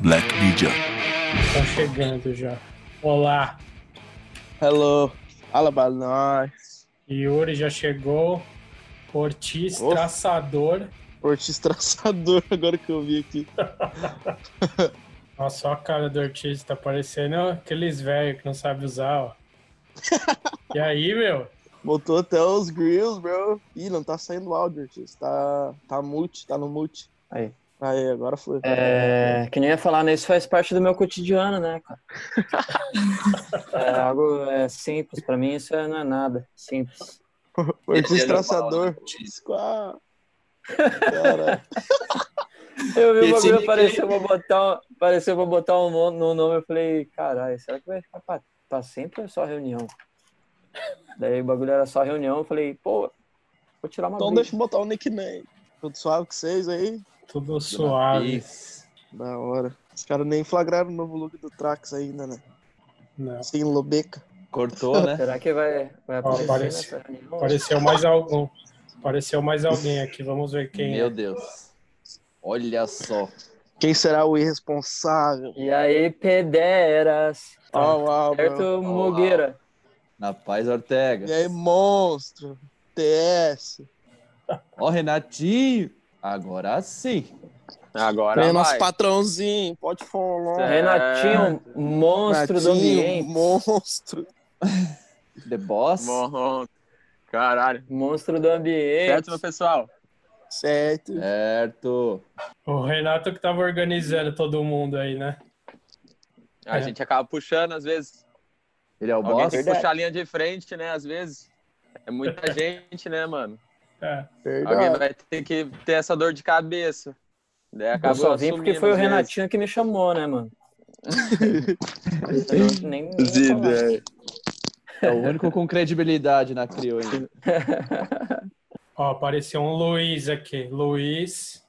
Black Media. Estão Tá chegando já. Olá, Hello, all about nós. Yuri já chegou. Ortiz, Opa. traçador. Ortiz traçador, agora que eu vi aqui. Nossa, olha a cara do Ortiz, tá parecendo aqueles velhos que não sabe usar, ó. e aí, meu? Botou até os grills, bro. Ih, não tá saindo áudio, Ortiz. Tá, tá mute, tá no mute. Aí. Aí, agora foi. É, que nem eu ia falar, né? Isso faz parte do meu cotidiano, né, cara? é algo é, simples, pra mim isso é- não é nada. Simples. Ortiz Ele era traçador. mal, Ortiz com a- Cara, Eu vi o Esse bagulho, nick apareceu pra botar, um, apareceu pra botar um no, no nome, eu falei, caralho, será que vai ficar pra, pra sempre ou é só reunião? Daí o bagulho era só reunião, eu falei, pô, vou tirar uma então briga. deixa eu botar o nickname. Tudo suave com vocês aí? Tudo suave. Da hora. Os caras nem flagraram o novo look do Trax ainda, né? Não. Sem lobeca. Cortou, né? Será que vai, vai aparecer apareceu. nessa reunião? Apareceu mais algum. Apareceu mais alguém aqui. Vamos ver quem Meu é. Deus. Olha só. Quem será o irresponsável? E aí, pederas. Ó, uau, bro. certo, Mugueira? Na paz, Ortega. E aí, monstro? TS. Ó, Renatinho. Agora sim. Agora Vem vai. nosso patrãozinho, pode falar. É. Renatinho, monstro do Ratinho, ambiente. monstro. The Boss. Bom, Caralho. Monstro do ambiente. Certo, meu pessoal? Certo. Certo. O Renato que tava organizando todo mundo aí, né? A É. gente acaba puxando, às vezes. Ele é o Alguém boss. tem que puxar a linha de frente, né? Às vezes. É muita gente, né, mano? É. Alguém Verdade. vai ter que ter essa dor de cabeça. Daí Eu acaba só vim porque assumindo, foi o às vezes. Renatinho que me chamou, né, mano? Eu não- nem, nem ia falar. É o único com credibilidade na Crio ainda. Ó, apareceu um Luiz aqui. Luiz.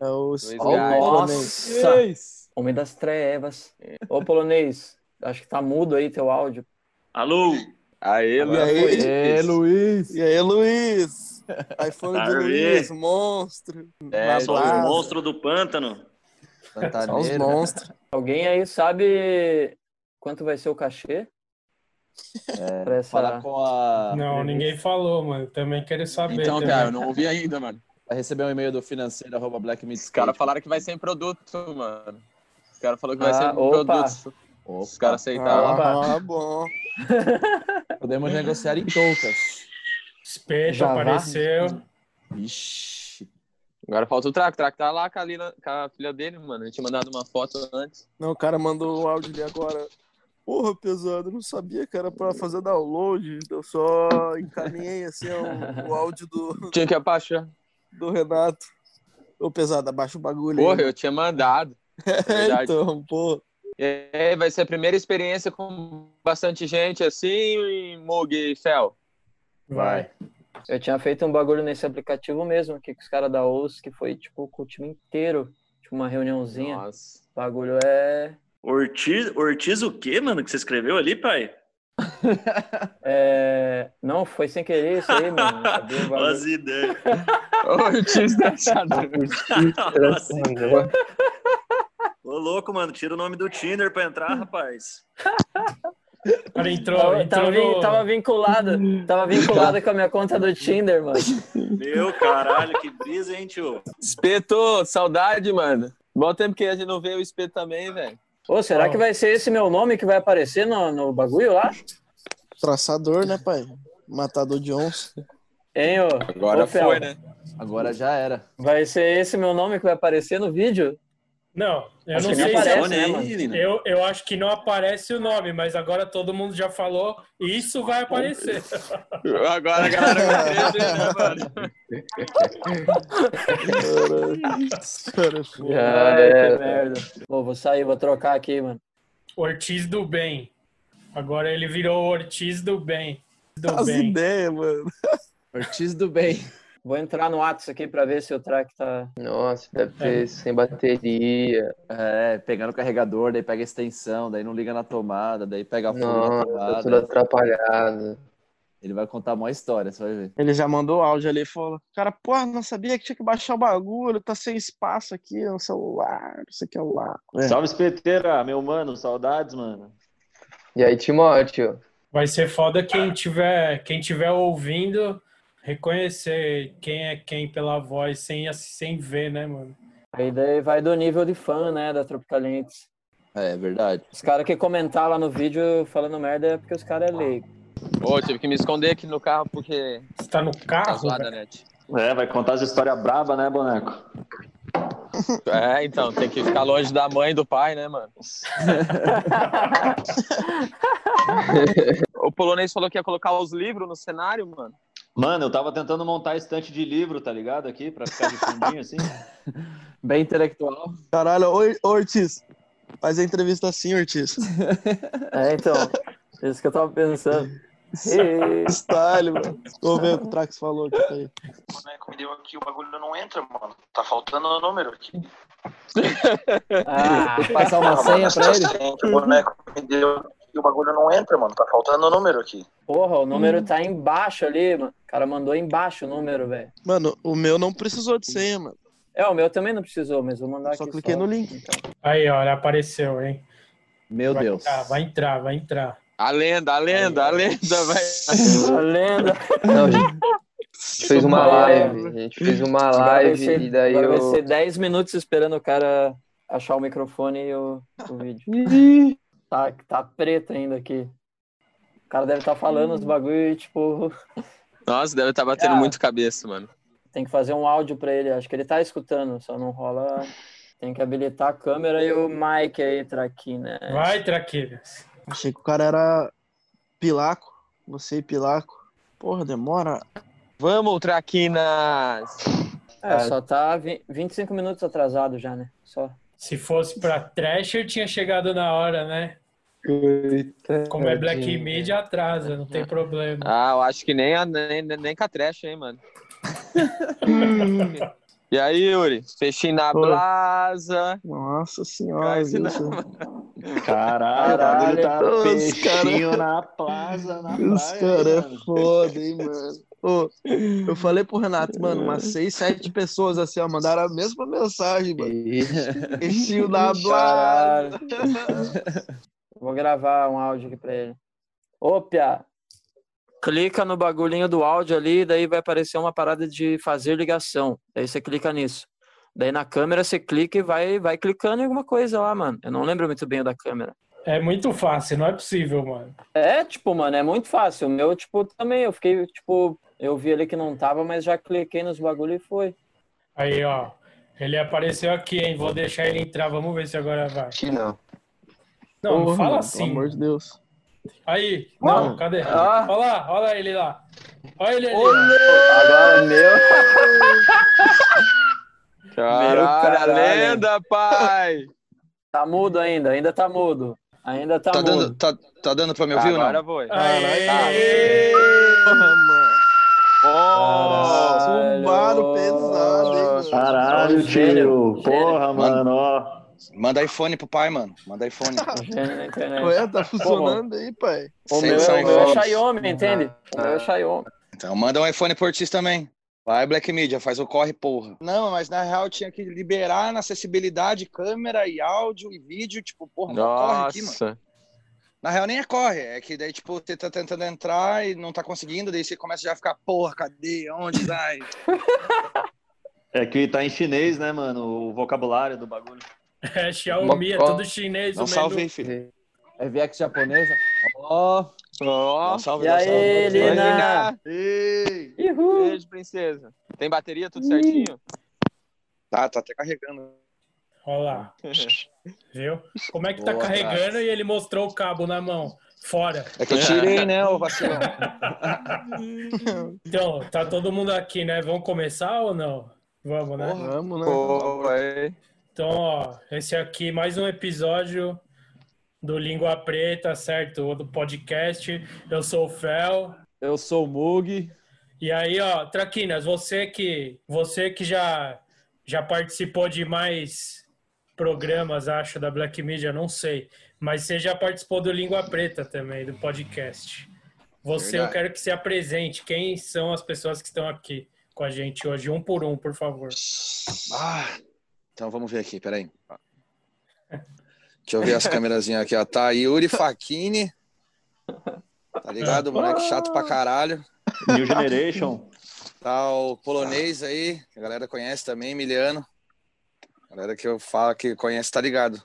É o Olha Spalma Gaia. Nossa! Homem das trevas. Ô, polonês, acho que tá mudo aí teu áudio. Alô? Aê, E aí, Ê, Luiz. e aí, Luiz? iPhone do Aê. Luiz, monstro. Ah, É, Na Só os brasa. monstros do pântano. Só É os Santaneiro. monstros. Alguém aí sabe quanto vai ser o cachê? É, Pra essa- Falar com a. Não, ninguém falou, mano. Também quero saber. Então, também. cara, eu não ouvi ainda, mano. Vai receber um e-mail do financeiro arroba Black Meat Os caras Skate. falaram que vai sem produto, mano. Os caras falaram que vai Ah, ser opa. produto. Opa, Os caras Então. aceitaram. Ah, bom. Podemos negociar em toucas. Espeto Já vá? apareceu. Ixi. Agora falta o Traco. O Traco tá lá com a, Lina- com a filha dele, mano. Ele tinha mandado uma foto antes. Não, o cara mandou o áudio ali agora. Porra, pesado, eu não sabia que era pra fazer download. Eu só encaminhei assim o, o áudio do, Tinha que abaixar. do Renato. Ô, pesado, abaixa o bagulho. aí. Porra, eu tinha mandado. verdade. então, pô. É, vai ser a primeira experiência com bastante é gente assim, Mug e Fel. Vai. Eu tinha feito um bagulho nesse aplicativo mesmo, aqui com os caras da OUS, que foi tipo com o time inteiro. Tipo uma reuniãozinha. Nossa. O bagulho é, Ortiz, Ortiz o quê, mano, que você escreveu ali, pai? é- Não, foi sem querer isso aí, mano. Não sabia o Olha bagulho. as ideias. Ortiz Traçador. Olha as ideias. Ô, louco, mano, tira o nome do Tinder pra entrar, rapaz. O cara entrou, Tava, tava, entrou vin- no... tava vinculada, tava vinculada com a minha conta do Tinder, mano. Meu caralho, que brisa, hein, tio? Espeto, saudade, mano. Bom tempo que a gente não vê o espeto também, velho. Ô, será que vai ser esse meu nome que vai aparecer no, no bagulho lá? Traçador, né, pai? Matador de onça. Hein, ô? Agora Ô, Fel, foi, né? Agora já era. Vai ser esse meu nome que vai aparecer no vídeo? Não, eu Acho não que sei nem se aparece, é né, mano? Eu, eu acho que não aparece o nome, mas agora todo mundo já falou, isso vai aparecer. Agora a galera vai entender, né, mano? Cara, pô. É. Ai, que merda. Pô, Ah, é. vou sair, vou trocar aqui, mano. Ortiz do Bem. Agora ele virou Ortiz do Bem. Do As bem. ideias, mano. Ortiz do bem. Vou entrar no Atos aqui pra ver se o track tá. Nossa, deve ser É. sem bateria. É, pegando o carregador, daí pega a extensão, daí não liga na tomada, daí pega fogo na Nossa, tá tudo tomada. atrapalhado. Ele vai contar a maior história, você vai ver. Ele já mandou o áudio ali e falou: Cara, porra, não sabia que tinha que baixar o bagulho, tá sem espaço aqui no celular, não sei o que lá. É. Salve, espeteira, meu mano, saudades, mano. E aí, Timóteo? Vai ser foda quem tiver, quem tiver ouvindo reconhecer quem é quem pela voz sem, ass- sem ver, né, mano? Aí daí vai do nível de fã, né, da Tropicalientes. É, é verdade. Os caras que comentaram lá no vídeo falando merda é porque os caras é leigo. Ô, tive que me esconder aqui no carro porque Você tá no tá carro? zoada, velho? né? É, vai contar as histórias braba, né, boneco? É, então, tem que ficar longe da mãe e do pai, né, mano? o polonês falou que ia colocar os livros no cenário, mano. Mano, eu tava tentando montar estante de livro, tá ligado? Aqui, pra ficar de fundinho assim. Bem intelectual. Caralho, ô, ô Ortiz, faz a entrevista assim, Ortiz. É, então. Isso que eu tava pensando. E- Style, mano. Vou ver o que o Trax falou aqui. Tá aí. Me deu aqui, o bagulho não entra, mano. Tá faltando o número aqui. Ah, Passar uma senha pra ele. Gente, o boneco me deu aqui, o bagulho não entra, mano. Tá faltando o número aqui. porra, o Hum. número tá embaixo ali, mano. O cara mandou embaixo o número, velho. Mano, o meu não precisou de senha, mano. É, o meu também não precisou, mas vou mandar Só aqui. cliquei no link. Aí, olha, apareceu, hein? Meu Vai Deus. entrar, vai entrar, vai entrar. A lenda, a lenda, a lenda, vai. A lenda. Não, a gente fez uma live. A gente fez uma Agora vai live ser- e daí agora vai ser eu. 10 minutos esperando o cara achar o microfone e o, o vídeo. Tá, tá preto ainda aqui. O cara deve estar falando Hum. os bagulho e, tipo, Nossa, deve estar batendo Cara. muito cabeça, mano. tem que fazer um áudio pra ele. Acho que ele tá escutando, só não rola. Tem que habilitar a câmera e o mic aí, né? Traquina. Vai, Traquinas. Achei que o cara era Pilaco. Você e Pilaco. Porra, demora. Vamos, Traquinas! É, só tá vi- 25 minutos atrasado já, né? Só. Se fosse pra Thrasher, tinha chegado na hora, né? Como é Black Media, atrasa, não tem problema. Ah, eu acho que nem, a, nem, nem nem com a trash, hein, mano. Hum. e aí, Yuri? Peixinho na Oi. brasa. Nossa senhora, Quase viu? não, Você- Caralho, Caralho, Caralho tá os peixinho na plaza, na Os praia, caras é mano. foda, hein, mano. Ô, eu falei pro Renato, mano, umas É. seis, sete pessoas assim, ó, mandaram a mesma mensagem, mano. Enchio da blá. Caralho. Vou gravar um áudio aqui pra ele. Ô, Pia, clica no bagulhinho do áudio ali, daí vai aparecer uma parada de fazer ligação. Daí você clica nisso. Daí na câmera você clica e vai, vai clicando em alguma coisa lá, mano. Eu não lembro muito bem o da câmera. É muito fácil, não é possível, mano. É, tipo, mano, é muito fácil. O meu, tipo, também. Eu fiquei, tipo, eu vi ali que não tava, mas já cliquei nos bagulho e foi. Aí, ó. Ele apareceu aqui, hein? Vou deixar ele entrar, vamos ver se agora vai. Que não. Não, não Porra, fala mano, assim. Pelo amor de Deus. Aí, não, cadê? Ah. Olha lá, olha ele lá. Olha ele ali. é Agora meu. Caralho, a caralho. lenda, pai! Tá mudo ainda, ainda tá mudo. Ainda tá, mudo. tá, tá dando pra me Agora foi. Aê! Porra, mano. Oh, Caralho. Zumbaram pesado, hein, mano. Caralho, Gênio, gênio. tio. Porra, mano, ó. Manda iPhone pro pai, mano. Manda iPhone. Gênio da Tá É, internet. Ué, tá funcionando aí, pai. O Sem Ah. meu, é- o sair meu é fora. Xiaomi, entende? O meu é Xiaomi. Então manda um iPhone pro Ortiz também. Vai, Black Media, faz o corre, porra. Não, mas na real tinha que liberar na acessibilidade câmera e áudio e vídeo. Tipo, porra, não corre aqui, mano. nossa. Na real nem é corre, é que daí, tipo, você tá tentando entrar e não tá conseguindo, daí você começa já a ficar, porra, cadê? Onde? Vai? É que tá em chinês, né, mano? O vocabulário do bagulho. É Xiaomi, é tudo chinês. Não o menu. salve aí, filho. É VX japonesa. Ó, Ó, Não salve, E não salve. aí, Lina? Lina. Ei! Ihu! Beijo, princesa. Tem bateria, tudo certinho? Tá, tá até carregando. Olha lá. Viu? Como é que tá Boa, carregando cara. e ele mostrou o cabo na mão. Fora. É que eu tirei, né, ô vacilão. Então, tá todo mundo aqui, né? Vamos começar ou não? Vamos, né? Vamos, né? Pô, aí. Então, ó, esse aqui mais um episódio do Língua Preta, certo? Do podcast. Eu sou o Fel. eu sou o Mug. E aí, ó, Traquinas, você que você que já já participou de mais programas, acho, da Black Media, não sei, mas você já participou do Língua Preta também, do podcast. Você, eu quero que se apresente. Quem são as pessoas que estão aqui com a gente hoje? Um por um, por favor. Ah, então vamos ver aqui, peraí. Deixa eu ver as câmerazinhas aqui, ó. Tá a Yuri Fachini. Tá ligado? Moleque chato pra caralho. New Generation. Tá o polonês aí, que a galera conhece também, Emiliano. A galera que eu falo que conhece, tá ligado?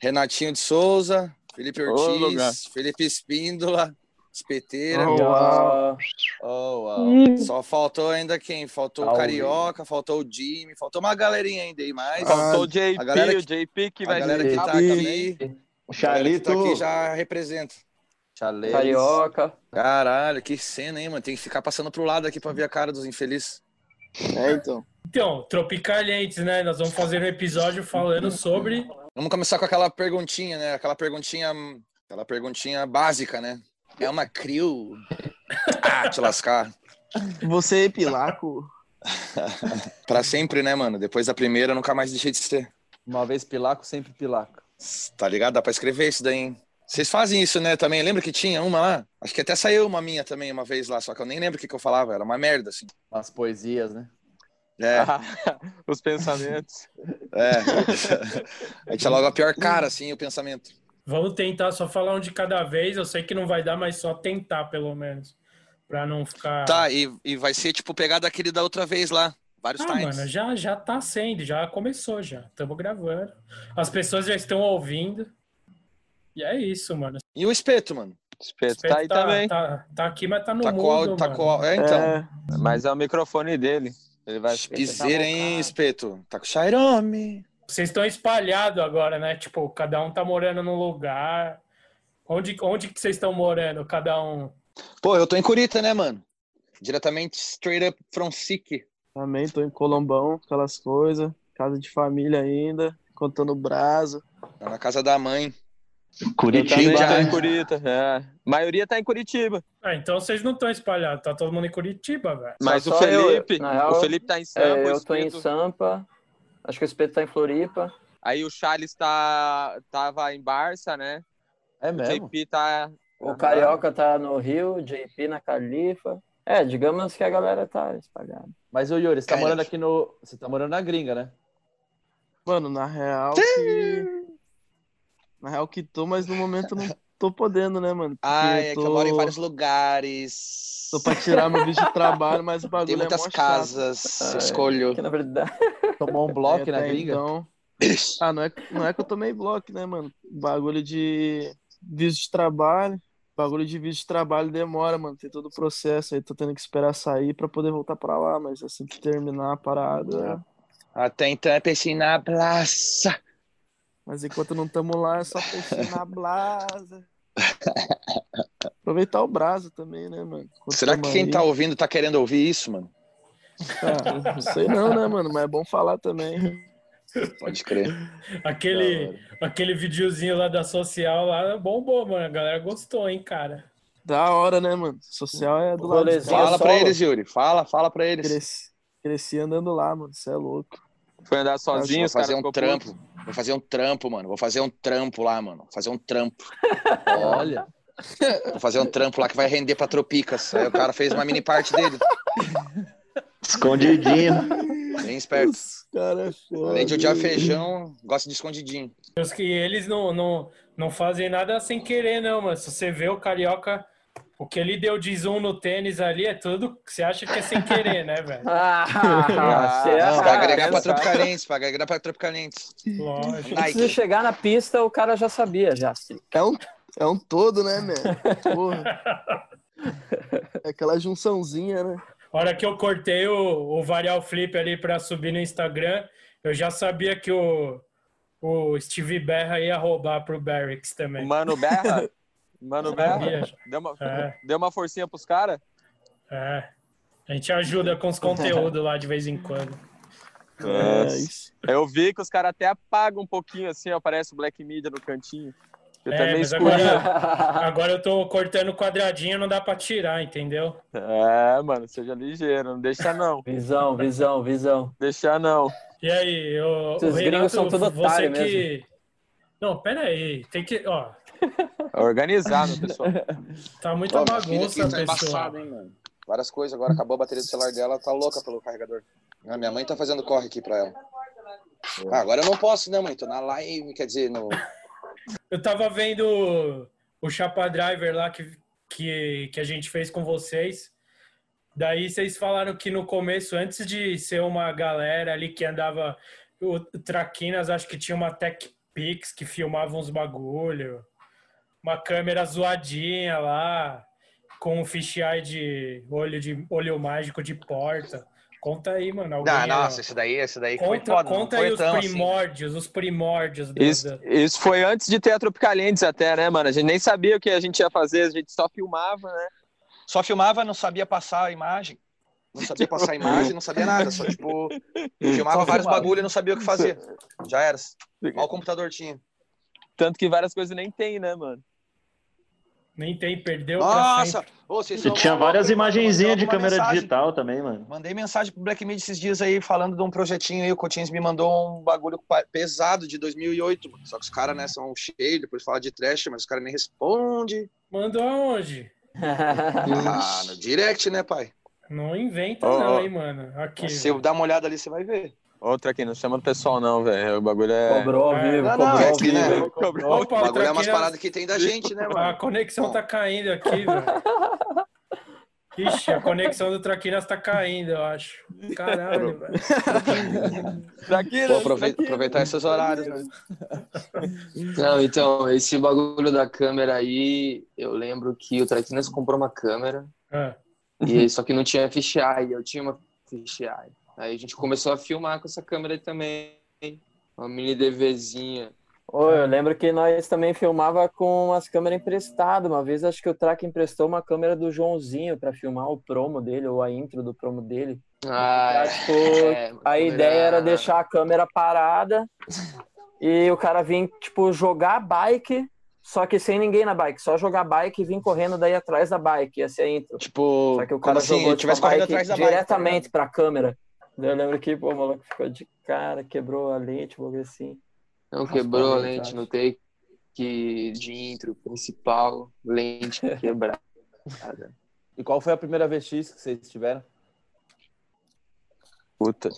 Renatinho de Souza, Felipe Ô, lugar. Ortiz, Felipe Espíndola, Espeteira. Oh, uau. Oh, uau. Hum. Só faltou ainda quem? Faltou o Salve. Carioca, faltou o Jimmy, faltou uma galerinha ainda aí, mas. Ah, Faltou o JP, a galera o JP que a vai galera que tá JP. aqui. O Charlito. Tá aqui já representa. Chalês. Carioca. Caralho, que cena, hein, mano? Tem que ficar passando pro lado aqui pra ver a cara dos infelizes. É, então. Então, Tropicalientes, né? Nós vamos fazer um episódio falando sobre. Vamos começar com aquela perguntinha, né? Aquela perguntinha. Aquela perguntinha básica, né? É uma crio. Ah, te lascar. Você é pilaco? Pra sempre, né, mano? Depois da primeira, nunca mais deixei de ser. Uma vez pilaco, sempre pilaco. Tá ligado? Dá pra escrever isso daí, hein? Vocês fazem isso, né, também? Lembra que tinha uma lá? Acho que até saiu uma minha também uma vez lá, só que eu nem lembro o que, que eu falava. Era uma merda, assim. Umas poesias, né? É. Os pensamentos. É. Aí tinha logo É. a pior cara, assim, o pensamento. Vamos tentar só falar um de cada vez. Eu sei que não vai dar, mas só tentar, pelo menos. Pra não ficar. Tá, e, e vai ser, tipo, pegar daquele da outra vez lá. Vários Ah, times. mano, já, já tá sendo, já começou, já. Estamos gravando. As pessoas já estão ouvindo. E é isso, mano. E o espeto, mano? Espeto, Pedro tá aí também. Tá, tá aqui, mas tá no Tá mundo, qual- mano. tá qual- É, então. mas é tá o microfone dele. Ele vai Piseira, hein, espeto? Tá com Shairome. Vocês estão espalhados agora, né? Tipo, cada um tá morando num lugar. Onde, onde que vocês estão morando, cada um? Pô, eu tô em Curita, né, mano? Diretamente straight up from sick. Também tô em Colombão, aquelas coisas. Casa de família ainda, contando brasa. Tá na casa da mãe. Curitiba. Tá em Curitiba, é. né? A maioria tá em Curitiba. Ah, então vocês não estão espalhados, tá todo mundo em Curitiba, velho. Mas Só o só eu, Felipe, na real, o Felipe tá em Sampa. é, o eu tô em Espeto- Sampa. Acho que o espeto tá em Floripa. Aí o Charles tá, tava em Barça, né? É O JP tá. O Carioca tá no Rio, o JP na Califa. É, digamos que a galera tá espalhada. Mas o Yuri, você tá Cara, morando aqui no. Você tá morando na gringa, né? Mano, na real que. Na real que tô, mas no momento não tô podendo, né, mano? Porque Ai, é tô... que eu moro em vários lugares. Tô pra tirar meu visto de trabalho, mas o bagulho Tem é muitas mó chato. casas, eu escolho. na verdade. Tomou um bloco na gringa? Então... Ah, não é, não é que eu tomei bloco, né, mano? Bagulho de visto de trabalho. Bagulho de visto de trabalho demora, mano. Tem todo o processo aí. Tô tendo que esperar sair pra poder voltar pra lá, mas assim que terminar a parada. Até então é peixinho na praça. Mas enquanto não tamo lá, é só peixinho na brasa. Aproveitar o brasa também, né, mano? Enquanto Será tamo que quem aí. tá ouvindo tá querendo ouvir isso, mano? Ah, não sei não, né, mano? Mas é bom falar também. Pode crer. Aquele, aquele videozinho lá da social lá bombou, mano. A galera gostou, hein, cara. Da hora, né, mano? Social é do lado. Rolezinho Fala pra solo. eles, Yuri. Fala, fala pra eles. Cresci, cresci andando lá, mano. Você é louco. Foi andar sozinho, vou os caras fazer um ficou trampo. puto. Vou fazer um trampo, mano. Vou fazer um trampo lá, mano. Vou fazer um trampo. Olha. Vou fazer um trampo lá que vai render pra Tropicas. Aí o cara fez uma mini parte dele. Escondidinho. Bem esperto. Cara, é foda. Além de odiar feijão, gosta de escondidinho. Os que eles não, não, não fazem nada sem querer, não, mano. Se você vê o Carioca, o que ele deu de zoom no tênis ali é tudo. Você acha que é sem querer, né, velho? Ah, não, será? pra agregar pra Pensa. Tropicalentes, pra agregar pra Tropicalentes. Lógico. Antes de chegar na pista, o cara já sabia, já. É um, é um todo, né, man? Porra. É aquela junçãozinha, né? A hora que eu cortei o, o Varial Flip ali pra subir no Instagram, eu já sabia que o, o Steve Berra ia roubar pro Barracks também. Mano Berra. Mano Berra. Sabia. Deu uma, É. deu uma forcinha pros caras. É. A gente ajuda com os conteúdos lá de vez em quando. É Eu vi que os caras até apagam um pouquinho assim, ó, Aparece o Black Media no cantinho. Eu É, também mas escolhi. agora, agora eu tô cortando quadradinho, não dá pra tirar, entendeu? É, mano, seja ligeiro, não deixa não. Visão, visão, visão. Deixar não. E aí, o, o Esses Renato, gringos são tudo você otário que, Não, pera aí. Tem que. Ó, É organizado, pessoal. tá muita Ó, minha filha aqui bagunça, tá pessoal. embaçada, hein, mano. Várias coisas, agora acabou a bateria do celular dela, tá louca pelo carregador. Ah, minha mãe tá fazendo corre aqui pra ela. Ah, agora eu não posso, né, mãe? Tô na live, quer dizer, no. Eu tava vendo o Chapa Driver lá que, que, que a gente fez com vocês. Daí vocês falaram que no começo, antes de ser uma galera ali que andava. O Traquinas, acho que tinha uma Tech Pix que filmava uns bagulho. Uma câmera zoadinha lá. Com um fisheye de olho, de olho mágico de porta. Conta aí, mano. alguém Não, aí, ó. Ah, nossa, esse daí, esse daí que Conta, foi foda. não conta foi aí os tão assim. primórdios, os primórdios da- Isso, da- isso foi antes de ter a Tropicalientes até, né, mano? A gente nem sabia o que a gente ia fazer, a gente só filmava, né? Só filmava, não sabia passar a imagem. Não sabia passar a imagem, não sabia nada, só tipo. Filmava Só vários filmava. bagulho e não sabia o que fazer. Já era. Olha o computador tinha. Tanto que várias coisas nem tem, né, mano? Nem tem, perdeu Nossa! Ô, vocês Você são tinha malucos, várias hein, mano? imagenzinhas de Mandei uma câmera mensagem. digital também, mano. Mandei mensagem pro Black Mid esses dias aí, falando de um projetinho aí. O Cotins me mandou um bagulho pa- pesado de 2008. mano. Só que os caras, né, são cheios, depois fala de trash, mas os caras nem respondem. Mandou aonde? Ah, no direct, né, pai? Não inventa Ó, não, ó. hein, mano. Aqui. Se eu dar uma olhada ali, você vai ver. Outra aqui, não chama do pessoal, não, velho. O bagulho é. Cobrou ao É. vivo, Não, não, cobrou é ao que, né? vivo. Cobrou Opa, ao vivo. o bagulho é umas Traquinas- paradas que tem da gente, né, mano? A conexão tá caindo aqui, velho. Ixi, a conexão do Traquinas tá caindo, eu acho. Caralho, velho. Vou aprove- aproveitar esses horários, né? Não, então, esse bagulho da câmera aí, eu lembro que o Traquinas comprou uma câmera, Ah, e aí- só que não tinha fisheye, eu tinha uma fisheye. Aí a gente começou a filmar com essa câmera aí também, uma mini DVzinha. Ô, eu lembro que nós também filmava com as câmeras emprestadas. Uma vez acho que o Track emprestou uma câmera do Joãozinho pra filmar o promo dele, ou a intro do promo dele. Ah, Tipo, é, uma a câmera- ideia era deixar a câmera parada e o cara vinha, tipo, jogar a bike, só que sem ninguém na bike, só jogar a bike e vir correndo daí atrás da bike, ia ser a intro. Tipo, só que o como cara assim? jogou Ele tipo, a tivesse correndo bike atrás da bike, tá diretamente pra câmera. Daí Eu lembro que, pô, o maluco ficou de cara, quebrou a lente, vou ver assim. Não, um quebrou a Raspou lente no take que de intro principal, lente quebrada. E qual foi a primeira VX que vocês tiveram? Puta.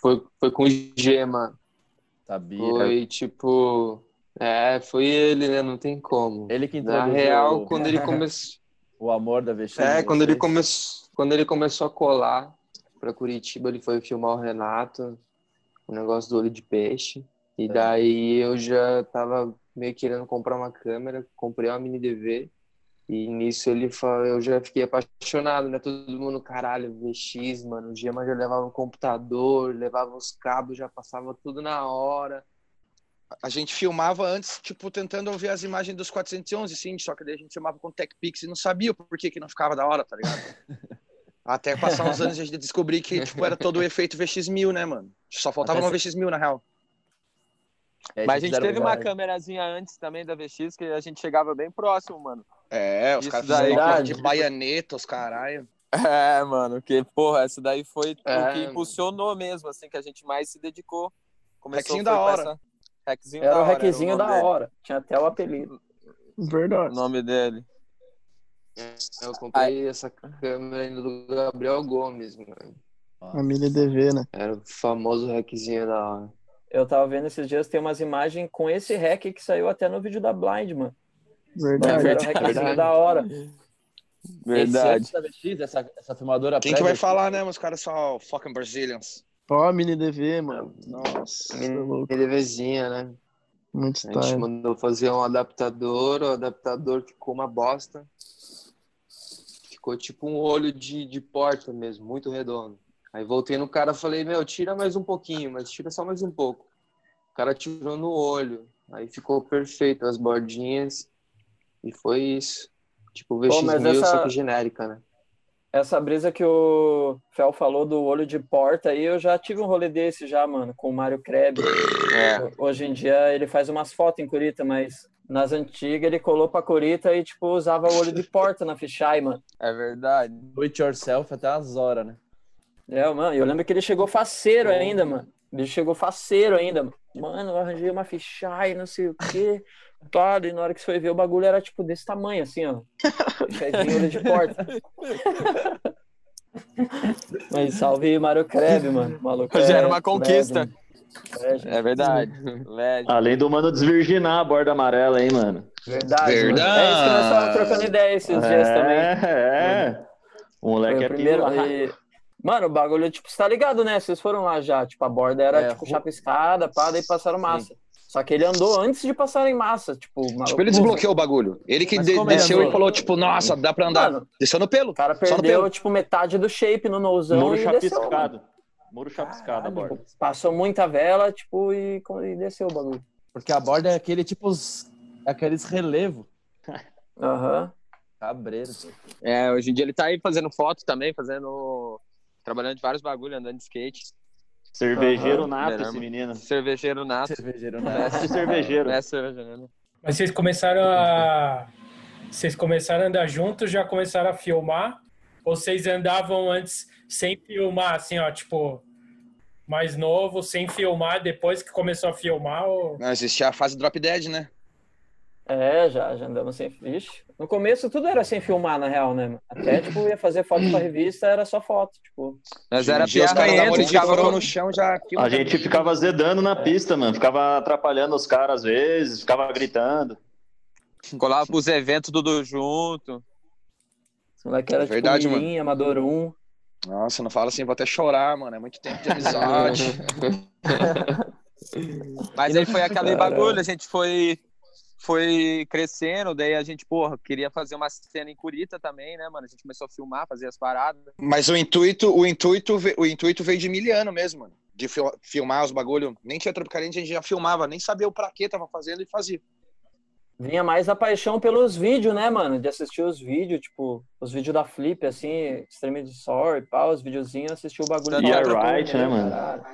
Foi, foi com gema. Sabia. Foi tipo. É, foi ele, né? Não tem como. Ele que Na introduziu. real, quando ele começou. O amor da VX. É, em quando ele, vocês. come... quando ele começou a colar pra Curitiba, ele foi filmar o Renato, o negócio do olho de peixe. É. E daí eu já tava meio querendo comprar uma câmera, comprei uma mini DV. E nisso ele falou, eu já fiquei apaixonado, né? Todo mundo, caralho, VX, mano. O Gema já levava o computador, levava os cabos, já passava tudo na hora. A gente filmava antes, tipo, tentando ver as imagens dos 411, sim, só que daí a gente filmava com Tech Pix e não sabia por que, que não ficava da hora, tá ligado? Até passar uns anos a gente descobri que, tipo, era todo o efeito VX1000, né, mano? Só faltava Até uma VX1000, na real. Mas a gente teve uma câmerazinha antes também da VX que a gente chegava bem próximo, mano. É, os Isso caras daí- fizeram uma de Verdade. baianeta, os caralho. É, mano, que porra, essa daí foi É, o que mano. impulsionou mesmo, assim, que a gente mais se dedicou. Começou Hackzinho foi da com hora. essa- Hackzinho Era da o hora. hackzinho da hora, tinha até o apelido. Verdade. O nome dele. Eu comprei essa câmera ainda do Gabriel Gomes, mano. A mini DV, né? Era o famoso hackzinho da hora. Eu tava vendo esses dias, tem umas imagens com esse hack que saiu até no vídeo da Blind, mano. Verdade. Era o hackzinho Verdade. da hora. Esse antes da VX, essa, essa filmadora Quem que vai prévia- falar, né, os caras só fucking Brazilians. Ó, a mini DV, mano. é Nossa. Mini DVzinha, né? Muito A gente style. mandou fazer um adaptador, o adaptador ficou uma bosta. Ficou tipo um olho de, de porta mesmo, muito redondo. Aí voltei no cara e falei, meu, tira mais um pouquinho, mas tira só mais um pouco. O cara tirou no olho. Aí ficou perfeito as bordinhas. E foi isso. Tipo, Pô, VX1000, mas só essa- que genérica, né? Essa brisa que o Fel falou do olho de porta aí, eu já tive um rolê desse já, mano, com o Mário Kreb. É. É. Hoje em dia ele faz umas fotos em Curitiba, mas nas antigas ele colou pra Curitiba e, tipo, usava o olho de porta na fichai, mano. É verdade. Do it yourself até as horas, né? É, mano, eu lembro que ele chegou faceiro ainda, mano. Ele chegou faceiro ainda, mano. mano, eu arranjei uma ficha e não sei o quê. Claro, e na hora que você foi ver, o bagulho era tipo desse tamanho, assim, ó. Fechadinho olho de porta. Mas salve Mário Kreb, mano. Maluco. Já é era uma conquista. Legend. É verdade. Legend. Além do mano desvirginar a borda amarela, hein, mano? Verdade. mano. É isso que nós estávamos trocando ideia esses dias É, também. é. O moleque Foi é o primeiro. pior. e- Mano, o bagulho, tipo, você tá ligado, né? Vocês foram lá já. Tipo, a borda era, É, tipo, chapiscada, pá, daí passaram massa. Só que ele andou antes de passar em massa. Tipo, o maluco- Tipo, ele desbloqueou o bagulho. Ele que Mas de- como ele desceu andou? e falou, tipo, nossa, dá pra andar. Mano, desceu no pelo. O cara Só no perdeu, pelo. tipo, metade do shape no nozão Muro e é desceu. chapiscado. mano. Muro tá chapiscado, a borda. Passou muita vela, tipo, e, e desceu o bagulho. Porque a borda é aquele tipo. os- aqueles relevo. Aham. Cabreiro. É, hoje em dia ele tá aí fazendo foto também, fazendo. trabalhando de vários bagulhos, andando de skate. Cervejeiro Aham. nato, Verão. esse menino. Cervejeiro nato. Cervejeiro né? nato. Mestre cervejeiro. É, cervejeiro. Mas vocês começaram a. Vocês começaram a andar juntos, já começaram a filmar? Ou vocês andavam antes sem filmar, assim, ó, tipo, mais novo, sem filmar, depois que começou a filmar? Ou... Não, existia a fase drop dead, né? É, já, já andamos sem. Vixe. No começo tudo era sem filmar, na real, né? mano? Até, tipo, ia fazer foto pra revista, era só foto, tipo. Mas era dia os piada. caras Os namoram caras de ficavam cavalo. no chão já. A gente ficava azedando na pista, mano. Ficava atrapalhando os caras às vezes, ficava gritando. Colava pros eventos tudo junto. Esse moleque era, tipo, Verdade, mano. mirim, amador um. Nossa, não fala assim, vou até chorar, mano. É muito tempo de amizade. Mas aí foi aquele Caralho. bagulho, a gente foi, foi crescendo, daí a gente, porra, queria fazer uma cena em Curita também, né, mano? A gente começou a filmar, fazer as paradas. Mas o intuito, o intuito, ve- o intuito veio de miliano mesmo, mano. De fil- filmar os bagulho. Nem tinha Tropicalente, a gente já filmava, nem sabia o pra que tava fazendo e fazia. Vinha mais a paixão pelos vídeos, né, mano? De assistir os vídeos, tipo, os vídeos da Flip, assim, Extreme Sorry, pá, os videozinhos, assistir o bagulho. E da a hora, Riot, né, mano? caralho.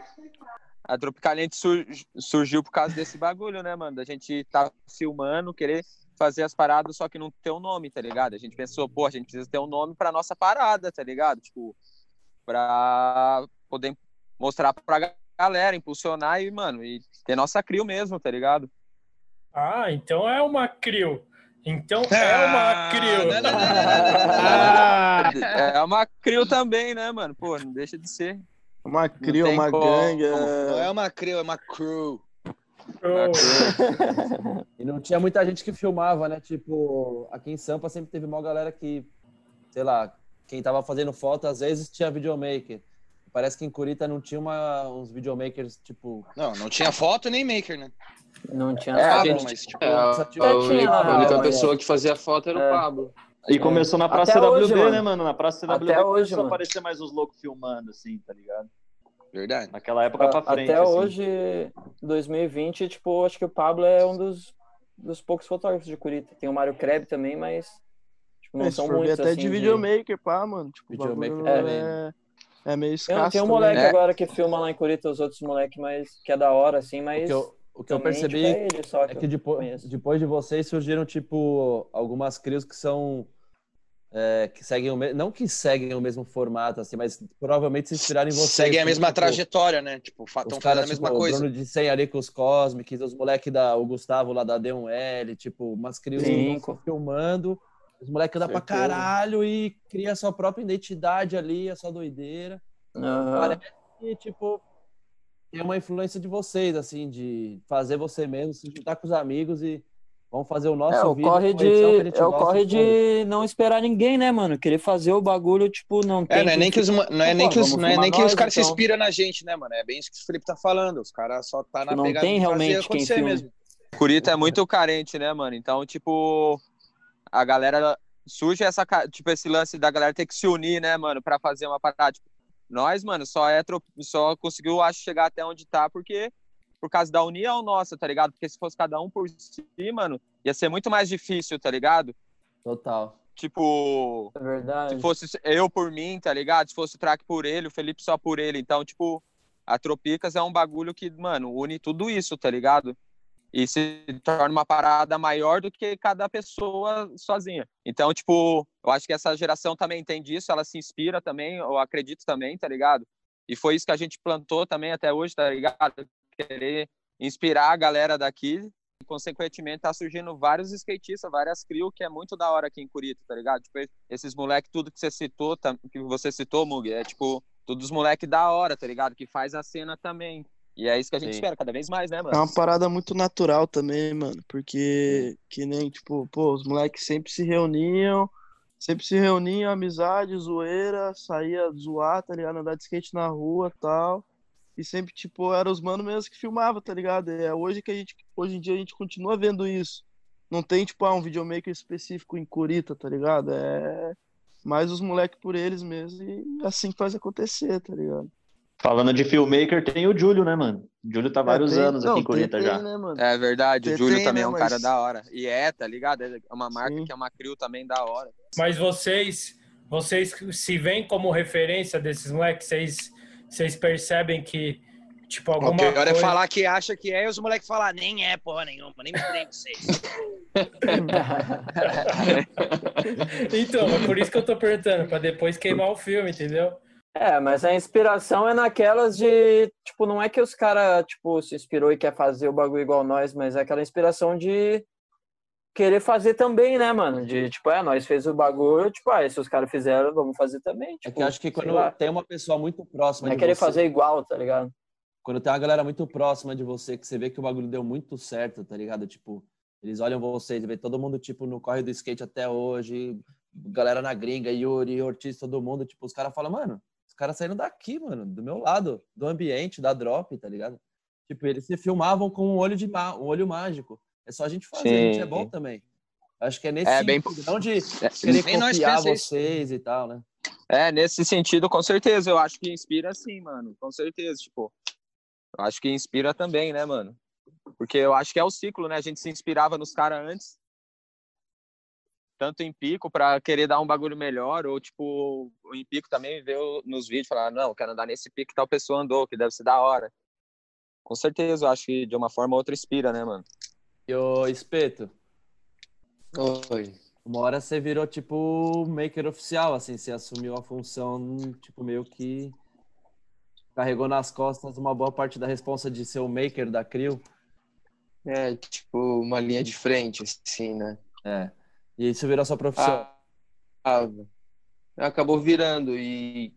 A Tropicalente sur- surgiu por causa desse bagulho, né, mano? Da gente tá filmando, querer fazer as paradas, só que não ter um nome, tá ligado? A gente pensou, pô, a gente precisa ter um nome pra nossa parada, tá ligado? Tipo, pra poder mostrar pra ga- galera, impulsionar e, mano, e ter nossa crio mesmo, tá ligado? Ah, então é uma crio. Então Ah, é uma crio. É uma crio também, né, mano? Pô, não deixa de ser. Uma cria, tem uma como. gangue. Não é uma crew, é uma crew. E não tinha muita gente que filmava, né? Tipo, aqui em Sampa sempre teve uma galera que, sei lá, quem tava fazendo foto às vezes tinha videomaker. Parece que em Curitiba não tinha uma- uns videomakers, tipo. Não, não tinha foto nem maker, né? Não tinha É, nada. a gente- mas, tipo, é, só a única- na a única real, pessoa é. que fazia foto era o Pablo. E começou na Praça Até CWD, hoje, né, mano. mano? Na Praça CWD Até começou hoje, a mano. aparecer mais uns loucos filmando, assim, tá ligado? Verdade. Naquela época pra A- frente. Até assim. hoje, 2020, tipo, acho que o Pablo é um dos, dos poucos fotógrafos de Curitiba. Tem o Mário Kreb também, mas tipo, não Mas são se for ver, muitos. até assim, de videomaker, pá, mano. Tipo, o Videomaker bagulho também, é, é meio Tem, escasso. tem um também, moleque né? agora que filma lá em Curitiba os outros moleques, mas que é da hora, assim, mas. O que eu, o que eu também, percebi tipo, é ele só que é eu que depo- depois, conheço. de vocês surgiram, tipo, algumas crios que são. é, que seguem o mesmo. Não que seguem o mesmo formato, assim, mas provavelmente se inspiraram em vocês. Seguem a assim, mesma tipo, trajetória, né? Tipo, Os estão fazendo caras, a mesma tipo, coisa. o Bruno de 100 ali com os Cosmics, os moleques da. O Gustavo lá da D1L, tipo, umas crios que Sim. estão se filmando. Os moleques andam pra Certeza. caralho e cria a sua própria identidade ali, a sua doideira. Aham. Parece que, tipo, tem uma influência de vocês, assim, de fazer você mesmo, se juntar com os amigos e vamos fazer o nosso É, o vídeo. corre com a edição que a de, gente é o gosta, corre e foda-se. de não esperar ninguém, né, mano? Querer fazer o bagulho, tipo, não tem. É, não é quem nem que os, filma. ma- não é nem Pô, que os, vamos não é filmar nem que os nós, caras se então. inspiram na gente, né, mano? É bem isso que o Felipe tá falando. Os caras só tá na Não pegada tem de fazer realmente quem acontecer filme. mesmo. Curitiba é muito carente, né, mano? Então, tipo, a galera surge essa, ca- tipo, esse lance da galera ter que se unir, né, mano, pra fazer uma parada. Tipo, nós, mano, só é tro- só conseguiu acho chegar até onde tá porque por causa da união nossa, tá ligado? Porque se fosse cada um por si, mano, ia ser muito mais difícil, tá ligado? Total. Tipo, É verdade. se fosse eu por mim, tá ligado? Se fosse o Track por ele, o Felipe só por ele. Então, tipo, a Tropicas é um bagulho que, mano, une tudo isso, tá ligado? E se torna uma parada maior do que cada pessoa sozinha. Então, tipo, eu acho que essa geração também tem disso, ela se inspira também, eu acredito também, tá ligado? E foi isso que a gente plantou também até hoje, tá ligado? Querer inspirar a galera daqui. E, consequentemente, tá surgindo vários skatistas, várias crew, que é muito da hora aqui em Curitiba, tá ligado? Tipo, esses moleques, tudo que você citou, tá- que você citou, Mug, é tipo, todos os moleques da hora, tá ligado? Que faz a cena também. E é isso que a gente Sim. espera cada vez mais, né, mano? É uma parada muito natural também, mano, porque que nem, tipo, pô, os moleques sempre se reuniam, sempre se reuniam, amizade, zoeira, saía zoar, tá ligado? Andar de skate na rua tal. E sempre, tipo, eram os manos mesmo que filmavam, tá ligado? É hoje que a gente, hoje em dia a gente continua vendo isso. Não tem, tipo, ah, um videomaker específico em Curitiba, tá ligado? É mais os moleques por eles mesmo e assim que faz acontecer, tá ligado? Falando de filmmaker, tem o Júlio, né, mano? O Júlio tá vários É, tem- anos não, aqui em Curitiba tem- já. tem, né, mano? É verdade, o Tem- Júlio tem, também né, é um cara mas- da hora. E é, tá ligado? É uma marca que é uma crew também da hora. Mas vocês, vocês se veem como referência desses moleques? Vocês, vocês percebem que, tipo, alguma O pior coisa... é falar que acha que é e os moleques falar, nem é porra nenhuma, nem me fudei com vocês. É Então, é por isso que eu tô perguntando, pra depois queimar o filme, entendeu? É, mas a inspiração é naquelas de, tipo, não é que os cara, tipo, se inspirou e quer fazer o bagulho igual nós, mas é aquela inspiração de querer fazer também, né, mano? De, tipo, é, nós fez o bagulho, tipo, ah, se os caras fizeram, vamos fazer também. É Tipo, que eu acho que sei quando lá. tem uma pessoa muito próxima Não é de querer você, fazer igual, tá ligado? quando tem uma galera muito próxima de você, que você vê que o bagulho deu muito certo, tá ligado? Tipo, eles olham vocês, vê todo mundo, tipo, no corre do skate até hoje, galera na gringa, Yuri, Ortiz, todo mundo, tipo, os caras falam, mano, os caras saíram daqui, mano, do meu lado, do ambiente, da drop, tá ligado? Tipo, eles se filmavam com um olho de ma- um olho mágico. É só a gente fazer, a gente é Sim. bom também. Acho que é nesse É, bem- sentido, não de nem querer nós copiar pensa isso. vocês e tal, né? É, nesse sentido, com certeza. Eu acho que inspira sim, mano. Com certeza, tipo. Eu acho que inspira também, né, mano? Porque eu acho que é o ciclo, né? A gente se inspirava nos caras antes, tanto em pico, pra querer dar um bagulho melhor, ou tipo, em pico também ver o- nos vídeos, falar, não, eu quero andar nesse pico que tal pessoa andou, que deve ser da hora. Com certeza, eu acho que de uma forma ou outra inspira, né, mano? E o Espeto? Oi. Uma hora você virou, tipo, maker oficial, assim, você assumiu a função, tipo, meio que carregou nas costas uma boa parte da responsa de ser o maker da Crew. É, tipo, uma linha de frente, assim, né? É. E isso virou sua profissão. Ah, ah, acabou virando e,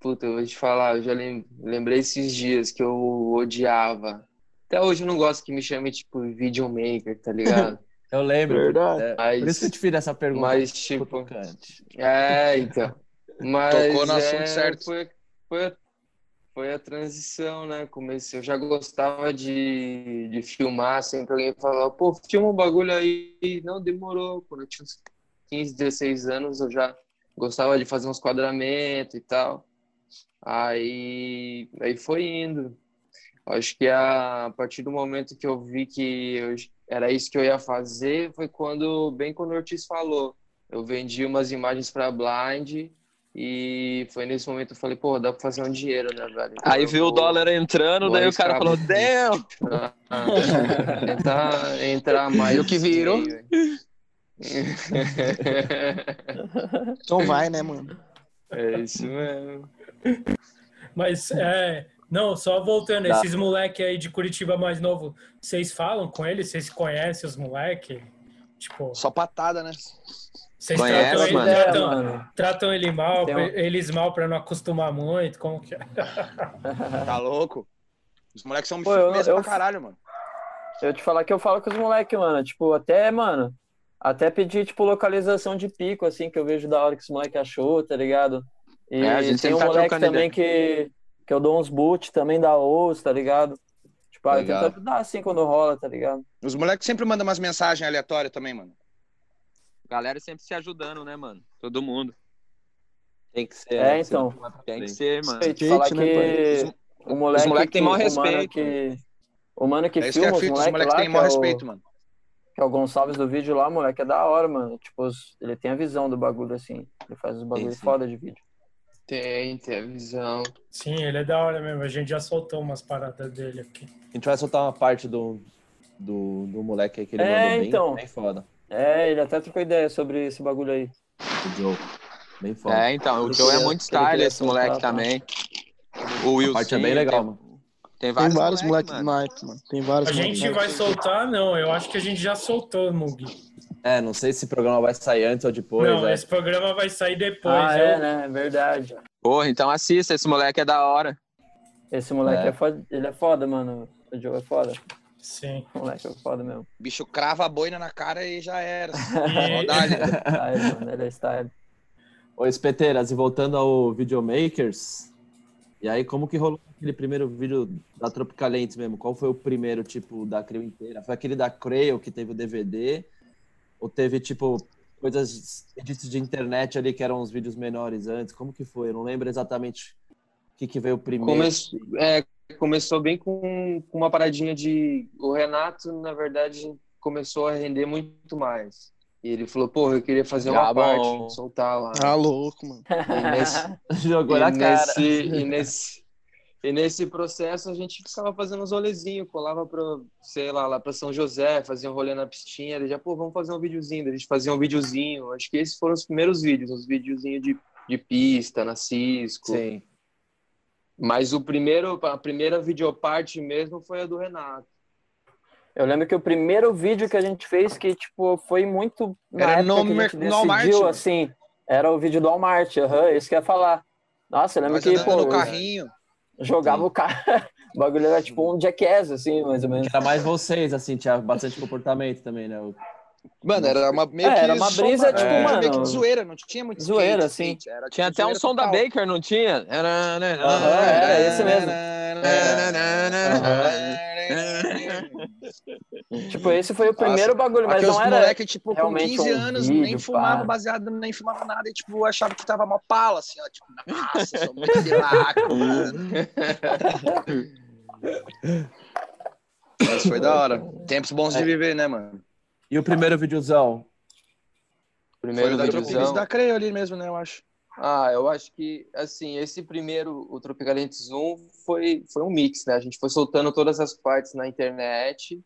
puta, eu vou te falar, eu já lem- lembrei esses dias que eu odiava. Até hoje eu não gosto que me chame, tipo, videomaker, tá ligado? Eu lembro. Verdade. é, por Mas- isso que eu te fiz essa pergunta. mas, tipo, cutucante. É, então. Mas Tocou no é, assunto certo. Foi, foi, a- foi a transição, né? Comecei, eu já gostava de, de filmar, sempre alguém falava, pô, filma um bagulho aí. Não demorou. Quando eu tinha uns 15, 16 anos, eu já gostava de fazer uns quadramentos e tal. Aí, aí foi indo. Acho que a, a partir do momento que eu vi que eu- era isso que eu ia fazer, foi quando, bem quando o Ortiz falou. Eu vendi umas imagens para Blind e foi nesse momento que eu falei, pô, dá pra fazer um dinheiro, né, velho? Então Aí eu viu o vou- dólar entrando, vou daí o cara arriscar falou, Deus! tentar entrar mais. E o que nesse virou? meio, hein? Então vai, né, mano? É isso mesmo. Mas, é... Não, só voltando, Dá. esses moleque aí de Curitiba mais novo, vocês falam com eles? Vocês conhecem os moleque? Tipo... Só patada, né? Vocês Conhece, tratam, ele, mano? tratam, É, mano. tratam ele mal, Tem uma- eles mal pra não acostumar muito, como que é? Tá louco? Os moleques são Pô, eu- firmeza eu- pra caralho, mano. Eu te falar que eu falo com os moleques, mano. Tipo, até, mano, até pedir, tipo, localização de pico, assim, que eu vejo da hora que os moleque achou, tá ligado? E É, a gente tem sempre um tá moleque trocando também que, que eu dou uns boot também da OUS, tá ligado? Tipo, ah, eu tento Legal. ajudar assim quando rola, tá ligado? Os moleques sempre mandam umas mensagens aleatórias também, mano. Galera sempre se ajudando, né, mano? Todo mundo. Tem que ser. É, né? então. Tem que ser, mano. Te falar que o moleque, né, Os moleque tem que- maior o mano respeito. que- o mano que É isso que filma é os fita, os moleques moleque lá, tem que maior é o- respeito, mano. Que é o Gonçalves do vídeo lá, moleque, é da hora, mano. Tipo, os- ele tem a visão do bagulho, assim. Ele faz os bagulho sim. foda de vídeo. Tem, tem a visão. Sim, ele é da hora mesmo, a gente já soltou umas paradas dele aqui. A gente vai soltar uma parte do, do, do moleque aí que ele É, mandou bem, então. bem foda. É, ele até trocou ideia sobre esse bagulho aí. O Joe. Bem foda. É, então, o Ele Joe é queria- muito que ele style queria esse soltar, moleque tá? também. O Will parte é bem legal, mano. Tem, Tem Tem vários, vários moleque, moleques do Nike, mano. Tem vários A gente moleques. vai soltar? Não, eu acho que a gente já soltou, Mug. É, não sei se o programa vai sair antes ou depois. não, é. esse programa vai sair depois. Ah, é, né? Verdade. Porra, então assista, esse moleque é da hora. Esse moleque É. é, foda, ele é foda, mano. O jogo é foda. Sim. O moleque é foda mesmo. Bicho crava a boina na cara e já era. Ele é style, mano, ele é style. Ô, Espeteiras, e voltando ao Videomakers, e aí como que rolou aquele primeiro vídeo da Tropicalentes mesmo? Qual foi o primeiro, tipo, da Creu inteira? Foi aquele da Creu que teve o DVD? Ou teve, tipo, coisas, edits de internet ali que eram uns vídeos menores antes? Como que foi? Eu não lembro exatamente o que, que veio primeiro. Começou, é, começou bem com, com uma paradinha de. O Renato, na verdade, começou a render muito mais. E ele falou, porra, eu queria fazer uma Ah, parte, bom. soltar lá. Tá Ah, louco, mano. E nesse- Jogou e na cara. nesse- E nesse, e nesse processo a gente ficava fazendo uns rolezinhos, colava pra, sei lá, lá pra São José, fazia um rolê na pistinha, daí já, pô, vamos fazer um videozinho, daí a gente fazia um videozinho. Acho que esses foram os primeiros vídeos, uns videozinhos de, de pista, na Cisco. Sim. Mas o primeiro, a primeira videoparte mesmo foi a do Renato. Eu lembro que o primeiro vídeo que a gente fez, que tipo, foi muito. Na Era época no que a gente mer- no Walmart, decidiu, mano. assim. Era o vídeo do Walmart, aham, é isso que eu ia falar. Nossa, eu lembro Nós que, andando pô, no carrinho. jogava o carro. o bagulho era tipo um jackass, assim, mais ou menos. Era mais vocês, assim, tinha bastante comportamento também, né? Mano, era uma meio É, que era uma só brisa, tipo, vídeo mano, meio que de zoeira, não tinha muito zoeira, skate, assim. skate, era, tipo, É. Tinha até um zoeira som da total. Baker, né? não tinha? Era, Aham, É, era esse mesmo. É, Tipo, esse foi o primeiro bagulho, mas Aqueles não era. moleque, tipo, com realmente 15 um anos, vídeo, nem fumava pá. baseado, nem fumava nada, e, tipo, achava que tava mó pala, assim, ó, tipo, nossa, sou muito piraco, mano. Mas foi da hora. Tempos bons É. de viver, né, mano? E o primeiro videozão? Primeiro foi o da Tropicalista videozão. da Creio ali mesmo, né, eu acho. Ah, eu acho que, assim, esse primeiro, o Tropicalentes 1, foi, foi um mix, né? A gente foi soltando todas as partes na internet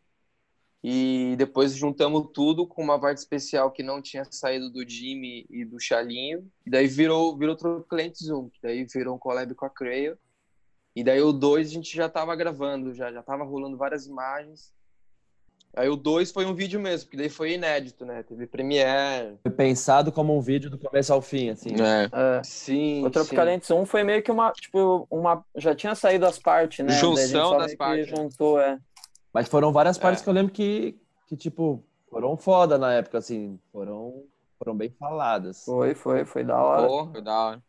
e depois juntamos tudo com uma parte especial que não tinha saído do Jimmy e do Chalinho. E daí virou, virou Tropicalentes 1, que daí virou um collab com a Creio. E daí o 2 a gente já tava gravando, já, já tava rolando várias imagens. Aí o 2 foi um vídeo mesmo, porque daí foi inédito, né? Teve Premiere, Foi pensado como um vídeo do começo ao fim, assim. É. É. Sim. O Tropicalentes 1 foi meio que uma. Tipo, uma. Já tinha saído as partes, né? Junção Daí a gente só das meio que partes. Juntou, é. Mas foram várias partes que eu lembro que, que, tipo, foram foda na época, assim. Foram, foram bem faladas. Foi, foi, foi da hora. Foi da hora.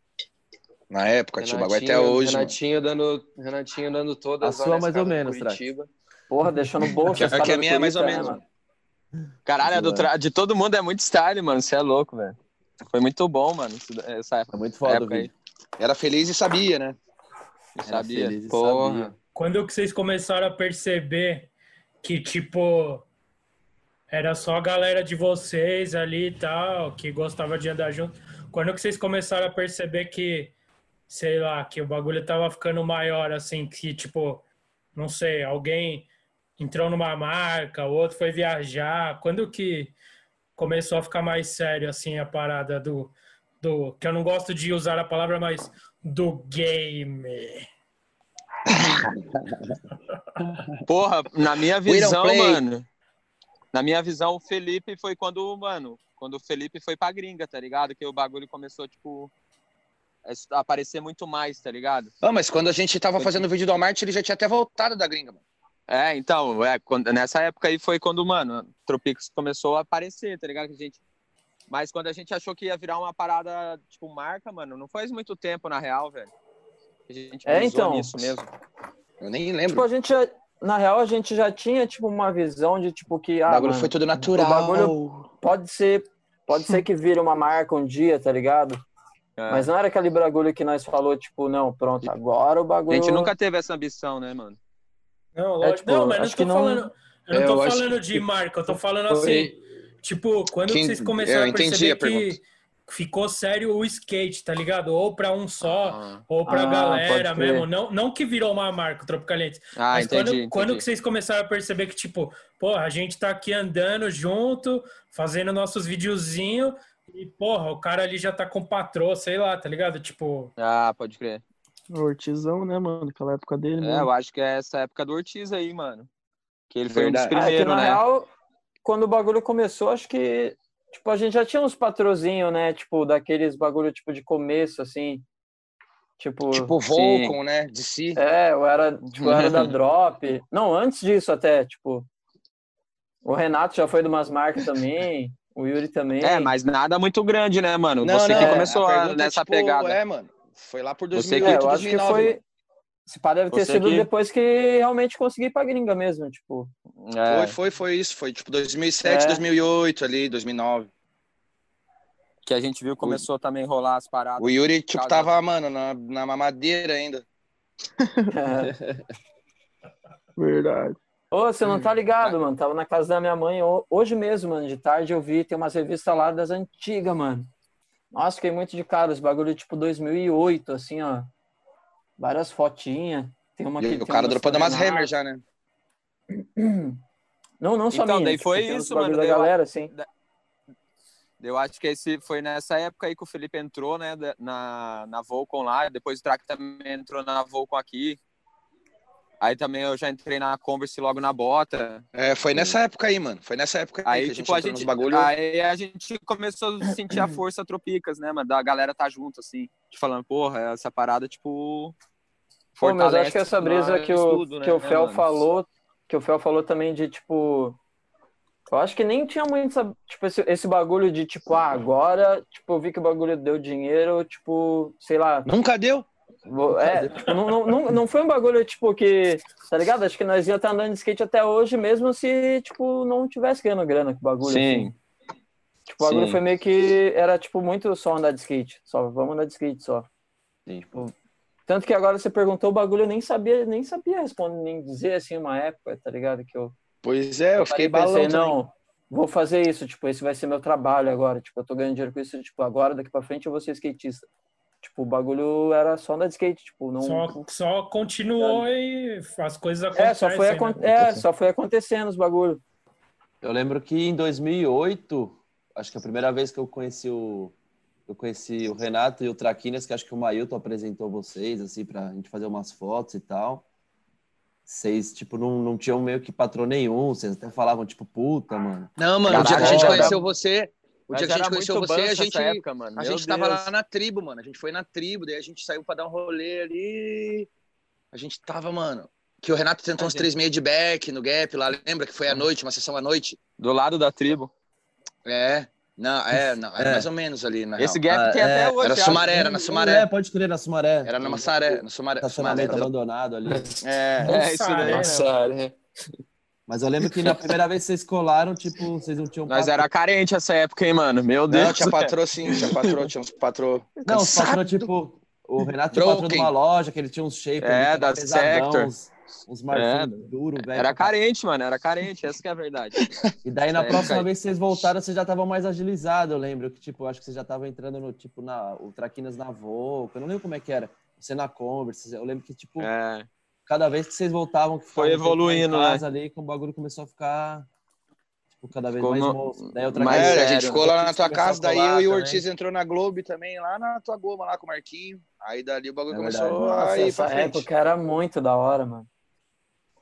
Na época, um tio, o bagulho até Renatinho- hoje, mano. Renatinho dando, Renatinho dando todas A lá sua na mais escada ou do menos, Trax. Curitiba. Porra, deixando no bolso. Que- escada que a do minha é mais ou Curitiba, menos, né, Caralho, a do tra- de todo mundo é muito style, mano. Você é louco, velho. Foi muito bom, mano. isso da- Essa época. muito foda época o aí. Era feliz e sabia, né? Eu Era sabia. feliz e Porra. sabia. Quando que vocês começaram a perceber que, tipo, era só a galera de vocês ali e tal, que gostava de andar junto? Quando que vocês começaram a perceber que, sei lá, que o bagulho tava ficando maior, assim, que, tipo, não sei, alguém entrou numa marca, o outro foi viajar. Quando que começou a ficar mais sério, assim, a parada do. do que eu não gosto de usar a palavra, mas do game. Porra, na minha We don't visão, play. mano. Na minha visão, o Felipe foi quando, mano, quando o Felipe foi pra gringa, tá ligado? Que o bagulho começou, tipo, a aparecer muito mais, tá ligado? Ah, mas quando a gente tava fazendo o vídeo do Walmart, ele já tinha até voltado da gringa, mano. É, então, é, quando- nessa época aí foi quando, mano, Tropix começou a aparecer, tá ligado? Que a gente, mas quando a gente achou que ia virar uma parada, tipo, marca, mano, não faz muito tempo, na real, velho. A gente É, pensou então. nisso mesmo. Eu nem Tipo, lembro. a gente já, na real, a gente já tinha, tipo, uma visão de, tipo, que, ah, o bagulho mano, foi tudo natural. o bagulho pode ser, pode ser que vire uma marca um dia, tá ligado? É. Mas não era aquele bagulho que nós falou, tipo, não, pronto, agora o A bagulho... gente nunca teve essa ambição, né, mano? Não, É, lógico. tipo, não, mas eu não acho que tô não- falando. Eu não É, tô eu acho falando que- de marca, eu tô falando Foi- é, assim. Tipo, quando Quem- vocês começaram eu a entendi perceber a pergunta. que ficou sério o skate, tá ligado? Ou pra um só, ou pra Ah, galera pode crer. mesmo. Não, não que virou uma marca, o Tropicalentes. Ah, mas quando, entendi, entendi. quando que vocês começaram a perceber que, tipo, porra, a gente tá aqui andando junto, fazendo nossos videozinhos, e, porra, o cara ali já tá com patrô, sei lá, tá ligado? Tipo, Ah, pode crer. O Ortizão, né, mano? Aquela época Uhum. dele, É, né? eu acho que é essa época do Ortiz aí, mano. Que ele foi um Verdade. dos Ah, é que, primeiros, na né? real, quando o bagulho começou, acho que tipo a gente já tinha uns patrozinhos, né? Tipo daqueles bagulho tipo de começo assim, tipo Tipo Volcom, né? De si. É, eu era, tipo, eu era da Drop. Não, antes disso até, tipo o Renato já foi de umas marcas também, o Yuri também. É, mas nada muito grande, né, mano? Você que é, a começou a- pergunta é, nessa tipo, pegada. é, mano. Foi lá por Você 2008, que- eu acho que 2009, foi mano. se pá, deve ter Você sido que- depois que realmente consegui ir pra gringa mesmo, tipo. Foi, foi, foi isso. Foi tipo 2007, É. 2008 ali, 2009. Que a gente viu começou também a rolar as paradas. O Yuri, Por tipo, causa- tava, mano, na, na mamadeira ainda. Verdade. Ô, você não tá ligado, mano. Tava na casa da minha mãe ho- hoje mesmo, mano. De tarde eu vi, tem umas revistas lá das antigas, mano. Nossa, fiquei muito de cara. Os bagulho tipo 2008, assim, ó. Várias fotinhas. Tem uma E que o tem cara umas dropando com umas Renato. hammer já, né? Não, não só Então, minha. daí tipo, foi tem uns isso, bagulho mano, Da daí eu- galera, assim. Eu acho que esse foi nessa época aí que o Felipe entrou, né, da- na, na Volcom lá, depois o Track também entrou na Volcom aqui. Aí também eu já entrei na Converse logo na bota. É, foi nessa época aí, mano. Foi nessa época aí, Aí, que a gente tipo, a entrou gente, nos bagulho. aí a gente começou a sentir a força Tropicas, né, mano, da galera tá junto, assim, te falando, porra, essa parada, tipo, Pô, mas fortalece acho que essa brisa nós que o, tudo, que o né, Fel mano? falou, que o Fel falou também de tipo. Eu acho que nem tinha muito essa- tipo, esse, esse bagulho de tipo, ah, agora, tipo, eu vi que o bagulho deu dinheiro, tipo, sei lá. Nunca deu? É, tipo, não, não, não, não foi um bagulho, tipo, que. Tá ligado? Acho que nós ia estar andando de skate até hoje, mesmo se, tipo, não tivesse ganhando grana com o bagulho. Sim. assim. Tipo, o bagulho Sim. foi meio que. Era, tipo, muito só andar de skate. Só, vamos andar de skate só. Tipo, tanto que agora você perguntou o bagulho, eu nem sabia, nem sabia responder, nem dizer assim uma época, tá ligado? Que eu. Pois é, eu parei fiquei e pensei, balão não, vou fazer isso, tipo, esse vai ser meu trabalho agora. Tipo, eu tô ganhando dinheiro com isso, tipo, agora, daqui pra frente eu vou ser skatista. Tipo, o bagulho era só andar de skate, tipo, não. Só, só continuou e as coisas acontecem. né? É, só foi, acon- é, só foi acontecendo os bagulhos. Eu lembro que em 2008, acho que a primeira vez que eu conheci o eu conheci o Renato e o Traquinas, que acho que o Mailton apresentou vocês assim pra gente fazer umas fotos e tal. Vocês tipo não, não tinham meio que patrão nenhum, vocês até falavam tipo puta, mano. Não, mano, o dia que a Caraca, gente era- conheceu você, o Mas dia que a gente era conheceu muito Ah, você, a bança gente, essa época, mano. a Meu gente tava Deus. lá na tribo, mano. A gente foi na tribo, daí a gente saiu pra dar um rolê ali. A gente tava, mano. Que o Renato tentou A uns gente- três meia de back no gap lá, lembra que foi à noite, uma sessão à noite? Do lado da tribo. É, não, é, não, era É. mais ou menos ali, na Esse real. gap Ah, tem até é. hoje, Era acho. Sumaré, era na Hum, Sumaré. é, pode crer, na Sumaré. Era na Massaré, na Sumaré. Estacionamento tá Sumaré. abandonado ali. É, é isso daí, né? Massaré. Mas eu lembro que na primeira vez que vocês colaram, tipo, vocês não tinham Nós patrão. era carente essa época, hein, mano? Meu Deus. Não, tinha patrô sim, tinha patrô, tinha uns patrô. Não, os patrão, tipo, o Renato tinha patrão de uma loja, que ele tinha uns shapers É, ali, que era da pesadão, Sector. uns, uns marfinhos É, duros, né, velho. Era carente, mano, era carente, essa que é a verdade. Tipo, E daí na Essa próxima época aí. vez que vocês voltaram, vocês já estavam mais agilizados, eu lembro. Que, tipo, eu acho que vocês já estavam entrando no, tipo, na, o Traquinas na Volca, eu não lembro como é que era. Você na Converse, eu lembro que, tipo, cada vez que vocês voltavam, que É. Foi ficavam um tempo evoluindo, em né? casa ali, que o bagulho começou a ficar, tipo, cada vez Ficou mais no- moço. Daí o Mas, é, Traquinas... a gente ficou lá na começou tua a casa, daí colar eu e o também. Ortiz entrou na Globo também, lá na tua goma, lá com o Marquinho. Aí dali o bagulho na verdade. começou Nossa, a ir essa pra frente. época era muito da hora, mano.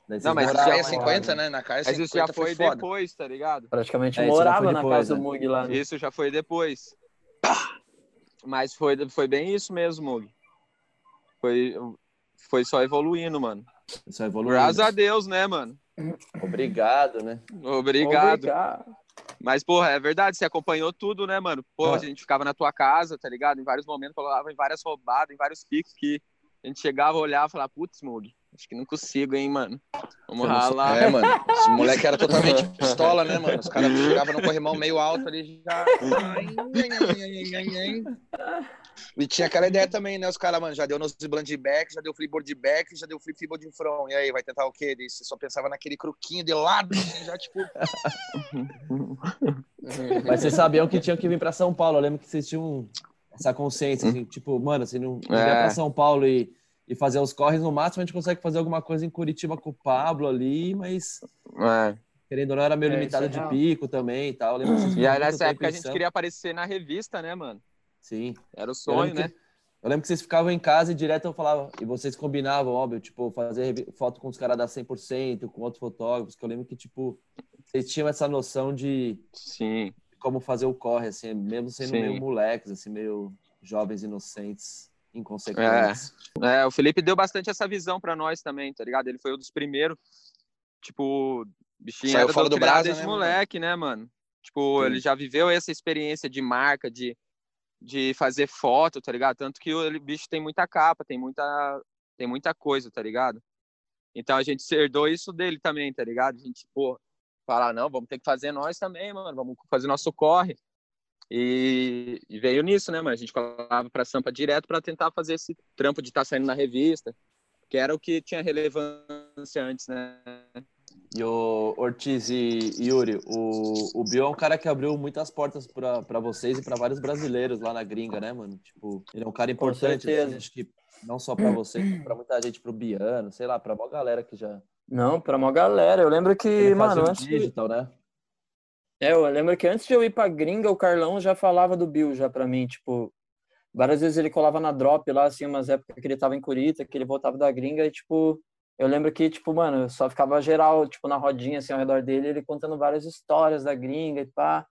Né, Não, mas na é Caia 50, né? Na Caia Mas 50 isso já foi foi, foda. depois, tá ligado? Praticamente É, isso já morava foi na depois, casa do né? Mug lá, né? Isso já foi depois. Mas foi, foi bem isso mesmo, Mug. Foi, foi só evoluindo, mano. Só evoluindo. Graças a Deus, né, mano? Obrigado, né? Obrigado. Mas, porra, é verdade, você acompanhou tudo, né, mano? Pô, Ah. a gente ficava na tua casa, tá ligado? Em vários momentos, falava em várias roubadas, em vários picos que a gente chegava, olhava e falava, putz, Mug, acho que não consigo, hein, mano? Vamos Eu não sei- ralar. É, mano, os moleques eram totalmente pistola, né, mano? Os caras chegavam no corrimão meio alto ali já. Ai, ai, ai, ai, ai, ai. E tinha aquela ideia também, né? Os caras, mano, já deu nose blind de back, já deu flipboard de back, já deu flip flipboard de front. E aí, vai tentar o quê? Daí Você só pensava naquele croquinho de lado, né? assim, já tipo. Mas vocês sabiam que tinham que vir pra São Paulo. Eu lembro que vocês tinham essa consciência, assim, tipo, mano, se não, não vier Hum? É. pra São Paulo e, e fazer os corres, no máximo a gente consegue fazer alguma coisa em Curitiba com o Pablo ali, mas querendo ou não, era meio É, limitado isso é de real. pico também e tal. Eu lembro que vocês E ficaram aí, muito nessa tempo época, em a gente Sampa. queria aparecer na revista, né, mano? Sim. Era o Eu sonho, lembro né? que Eu lembro que vocês ficavam em casa e direto eu falava, e vocês combinavam, óbvio, tipo, fazer revi- foto com os caras da 100%, com outros fotógrafos, que eu lembro que, tipo, vocês tinham essa noção de Sim. como fazer o corre, assim, mesmo sendo Sim. meio moleques, assim, meio jovens inocentes, É. inconsequentes. É, o Felipe deu bastante essa visão pra nós também, tá ligado? Ele foi um dos primeiros, tipo, bichinho Saiu era fora do doutrinado Brasa, desde né, mano? moleque, né, mano? Tipo, Sim. ele já viveu essa experiência de marca, de, de fazer foto, tá ligado? Tanto que o ele- bicho tem muita capa, tem muita, tem muita coisa, tá ligado? Então a gente herdou isso dele também, tá ligado? A gente, pô, falar, não, vamos ter que fazer nós também, mano, vamos fazer nosso corre. E, e veio nisso, né, mano? A gente colava pra Sampa direto pra tentar fazer esse trampo de estar saindo na revista, que era o que tinha relevância antes, né? E o Ortiz e Yuri, o, o Bill é um cara que abriu muitas portas pra pra vocês e pra vários brasileiros lá na gringa, né, mano? Tipo, ele é um cara importante, certeza. assim, acho que não só pra vocês, mas pra muita gente, pro Biano, sei lá, pra maior galera que já. Não, pra mó galera. Eu lembro que, Ele fazia mano, o antes de- digital, né? É, eu lembro que antes de eu ir pra gringa, o Carlão já falava do Bill já pra mim, tipo, várias vezes ele colava na drop lá, assim, umas épocas que ele tava em Curitiba, que ele voltava da gringa e, tipo, eu lembro que, tipo, mano, eu só ficava geral, tipo, na rodinha, assim, ao redor dele, ele contando várias histórias da gringa e pá.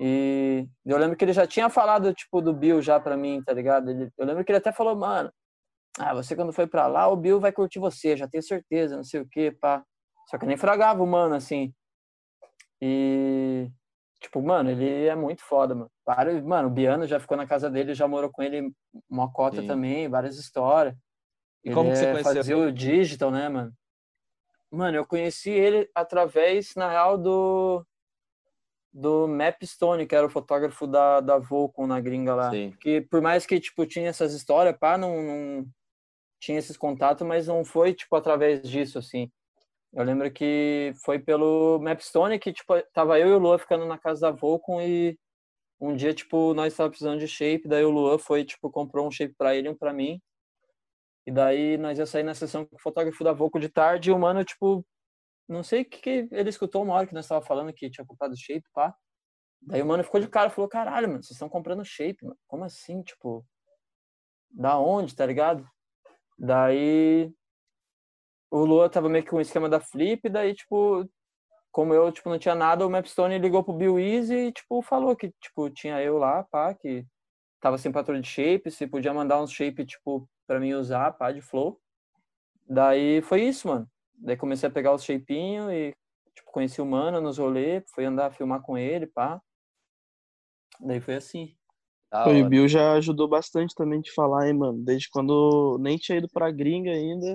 E eu lembro que ele já tinha falado, tipo, do Bill já pra mim, tá ligado? Ele- eu lembro que ele até falou, mano, ah, você quando foi pra lá, o Bill vai curtir você, já tenho certeza, não sei o quê, pá. Só que eu nem fragava o mano, assim. E, tipo, mano, ele é muito foda, mano. Vários, mano, o Biano já ficou na casa dele, já morou com ele uma cota Sim. também, várias histórias. E como que você é- conheceu fazia ele? o digital, né, mano? Mano, eu conheci ele através, na real, do do Map Stone, que era o fotógrafo da, da Vulcan na gringa lá. Sim. Que por mais que, tipo, tinha essas histórias, pá, não, não tinha esses contatos, mas não foi, tipo, através disso, assim. Eu lembro que foi pelo Mapstone que, tipo, tava eu e o Luan ficando na casa da Vulcan e um dia, tipo, nós tava precisando de shape, daí o Luan foi, tipo, comprou um shape pra ele e um pra mim. E daí nós ia sair na sessão com o fotógrafo da Vulcan de tarde e o mano, tipo, não sei o que, que ele escutou uma hora que nós tava falando que tinha comprado shape, pá. Daí o mano ficou de cara, falou, caralho, mano, vocês estão comprando shape, mano. Como assim, tipo, da onde, tá ligado? Daí o Lua tava meio que com o esquema da Flip, daí, tipo, como eu, tipo, não tinha nada, o Mapstone ligou pro Bill Easy e, tipo, falou que, tipo, tinha eu lá, pá, que tava sem patrulha de shape, se podia mandar uns shape, tipo, pra mim usar, pá, de flow. Daí foi isso, mano. Daí comecei a pegar os shapinhos e, tipo, conheci o Mano nos rolê, fui andar filmar com ele, pá. Daí foi assim. Pô, e o Bill já ajudou bastante também de falar, hein, mano? Desde quando nem tinha ido pra gringa ainda.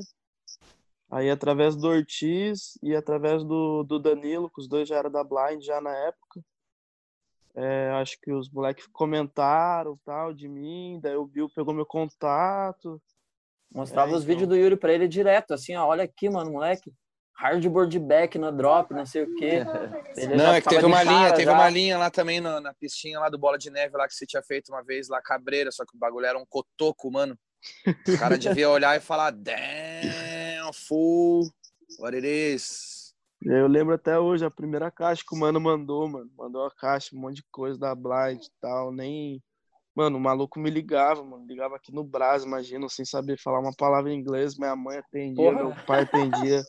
Aí através do Ortiz e através do, do Danilo, que os dois já eram da Blind já na época. É, acho que os moleques comentaram tal de mim, daí o Bill pegou meu contato. Mostrava os vídeos do Yuri pra ele direto, assim, ó, olha aqui, mano, moleque. Hardboard back no drop, não sei o quê. Ele Não, já é que ficava teve de uma linha, cara teve já. uma linha lá também na, na pistinha lá do Bola de Neve lá que você tinha feito uma vez lá, Cabreira, só que o bagulho era um cotoco, mano. O cara devia olhar e falar, damn, fool, what it is. Eu lembro até hoje, a primeira caixa que o mano mandou, mano. Mandou a caixa, um monte de coisa da Blind e tal. Nem. Mano, o maluco me ligava, mano. Ligava aqui no Brasil, imagina, sem saber falar uma palavra em inglês. Minha mãe atendia, Porra. meu pai atendia.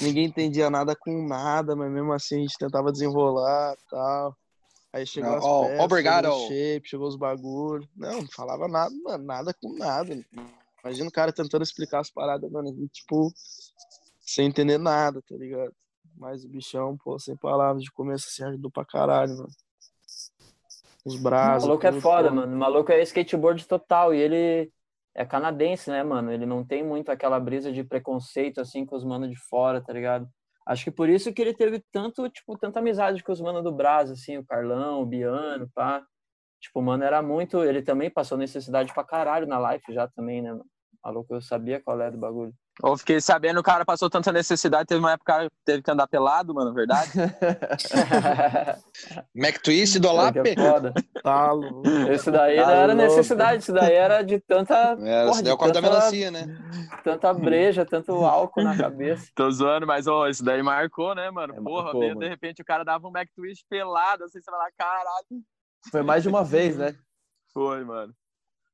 Ninguém entendia nada com nada, mas mesmo assim a gente tentava desenrolar e tal. Aí chegou Não, as ó, peças, obrigado. chegou os shape, chegou os bagulho. Não, não falava nada, mano, nada com nada. Imagina o cara tentando explicar as paradas, mano, a gente, tipo, sem entender nada, tá ligado? Mas o bichão, pô, sem palavras, de começo assim, ajudou pra caralho, mano. Os braços. O maluco é tudo, foda, pô. mano. O maluco é skateboard total. E ele é canadense, né, mano? Ele não tem muito aquela brisa de preconceito, assim, com os manos de fora, tá ligado? Acho que por isso que ele teve tanto, tipo, tanta amizade com os manos do Brás, assim, o Carlão, o Biano, pá. Tipo, mano, era muito. Ele também passou necessidade pra caralho na life já também, né, mano? Maluco, eu sabia qual era o bagulho. Eu fiquei sabendo, o cara passou tanta necessidade, teve uma época que teve que andar pelado, mano, verdade? Mac Twist, do Olha que é foda. Talo. Isso daí Tá não era louco. necessidade, isso daí era de tanta. Era, porra, isso de daí é o copo da tanta- melancia, né? Tanta breja, tanto álcool na cabeça. Tô zoando, mas ó, isso daí marcou, né, mano? É, Porra, marcou, veio, mano. de repente o cara dava um back twist pelado, assim, você vai lá, caralho. Foi mais de uma vez, né? Foi, mano.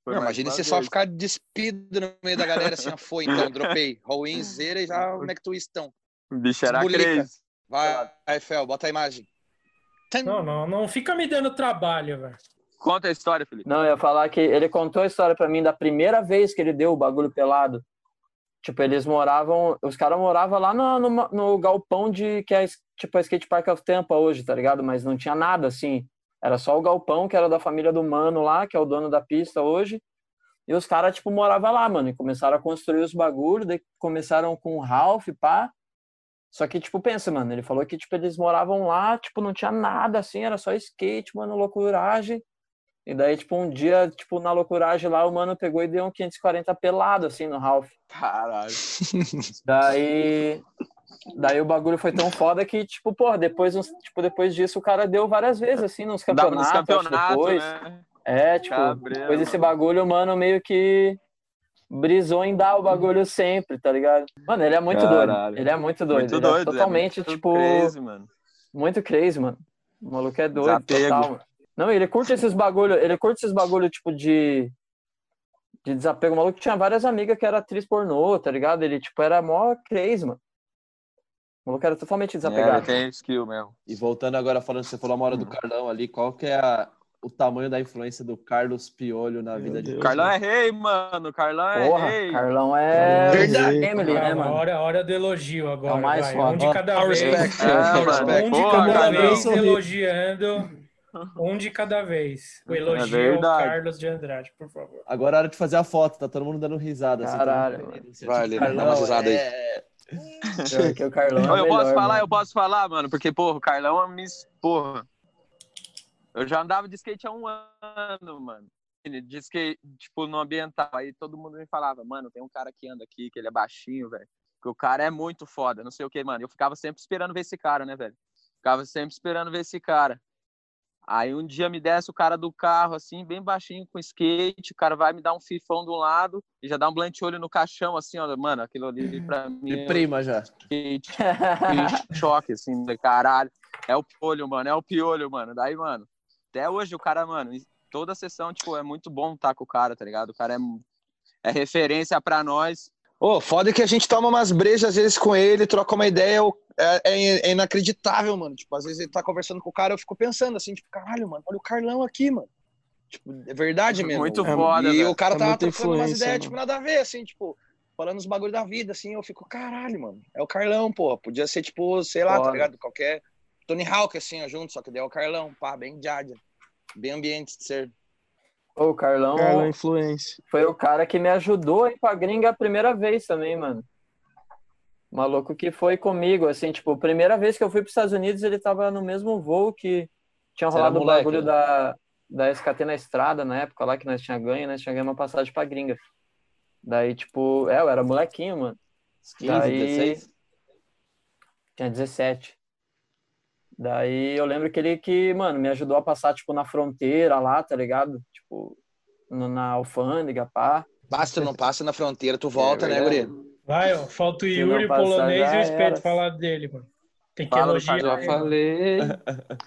Não, mais imagina uma você só vez. ficar despido no meio da galera assim, ó, foi então, dropei. Roll-in, zera e já como é que tu estão? Bicho, era Bulica. crazy. Vai, aí, Fel, bota a imagem. Não, não, não fica me dando trabalho, velho. Conta a história, Felipe. Não, eu ia falar que ele contou a história pra mim da primeira vez que ele deu o bagulho pelado. Tipo, eles moravam, os caras moravam lá no, no, no galpão de que é es- tipo a Skate Park of Tampa hoje, tá ligado? Mas não tinha nada assim. Era só o galpão que era da família do mano lá, que é o dono da pista hoje. E os caras, tipo, moravam lá, mano. E começaram a construir os bagulhos, daí começaram com o Ralph, pá. Só que, tipo, pensa, mano, ele falou que, tipo, eles moravam lá, tipo, não tinha nada, assim, era só skate, mano, loucuragem. E daí, tipo, um dia, tipo, na loucuragem lá, o mano pegou e deu um 540 pelado, assim, no Ralph. Caralho. Daí... Daí o bagulho foi tão foda que, tipo, pô, depois, uns- tipo, depois disso o cara deu várias vezes, assim, nos Dava campeonatos, nos acho, campeonatos, depois. né? É, tipo, Cabreiro, depois desse mano. bagulho, o mano meio que brisou em dar o bagulho sempre, tá ligado? Mano, ele é muito Uhum. Caralho. doido. Ele é muito doido. Muito ele doido, é é totalmente, muito tipo. crazy, mano. Muito crazy, mano. O maluco é doido, Desapego. total. mano. Não, ele curte esses bagulho, ele curte esses bagulho, tipo, de. De desapego. O maluco tinha várias amigas que era atriz pornô, tá ligado? Ele, tipo, era mó crazy, mano. O maluco era É, totalmente Era, desapegado. tem skill mesmo. E voltando agora, falando, você falou uma hora do Carlão ali, qual que é a- o tamanho da influência do Carlos Piolho na vida de O Carlão é rei, mano. O Carlão é Porra, rei. Carlão é. Verdade. Emily, né, Calma, mano? Tá, hora, hora do elogio agora. É o mais vai. foda. Um de cada Ó, vez. respect, É, respect. mano, um de Pô, cada Carlão. vez elogiando. Um de cada vez. O elogio ao verdade. Carlos de Andrade, por favor. Agora é a hora de fazer a foto, tá todo mundo dando risada. assim, todo mundo Caralho, feliz, mano. assim, Vai, tipo, né? Lino, dá Carlão, umas risadas aí. é- Pior que o Carlão é Ô, eu posso melhor, falar, mano. eu posso falar, mano, porque, porra, o Carlão é mis... Porra. Eu já andava de skate há um ano, mano. Ele disse que, tipo, no ambiental. Aí todo mundo me falava, mano, tem um cara que anda aqui, que ele é baixinho, velho. Que o cara é muito foda, não sei o que, mano. Eu ficava sempre esperando ver esse cara, né, velho? Ficava sempre esperando ver esse cara. Aí um dia me desce o cara do carro, assim, bem baixinho, com skate. O cara vai me dar um fifão de um lado e já dá um blanche olho no caixão, assim, ó. Mano, aquilo ali pra mim. é um De prima já. skate, né? em choque, assim, de caralho. É o piolho, mano, é o piolho, mano. Daí, mano, até hoje o cara, mano, em toda sessão, tipo, é muito bom estar com o cara, tá ligado? O cara é, é referência pra nós. Ô, foda que a gente toma umas brejas às vezes com ele, troca uma ideia, eu- é, é- é inacreditável, mano. Tipo, às vezes ele tá conversando com o cara, eu fico pensando assim, tipo, caralho, mano, olha o Carlão aqui, mano. Tipo, é verdade mesmo. Muito É, foda, E velho. o cara É tava muita trocando umas influência, ideias, mano. tipo, nada a ver, assim, tipo, falando os bagulho da vida, assim, eu fico, caralho, mano, é o Carlão, pô. Podia ser, tipo, sei lá, tá Foda. ligado? Qualquer Tony Hawk, assim, ó, junto, só que daí é o Carlão, pá, bem diádia. Bem ambiente de ser. Ô, O Carlão, é Carlão foi o cara que me ajudou a ir pra gringa a primeira vez também, mano. O Maluco que foi comigo, assim, tipo, a primeira vez que eu fui pros Estados Unidos, ele tava no mesmo voo que tinha Você era rolado o moleque, bagulho né? da, da SKT na estrada na época lá que nós tinha ganho, né? Tinha ganho uma passagem pra gringa. Daí, tipo, é, eu era molequinho, mano. 15, 16? Tinha 17. Daí eu lembro que ele que, mano, me ajudou a passar, tipo, na fronteira lá, tá ligado? Tipo, no- na alfândega, pá. Basta, não passa na fronteira, tu volta, né, verdade. guri? Vai, ó. Falta o Se não Yuri, o passar, polonês e já o Espeto era. falar dele, mano. Tem que Fala do elogiar. Carlão. ele, Já mano. falei.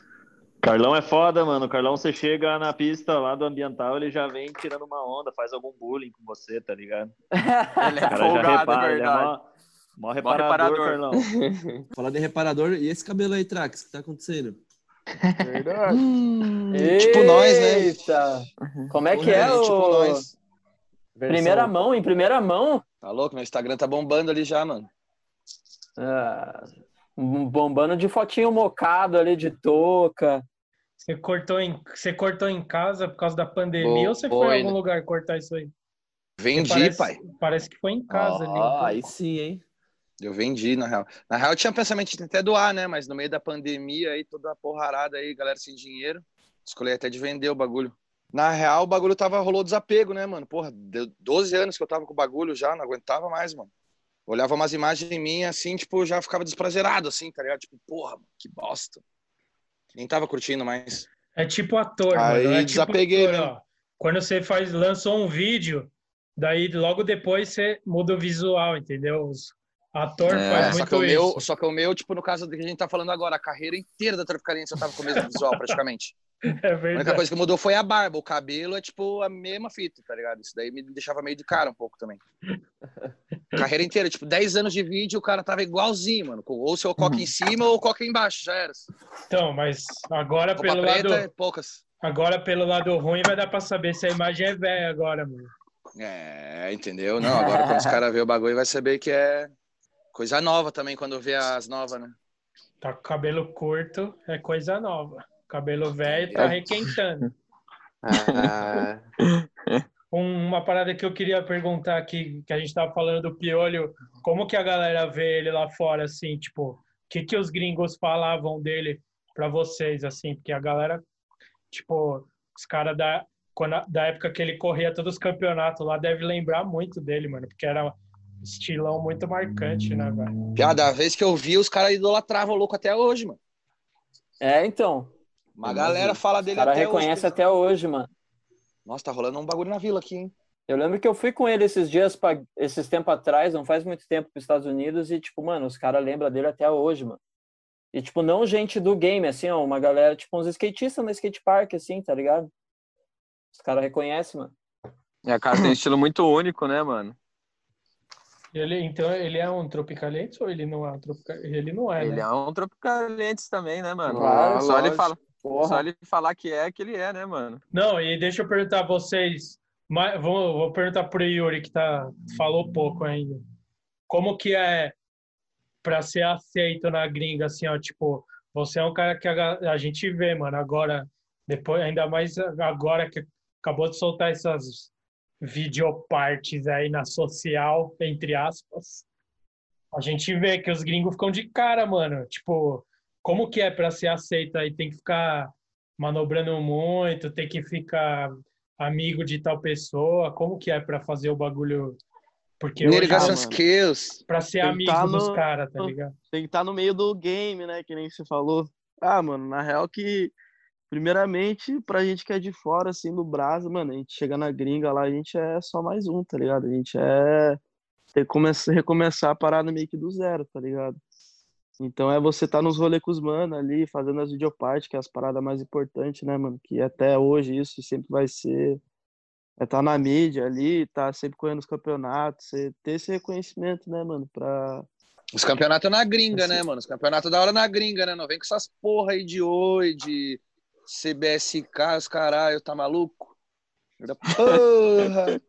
Carlão é foda, mano. Carlão, você chega na pista lá do ambiental, ele já vem tirando uma onda, faz algum bullying com você, tá ligado? Ele Cara, é já folgado, repara, é ele é verdade. mó- mó reparador, Carlão. Falar de reparador, e esse cabelo aí, Trax, o que tá acontecendo? é Verdade. tipo nós, né? né? Como é que Porra, é é o... tipo nós. Primeira mão, em primeira mão? Tá louco? Meu Instagram tá bombando ali já, mano. Ah, um bombando de fotinho mocado ali, de touca. Você cortou, em, você cortou em casa por causa da pandemia Boa, ou você foi em algum né? lugar cortar isso aí? Vendi, Porque parece- pai. Parece que foi em casa. um ali. um Ó, aí sim, hein? Eu vendi, na real. Na real, eu tinha pensamento de até doar, né? Mas no meio da pandemia aí, toda a porrarada aí, galera sem dinheiro, escolhi até de vender o bagulho. Na real, o bagulho tava, rolou desapego, né, mano? Porra, deu 12 anos que eu tava com o bagulho já, não aguentava mais, mano. Olhava umas imagens em mim, assim, tipo, já ficava desprazerado, assim, tá ligado? Tipo, porra, mano, que bosta. Nem tava curtindo mais. É tipo ator, Aí mano. É tipo desapeguei, ator, né? ó. Quando você faz, lançou um vídeo, daí logo depois você muda o visual, entendeu? Os ator É, faz só muito que o isso. meu, só que o meu, tipo, no caso do que a gente tá falando agora, a carreira inteira da Traficariense eu tava com o mesmo visual, praticamente. É verdade. A única coisa que mudou foi a barba. O cabelo é tipo a mesma fita, tá ligado? Isso daí me deixava meio de cara um pouco também. Carreira inteira, tipo, 10 anos de vídeo, o cara tava igualzinho, mano. Com Ou seu Uhum. coque em cima ou coque embaixo, já era. Então, mas agora Roupa pelo preta, é lado. poucas. Agora pelo lado ruim vai dar pra saber se a imagem é velha agora, mano. É, entendeu? Não, agora quando os caras vê o bagulho vai saber que é coisa nova também, quando vê as novas, né? Tá com cabelo curto, é coisa nova. Cabelo velho tá É. requentando. Ah, Um- uma parada que eu queria perguntar aqui, que a gente tava falando do Piolho, como que a galera vê ele lá fora, assim, tipo, o que que os gringos falavam dele pra vocês, assim, porque a galera, tipo, os caras da, quando a- da época que ele corria todos os campeonatos lá, deve lembrar muito dele, mano, porque era um estilão muito marcante, né, velho? Piada, a vez que eu vi, os caras idolatravam o louco até hoje, mano. É, então. Uhum. Uma galera fala dele O cara até reconhece hoje. né? até hoje, mano. Nossa, tá rolando um bagulho na vila aqui, hein? Eu lembro que eu fui com ele esses dias, pra, esses tempos atrás, não faz muito tempo, para os Estados Unidos, e, tipo, mano, os caras lembram dele até hoje, mano. E, tipo, não gente do game, assim, ó, uma galera, tipo, uns skatistas no skatepark, assim, tá ligado? Os caras reconhecem, mano. E a cara tem um estilo muito único, né, mano? Ele, então, ele é um tropicalente ou ele não é um tropicalente? Ele não é, Ele né? é um Tropicalientes também, né, mano? Claro, só, ele lógico. fala, Porra. só ele falar que é, que ele é, né, mano? Não, e deixa eu perguntar a vocês. Mas vou, vou perguntar pro Yuri, que tá, falou pouco ainda. Como que é pra ser aceito na gringa, assim, ó? Tipo, você é um cara que a, ga- a gente vê, mano, agora, depois, ainda mais agora que acabou de soltar essas videopartes aí na social, entre aspas. A gente vê que os gringos ficam de cara, mano. Tipo, como que é pra ser aceito aí? Tem que ficar manobrando muito, tem que ficar amigo de tal pessoa. Como que é pra fazer o bagulho? Porque hoje, Irrigation mano, skills. pra ser Tem que amigo tá dos no- caras, tá ligado? Tem que estar no meio do game, né? Que nem você falou. Ah, mano, na real que, primeiramente, pra gente que é de fora, assim, do Brasa, mano, a gente chega na gringa lá, a gente é só mais um, tá ligado? A gente é. Tem que começar, recomeçar a parada meio que do zero, tá ligado? Então é você tá nos rolê com os mano ali, fazendo as videopartes, que é as paradas mais importantes, né, mano? Que até hoje isso sempre vai ser. É tá na mídia ali, tá sempre correndo os campeonatos, você ter esse reconhecimento, né, mano? Pra. Os campeonatos na gringa, né, mano? Os campeonatos da hora na gringa, né? Não vem com essas porra aí de oi, de CBSK, os caralho, tá maluco? Da Porra!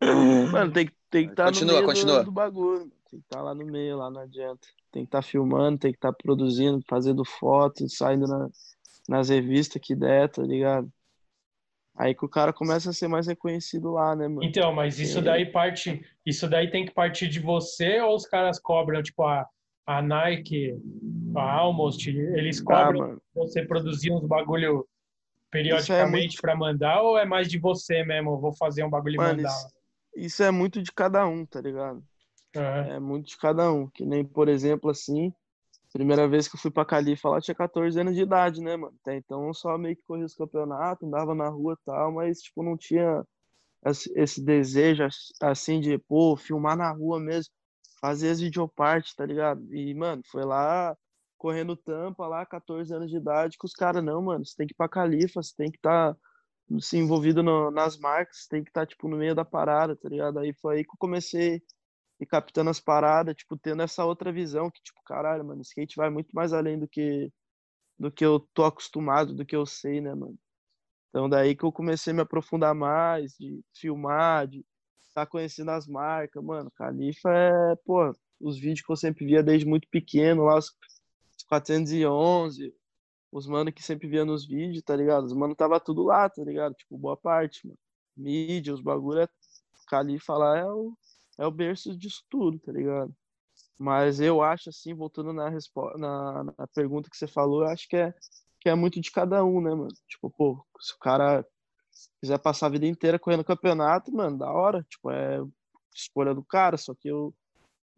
Mano, tem que tem que estar Continua, no meio do- continua. Do, bagulho. mano. Tem que estar lá no meio, lá não adianta. Tem que estar filmando, tem que estar produzindo, fazendo foto, saindo na- nas revistas que der, tá ligado? Aí que o cara começa a ser mais reconhecido lá, né, mano? Então, mas isso Sim. daí parte, isso daí tem que partir de você ou os caras cobram, tipo, a, a Nike, a Almost, eles cobram Ah, mano. você produzir uns bagulho periodicamente é muito- pra mandar ou é mais de você mesmo? Eu Vou fazer um bagulho e Mano, mandar. isso, isso é muito de cada um, tá ligado? É muito de cada um. Que nem, por exemplo, assim, primeira vez que eu fui pra Califa lá, eu tinha 14 anos de idade, né, mano? Até então eu só meio que corria os campeonatos, andava na rua e tal, mas, tipo, não tinha esse esse desejo ass- assim de, pô, filmar na rua mesmo, fazer as videopartes, tá ligado? E, mano, foi lá correndo tampa lá, 14 anos de idade, que os caras, não, mano, você tem que ir pra Califa, você tem que estar se envolvido no- nas marcas, tem que estar, tipo, no meio da parada, tá ligado? Aí foi aí que eu comecei e captando as paradas, tipo, tendo essa outra visão que, tipo, caralho, mano, skate vai muito mais além do que do que eu tô acostumado, do que eu sei, né, mano? Então daí que eu comecei a me aprofundar mais, de filmar, de estar conhecendo as marcas, mano. Califa é, pô, os vídeos que eu sempre via desde muito pequeno, lá os 411, os mano que sempre via nos vídeos, tá ligado? Os mano tava tudo lá, tá ligado? Tipo, boa parte, mano. Mídia, os bagulho é. Califa lá é o, é o berço disso tudo, tá ligado? Mas eu acho, assim, voltando na, respo- na, na pergunta que você falou, eu acho que é, que é muito de cada um, né, mano? Tipo, pô, se o cara quiser passar a vida inteira correndo campeonato, mano, da hora. Tipo, é escolha do cara, só que eu,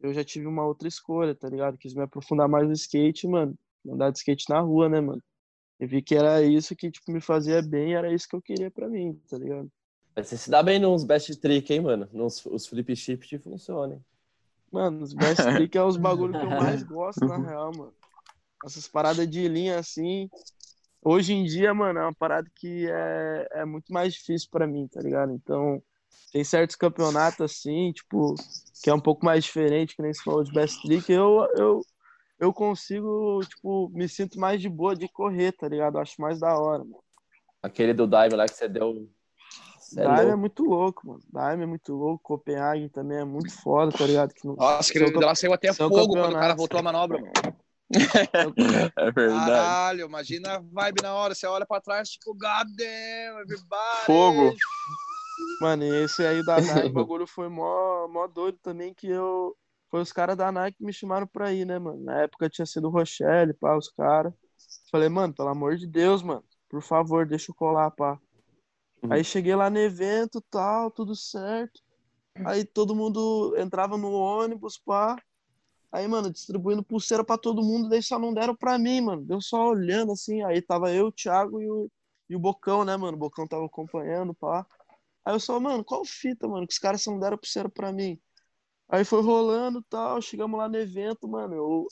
eu já tive uma outra escolha, tá ligado? Quis me aprofundar mais no skate, mano. Andar de skate na rua, né, mano? Eu vi que era isso que, tipo, me fazia bem, era isso que eu queria pra mim, tá ligado? Mas você se dá bem nos best trick, hein, mano? Nos, os flip chip te funcionam, hein? Mano, os best trick é os bagulho que eu mais gosto, na real, mano. Essas paradas de linha assim, hoje em dia, mano, é uma parada que é, é muito mais difícil pra mim, tá ligado? Então, tem certos campeonatos assim, tipo, que é um pouco mais diferente, que nem se falou de Best Trick, eu, eu, eu consigo, tipo, me sinto mais de boa de correr, tá ligado? Acho mais da hora, mano. Aquele do Dive lá que você deu. Cê é Daime é, louco. muito louco, mano. Daime é muito louco. Copenhague também é muito foda, tá ligado? Que não... Nossa, seu querido, campe- ela saiu até seu fogo quando o cara campeonato. voltou a manobra, mano. É verdade. Caralho, imagina a vibe na hora. Você olha pra trás, tipo, god damn, everybody. Tipo, Fogo. Mano, e esse aí da Nike, o bagulho foi mó, mó doido também, que eu... Foi os caras da Nike que me chamaram pra ir, né, mano? Na época tinha sido o Rochelle, pá, os caras. Falei, mano, pelo amor de Deus, mano, por favor, deixa eu colar, pá. Aí cheguei lá no evento, tal, tudo certo. Aí todo mundo entrava no ônibus, pá. Aí, mano, distribuindo pulseira pra todo mundo, daí só não deram pra mim, mano. Deu só olhando assim. Aí tava eu, o Thiago e o, e o Bocão, né, mano? O Bocão tava acompanhando, pá. Aí eu só, mano, qual fita, mano? Que os caras só não deram pulseira pra mim. Aí foi rolando tal, chegamos lá no evento, mano. Eu,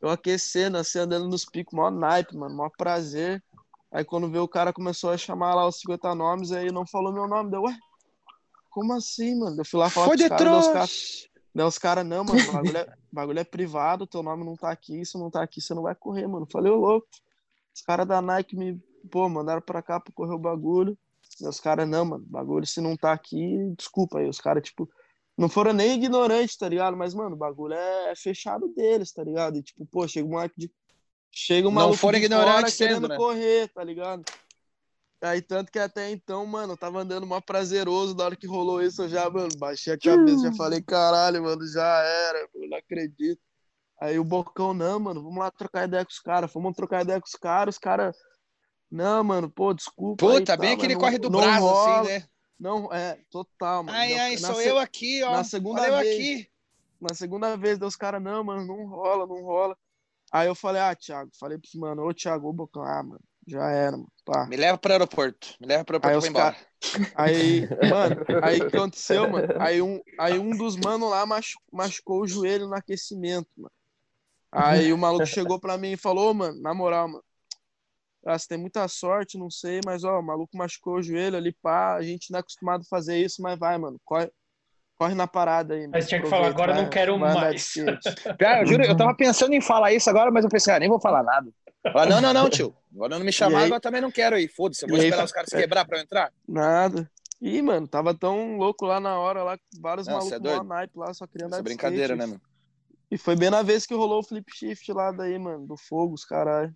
eu aquecendo, assim, andando nos picos, maior naipe, mano, maior prazer. Aí quando veio o cara começou a chamar lá os 50 nomes, aí não falou meu nome. Deu, ué, como assim, mano? Eu fui lá falar Foi com os de caras, daí os trouxa. caras. Daí os caras, não, mano, o bagulho, é, o bagulho é privado, teu nome não tá aqui, se não tá aqui, você não vai correr, mano. Eu Falei, ô louco. Os caras da Nike me, pô, mandaram pra cá pra correr o bagulho. Daí os caras, não, mano, bagulho, se não tá aqui, desculpa aí. Os caras, tipo, não foram nem ignorantes, tá ligado? Mas, mano, o bagulho é, é fechado deles, tá ligado? E, tipo, pô, chega um moleque de. Chega um Não maluco foram de fora ignorantes sendo, querendo né? correr, tá ligado? Aí, tanto que até então, mano, eu tava andando mó prazeroso. Da hora que rolou isso, eu já, mano, baixei a cabeça, já falei, caralho, mano, já era, eu não acredito. Aí o Bocão, não, mano, vamos lá trocar ideia com os caras, vamos trocar ideia com os caras, os caras, não, mano, pô, desculpa. aí, Puta, tá, bem mas aquele não- corre do não braço, rola. assim, né? Não, é, total, mano. Ai, Deu- ai, na sou se- eu aqui, ó. Na segunda Olha eu vez. aqui. Na segunda vez, deu os caras, não, mano, não rola, não rola. Aí eu falei, ah, Thiago, falei pros mano, ô Thiago, ô Bocão, ah, mano, já era, mano, pá. Me leva pro aeroporto. Me leva pro aeroporto Aí e vou os embora. Aí, mano, aí o que aconteceu, mano? Aí um, aí um dos manos lá machu- machucou o joelho no aquecimento, mano. Aí o maluco chegou pra mim e falou, "Ô, mano, na moral, mano, ah, você tem muita sorte, não sei, mas ó, o maluco machucou o joelho ali, pá, a gente não é acostumado a fazer isso, mas vai, mano, corre, corre na parada aí, mano. Mas tinha que falar, Aproveita, agora vai- não quero vai andar de mais. skate." Cara, eu juro, eu tava pensando em falar isso agora, mas eu pensei, ah, nem vou falar nada. Ah, não, não, não, tio. Agora não me E chamar, aí- agora eu também não quero ir. Foda-se, eu vou E aí, esperar fa- os caras se quebrar pra eu entrar. Nada. Ih, mano, tava tão louco lá na hora, lá, com vários Não, cê malucos é mó doido. naipe lá, só querendo Isso andar é de brincadeira, skate. né, mano? E foi bem na vez que rolou o flip shift lá daí, mano, do fogo, os caralho.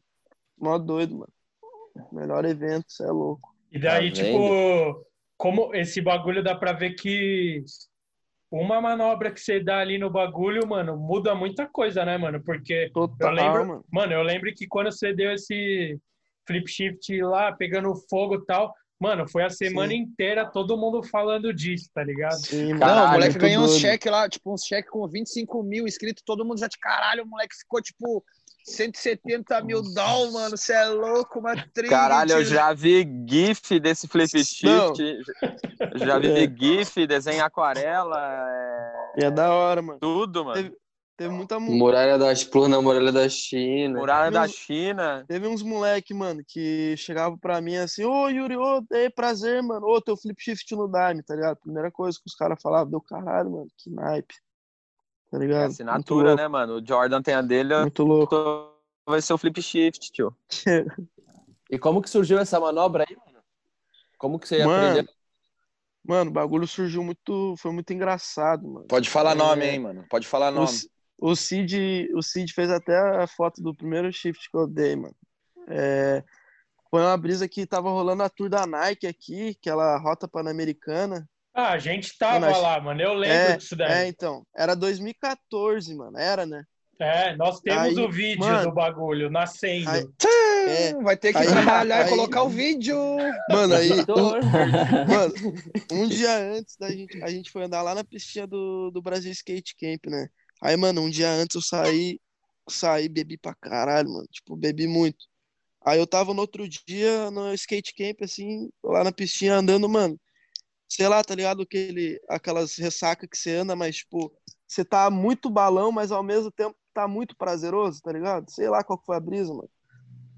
Mó doido, mano. Melhor evento, cê é louco. E daí, Tá tipo, como esse bagulho dá pra ver que uma manobra que você dá ali no bagulho, mano, muda muita coisa, né, mano? Porque eu Total, lembro, mano. eu lembro que quando você deu esse flip shift lá, pegando fogo e tal, mano, foi a semana inteira todo mundo falando disso, tá ligado? não, o moleque um ganhou uns cheques lá, tipo, uns cheques com 25 mil inscritos, todo mundo já de caralho, o moleque ficou, tipo, 170 mil doll, mano, você é louco, uma trilha. Caralho, eu tio. já vi GIF desse flip Não. shift. Já vi GIF, desenho em aquarela. é, E é da hora, mano. Tudo, mano. Teve, teve muita mu- Muralha da Explorna, Muralha da China. Muralha da Meus- China. Teve uns moleque, mano, que chegava pra mim assim, ô Yuri, ô, dei prazer, mano, ô, teu flip shift no Dime, tá ligado? Primeira coisa que os caras falavam, deu caralho, mano, que naipe, tá É ligado? Muito assinatura, louco. né, mano? O Jordan tem a dele. um Muito louco. Vai ser o flip shift, tio. E como que surgiu essa manobra aí, mano? Como que você Mano, aprendeu? Mano, o bagulho surgiu muito, foi muito engraçado, mano. Pode falar nome, É, hein, mano? Pode falar O, nome. C- o Cid, o Cid fez até a foto do primeiro shift que eu dei, mano. É, foi uma brisa que tava rolando a tour da Nike aqui, aquela rota pan-americana. Ah, a gente tava Mano, acho- lá, mano, eu lembro É, disso é, daí. então, era 2014, mano, era, né? É, nós temos Aí, o vídeo mano, do bagulho nascendo. aí- é, Vai ter que aí- trabalhar aí- e colocar o vídeo. Mano, aí, Editor. Mano, um dia antes da gente, a gente foi andar lá na pistinha do, do Brasil Skate Camp, né? Aí, mano, um dia antes eu saí, saí, bebi pra caralho, mano. Tipo, bebi muito. Aí eu tava no outro dia no skate camp, assim, lá na pistinha andando, mano. Sei lá, tá ligado? Aquele, aquelas ressacas que você anda, mas, tipo, você tá muito balão, mas ao mesmo tempo tá muito prazeroso, tá ligado? Sei lá qual que foi a brisa, mano.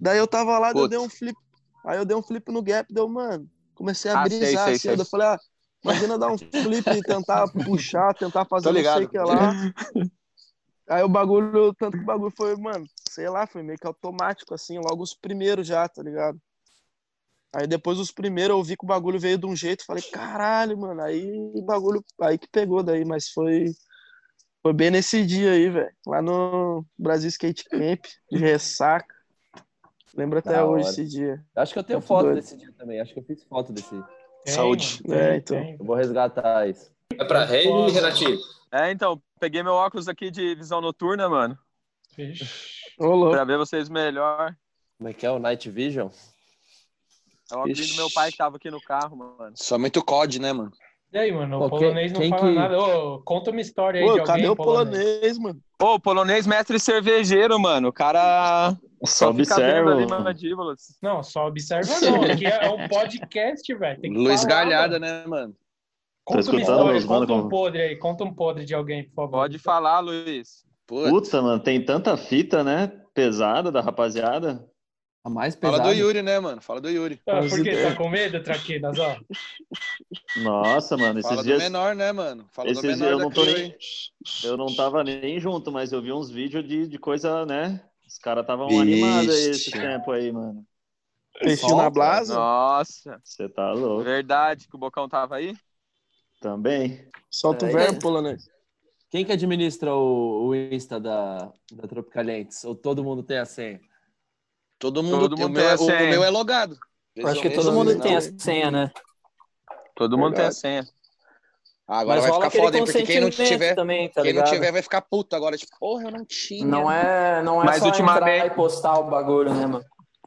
Daí eu tava lá, daí eu Putz. dei um flip. Aí eu dei um flip no gap, deu, mano. Comecei a Ah, sei, brisar sei, assim, sei. eu falei, ah, imagina dar um flip e tentar puxar, tentar fazer Tô não sei ligado. o que lá. Aí o bagulho, tanto que o bagulho foi, mano, sei lá, foi meio que automático, assim, logo os primeiros já, tá ligado? Aí depois os primeiros eu vi que o bagulho veio de um jeito, falei, caralho, mano, aí o bagulho, aí que pegou daí, mas foi, foi bem nesse dia aí, velho, lá no Brasil Skate Camp, de ressaca, lembro até Da hoje hora. esse dia. Acho que eu tenho Muito foto doido. desse dia também. Acho que eu fiz foto desse. Saúde. mano, tem, É, então. Eu vou resgatar isso. É pra rave, Foda. Renatinho? É, então, peguei meu óculos aqui de visão noturna, mano. Pra ver vocês melhor. Como é que é o Night Vision? É o óculos do Ixi. meu pai que tava aqui no carro, mano. Só muito COD, né, mano? E aí, mano, Pô, o polonês quem- não quem fala que- nada. Ô, conta uma história aí de alguém mano? Ô, polonês mestre cervejeiro, mano. O cara só, Só fica vendo observa, ali mano. mandíbulas. Não, só observa não. Aqui é é um podcast, velho. Tem que Luiz falar, Galhada, mano. né, mano? Conta uma Tá escutando história, meus conta mano um como- podre aí, conta um podre de alguém, por favor. Pode falar, Luiz. Puta, mano, tem tanta fita, né? Pesada da rapaziada. A mais Fala do Yuri, né, mano? Fala do Yuri. Ah, por que é. tá com medo, Traquinas? Ó, Nossa, mano, esses Fala do dias. menor, né, mano? Fala esses do dias menor eu não da tô crew, nem. hein? Eu não tava nem junto, mas eu vi uns vídeos de, de coisa, né? Os caras estavam animados aí esse Vixe. tempo aí, mano. Peixinho na blasa? Nossa. Você tá louco. Verdade que o Bocão tava aí? Também. Solta É, o verbo, é. polonês. Quem que administra o, o Insta da, da Tropicalentes? Ou todo mundo tem a senha? Todo mundo Todo tem- o mundo meu tem a é- o- o senha. meu é logado. Acho que Esse é todo não- mundo não. tem a senha, né? Todo mundo tem a senha. Ah, Agora Mas vai rola ficar aquele foda, hein? Porque quem não consentimento tiver, também, tá quem não ligado? tiver vai ficar puto agora. Tipo, porra, eu não tinha. Não é, não é Mas só ultimamente- entrar e postar o bagulho, né, mano?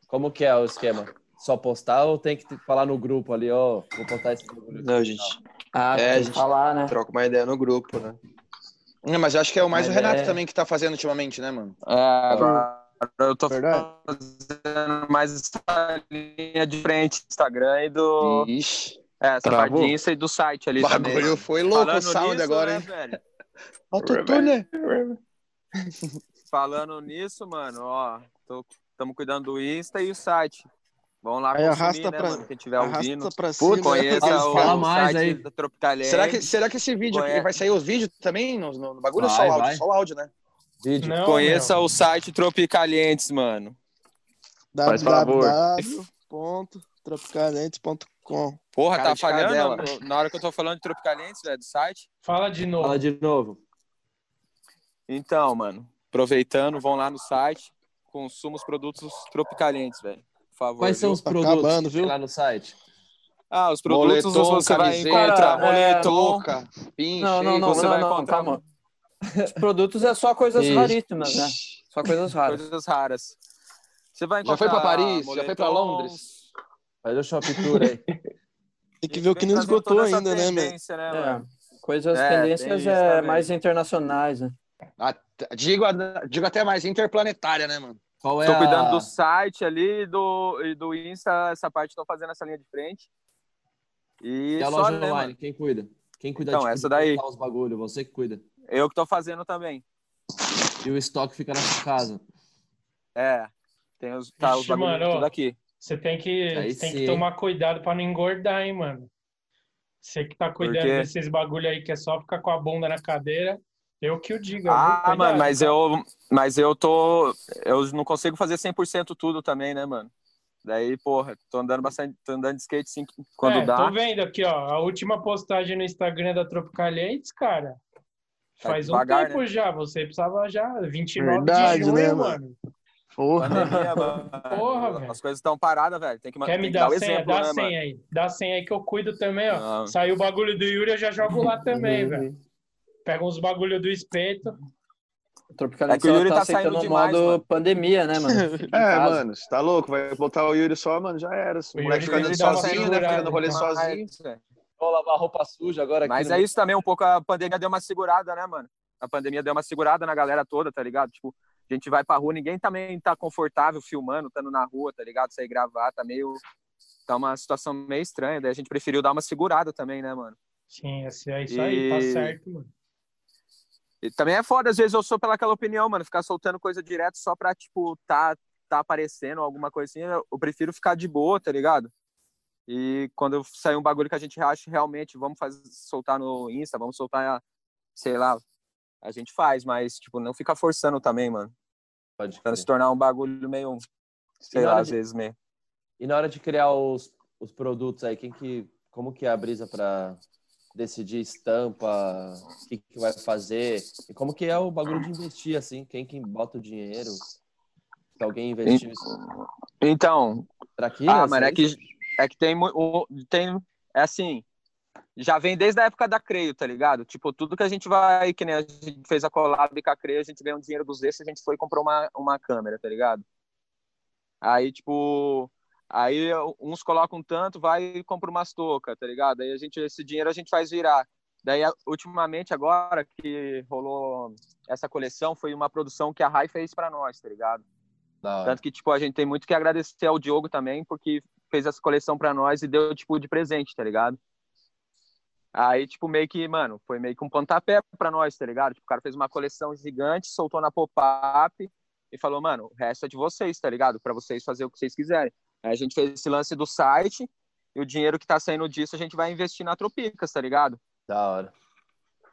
Como que é o esquema? Só postar ou tem que te- falar no grupo ali, ó, vou postar esse bagulho? Não, gente. Ah, É, tem a que gente falar, né? Troca uma ideia no grupo, né? Não, mas eu acho que é o mais Mas o Renato é. também que tá fazendo ultimamente, né, mano? É, agora eu tô fazendo mais essa linha de frente do Instagram e do. Ixi. É, essa Travou. parte de Insta e do site ali Bagulho também. foi louco Falando o sound nisso, agora, né, hein? velho? é Autotune. Falando nisso, mano, ó, tô, tamo cuidando do Insta e o site. Vamos lá Aí arrasta consumir, né, pra- mano? Quem tiver arrasta ouvindo. pra cima, conheça né? o, Fala o mais site aí. da Tropicalente. Será que, será que esse vídeo Conhe- vai sair os vídeos também no, no bagulho ou só Vai, o áudio? vai. Só o áudio, né? Vídeo. Conheça o site Tropicalientes, mano. Faz favor. www.tropicalentes.com Porra, Cara tá de cadela. falhando no- na hora que eu tô falando de Tropicalientes, velho, do site? Fala de novo. Fala de novo. Então, mano, aproveitando, vão lá no site, consuma os produtos Tropicalientes, velho. Por favor. Quais são viu? os produtos que tem lá no site? Ah, os produtos Moletom, você vai camiseta, encontrar. é, Moletom. Boca, pinche. Não, não, não, você não, vai não, encontrar calma. Os produtos é só coisas Isso. raríssimas, né? Só coisas raras. coisas raras. Você vai Já foi pra encontrar Paris? Já foi pra moletons, Londres? Faz o shopping tour aí. Tem que ver o que vem não trazer esgotou toda essa ainda, né, meu? tendência, né, É, mano? coisas, É, tem tendências isso é, também. mais internacionais, né? At- Digo, a- digo até mais, interplanetária, né, mano? Qual é Estou cuidando Ah. a... do site ali e do, e do Insta, essa parte estou fazendo essa linha de frente. E E a só, loja né, online, mano? quem cuida? Quem cuida Então, tipo, essa de daí. montar os bagulho, você que cuida. Eu que estou fazendo também. E o estoque fica na sua casa. É. Tem os, tá, os Vixe, bagulhos mano, ó. tudo aqui. você tem que, Aí você tem sim. que tomar cuidado pra não engordar, hein, mano. Você que tá cuidando quê? desses bagulho aí que é só ficar com a bunda na cadeira, eu que o diga. Ah, viu? mano, Cuidado, mas tá? eu, mas eu tô. Eu não consigo fazer 100% tudo também, né, mano? Daí, porra, tô andando bastante, tô andando de skate sim, quando É, dá. Tô vendo aqui, ó, a última postagem no Instagram da Tropicalientes, cara. Tá Faz um devagar, tempo né? já, você precisava já, 29 Verdade, de junho, né, mano. Pandemia, mano. Porra, velho. As coisas estão paradas, velho. Tem que, man- Quer me tem que dar dar a o senha? exemplo, Dá a né, mano? senha aí. Dá a senha aí que eu cuido também, ó. Não. Saiu o bagulho do Yuri, eu já jogo lá Uhum. também, velho. Pega uns bagulho do espeto. Tropicalmente, É que o ela Yuri tá aceitando saindo o demais, modo mano. pandemia, né, mano? Em É, casa. mano, você tá louco? Vai botar o Yuri só, mano, já era. Esse O Yuri moleque fica andando tá dá uma sozinho, né? Fica segurada, no rolê então. sozinho. Mas, é. Vou lavar roupa suja agora aqui. Mas no- é isso também, um pouco a pandemia deu uma segurada, né, mano? A pandemia deu uma segurada na galera toda, tá ligado? Tipo, a gente vai pra rua, ninguém também tá confortável filmando, estando na rua, tá ligado? Sair gravar, tá meio. Tá uma situação meio estranha, daí a gente preferiu dar uma segurada também, né, mano? Sim, esse é isso aí, tá E- certo, mano. E também é foda, às vezes eu sou pelaquela opinião, mano, ficar soltando coisa direto só pra, tipo, tá, tá aparecendo alguma coisinha, eu prefiro ficar de boa, tá ligado? E quando sair um bagulho que a gente acha realmente, vamos fazer, soltar no Insta, vamos soltar, sei lá, a gente faz, mas, tipo, não fica forçando também, mano. Pode Pra se tornar um bagulho meio, sei na lá, hora às de- vezes meio. E na hora de criar os, os produtos aí, quem que, como que é a brisa para decidir estampa, o que, que vai fazer? E como que é o bagulho de investir, assim? Quem que bota o dinheiro? Se alguém investir Então. Traquinas, Ah, mano, é é que, é que tem, mu- o- tem. É assim. Já vem desde a época da Creio, tá ligado? Tipo, tudo que a gente vai. Que nem a gente fez a collab com a Creio, a gente ganhou um dinheiro dos extras, a gente foi e comprou uma, uma câmera, tá ligado? Aí, tipo. Aí uns colocam tanto, vai e compra umas toucas, tá ligado? Aí a gente, esse dinheiro a gente faz virar. Daí, a- ultimamente, agora que rolou essa coleção, foi uma produção que a Rai fez pra nós, tá ligado? Da hora. Tanto que, tipo, a gente tem muito que agradecer ao Diogo também, porque fez essa coleção pra nós e deu, tipo, de presente, tá ligado? Aí, tipo, meio que, mano, foi meio que um pontapé pra nós, tá ligado? Tipo, o cara fez uma coleção gigante, soltou na pop-up e falou, mano, o resto é de vocês, tá ligado? Pra vocês fazer o que vocês quiserem. Aí a gente fez esse lance do site e o dinheiro que tá saindo disso a gente vai investir na Tropicas, tá ligado? Da hora.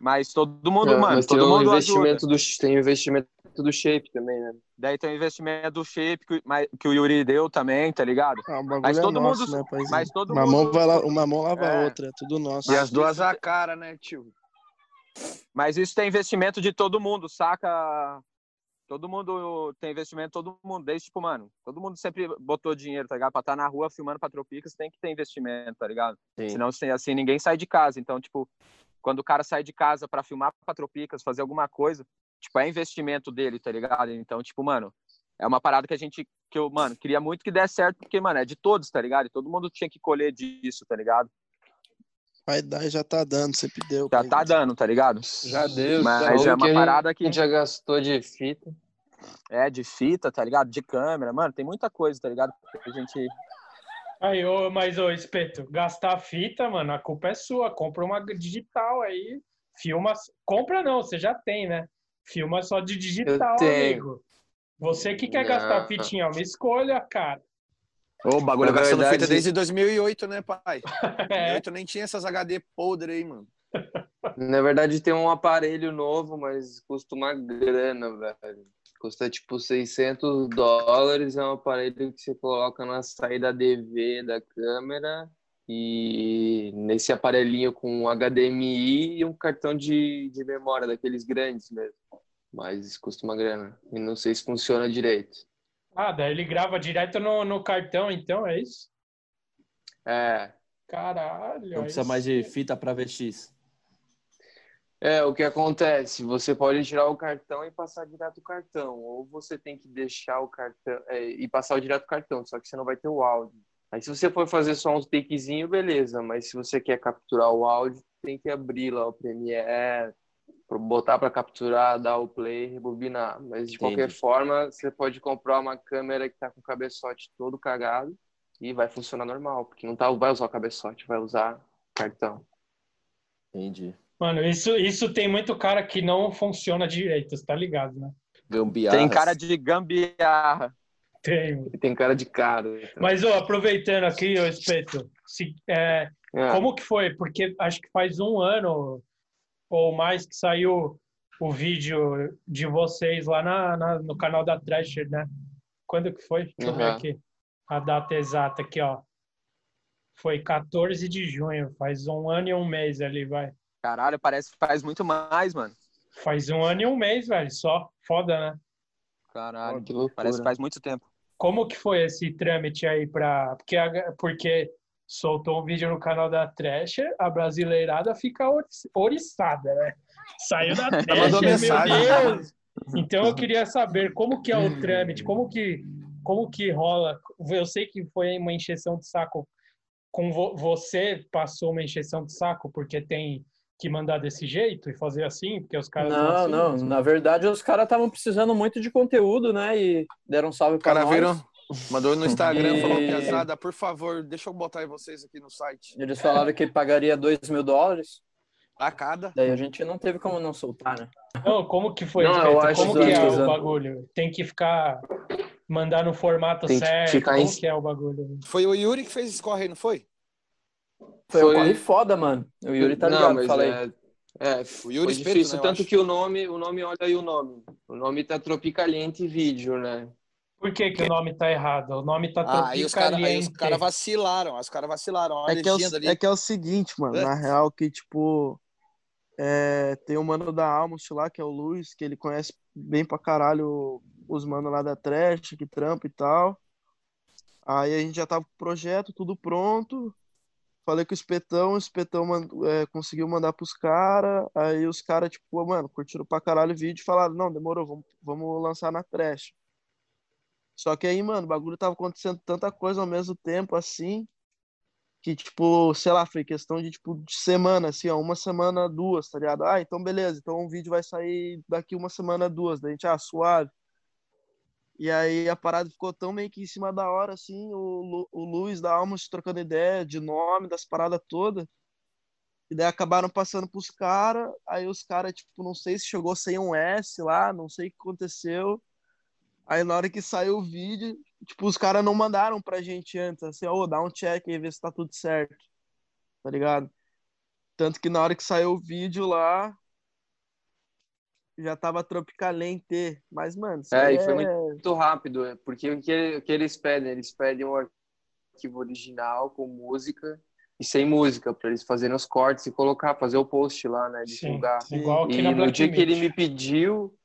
Mas todo mundo, Ah, mano, mas todo tem o mundo investimento ajuda. do tem o investimento do shape também, né? Daí tem o investimento do shape que, o- mas- que o Yuri deu também, tá ligado? Ah, é mas todo mundo. mas todo né, uma mão mundo. vai lá, uma mão lava É. a outra, é tudo nosso. E as duas a cara, né, tio? Mas isso tem investimento de todo mundo, saca? Todo mundo tem investimento, todo mundo, desde tipo, mano, todo mundo sempre botou dinheiro, tá ligado? Pra estar na rua filmando pra Tropicas, tem que ter investimento, tá ligado? Sim. Senão, assim, assim, ninguém sai de casa. Então, tipo, quando o cara sai de casa pra filmar pra Tropicas, fazer alguma coisa, tipo, é investimento dele, tá ligado? Então, tipo, mano, é uma parada que a gente, que eu, mano, queria muito que desse certo, porque, mano, é de todos, tá ligado? E todo mundo tinha que colher disso, tá ligado? Vai dar e já tá dando, sempre deu. Já tá dando, tá ligado? Já deu, tá Mas bom é que a uma gente- parada que. a gente já gastou de fita. É, de fita, tá ligado? De câmera, mano, tem muita coisa, tá ligado? Que A gente. Aí, ô, mas, ô, Espeto, gastar fita, mano, a culpa é sua. Compra uma digital aí, filma. Compra não, você já tem, né? Filma só de digital, tenho. amigo. Você que quer Não. gastar fitinha, é uma escolha, cara. Ô, o Tá bagulho Na é gastando verdade- fita desde 2008, né, pai? É. É, 2008 nem tinha essas HD podre aí, mano. Na verdade, tem um aparelho novo, mas custa uma grana, velho. Custa tipo 600 dólares. É um aparelho que você coloca na saída DV da câmera. E nesse aparelhinho com HDMI e um cartão de, de memória, daqueles grandes mesmo. Mas custa uma grana. E não sei se funciona direito. Ah, daí ele grava direto no, no cartão, então, é isso? É, Caralho. é Não aí precisa mais de fita para VX. É, o que acontece? Você pode tirar o cartão e passar direto o cartão, ou você tem que deixar o cartão é, e passar o direto o cartão, só que você não vai ter o áudio. Aí se você for fazer só uns takezinho, beleza, mas se você quer capturar o áudio, tem que abrir lá o Premiere, pro- botar para capturar, dar o play, rebobinar. Mas de qualquer Entendi. forma, você pode comprar uma câmera que tá com o cabeçote todo cagado e vai funcionar normal, porque não tá, vai usar o cabeçote, vai usar cartão. Entendi. Mano, isso, isso tem muito cara que não funciona direito, você tá ligado, né? Gambiarra. Tem cara de gambiarra. Tem. E tem cara de caro. né? Mas, ó, aproveitando aqui, ô, Espeto, se, é, É. Ah. como que foi? Porque acho que faz um ano ou mais que saiu o vídeo de vocês lá na, na- no canal da Thrasher, né? Quando que foi? Deixa eu ver Uhum. aqui. A data exata aqui, ó. Foi 14 de junho, faz um ano e um mês ali, vai. Caralho, parece que faz muito mais, mano. Faz um ano e um mês, velho, só. Foda, né? Caralho, parece que faz muito tempo. Como que foi esse trâmite aí para porque a- porque soltou um vídeo no canal da Thrasher, a brasileirada fica ori- oriçada, né? Saiu da Ela Thrasher, mandou meu mensagem. Deus! Então eu queria saber como que é o trâmite, como que como que rola? Eu sei que foi uma encheção de saco com vo- você passou uma encheção de saco porque tem que mandar desse jeito e fazer assim, porque os caras Não, assinam. não. Na verdade, os caras estavam precisando muito de conteúdo, né? E deram um salve O pra cara nós. virou, mandou no Instagram, E- falou, É. piazada, por favor, deixa eu botar vocês aqui no site. Eles falaram que pagaria 2 mil dólares. A cada. Daí a gente não teve como não soltar, né? Não, como que foi? Não, eu Espeto? acho como que- que é o Exato. bagulho? Tem que ficar mandar no formato Tem que certo, ficar em- como que é o bagulho. Foi o Yuri que fez esse corre aí, não foi? Foi um corre foda, mano. O Yuri tá Não, ligado, mas fala aí. é- É, o Foi Yuri Espeto, difícil, né, eu tanto acho. que o nome, o nome, olha aí o nome. O nome tá Tropicaliente Vídeo, né? Por que, que o nome tá errado? O nome tá Ah, aí os caras Tropicaliente. cara vacilaram, aí os caras vacilaram. Olha É que é, o, legenda ali. é que é o seguinte, mano. Na real, que, tipo, é, tem um mano da Almos lá, que é o Luiz, que ele conhece bem pra caralho os manos lá da Trash, que trampa e tal. Aí a gente já tava com o projeto, tudo pronto. Falei com o Espetão, o Espetão man- é, conseguiu mandar pros caras. Aí os caras, tipo, mano, curtiram pra caralho o vídeo e falaram: não, demorou, vamos, vamos lançar na Trash. Só que aí, mano, o bagulho tava acontecendo tanta coisa ao mesmo tempo, assim, que, tipo, sei lá, foi questão de, tipo, de semana, assim, ó, uma semana, duas, tá ligado? Ah, então beleza, então o vídeo vai sair daqui uma semana, duas, daí a gente, ah, suave. E aí a parada ficou tão meio que em cima da hora, assim, o, Lu- o Luiz da Almos trocando ideia de nome, das paradas todas, e daí acabaram passando pros caras, aí os caras, tipo, não sei se chegou sem um S lá, não sei o que aconteceu, Aí na hora que saiu o vídeo, tipo, os caras não mandaram pra gente antes, assim, ô, dá um check aí, vê se tá tudo certo, tá ligado? Tanto que na hora que saiu o vídeo lá, já tava tropicalente, mas, mano, isso É, aí e foi é- muito rápido, é, porque o que, o que eles pedem? Eles pedem um arquivo original com música e sem música, para eles fazerem os cortes e colocar, fazer o post lá, né? Divulgar. igual aqui e na no Black dia que ele Meat. me pediu,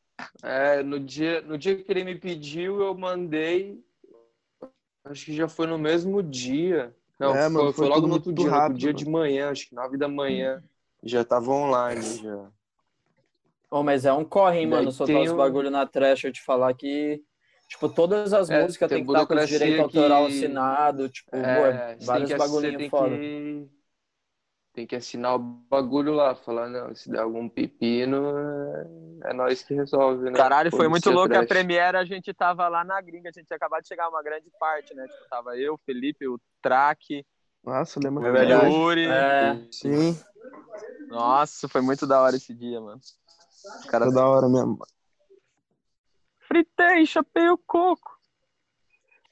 é, no, dia, no dia que ele me pediu, eu mandei. Acho que já foi no mesmo dia. Não, É, foi, mano, foi foi logo tudo no outro muito dia, no rápido, outro dia de manhã, acho que nove da manhã. Já tava online já. Ô, mas é um corre, hein, Daí mano, soltar tem os um- bagulho na trash, eu te falar que, tipo, todas as É, músicas tem tem que estar com os burocracia direitos que- autoral assinado, tipo, É, pô, você vários tem que, você bagulhinhos tem fora. que tem que assinar o bagulho lá, falar, não, se der algum pepino, é é nós que resolve, né? Caralho, foi Polícia muito louco. A trash. Premiere, a gente tava lá na gringa, a gente tinha acabado de chegar uma grande parte, né? Tipo, tava eu, Felipe, o Track, Nossa, lembra? o verdade. Yuri. É. Sim, Nossa, foi muito da hora esse dia, mano. Os foi caras da hora mesmo. fritei, chapei o coco.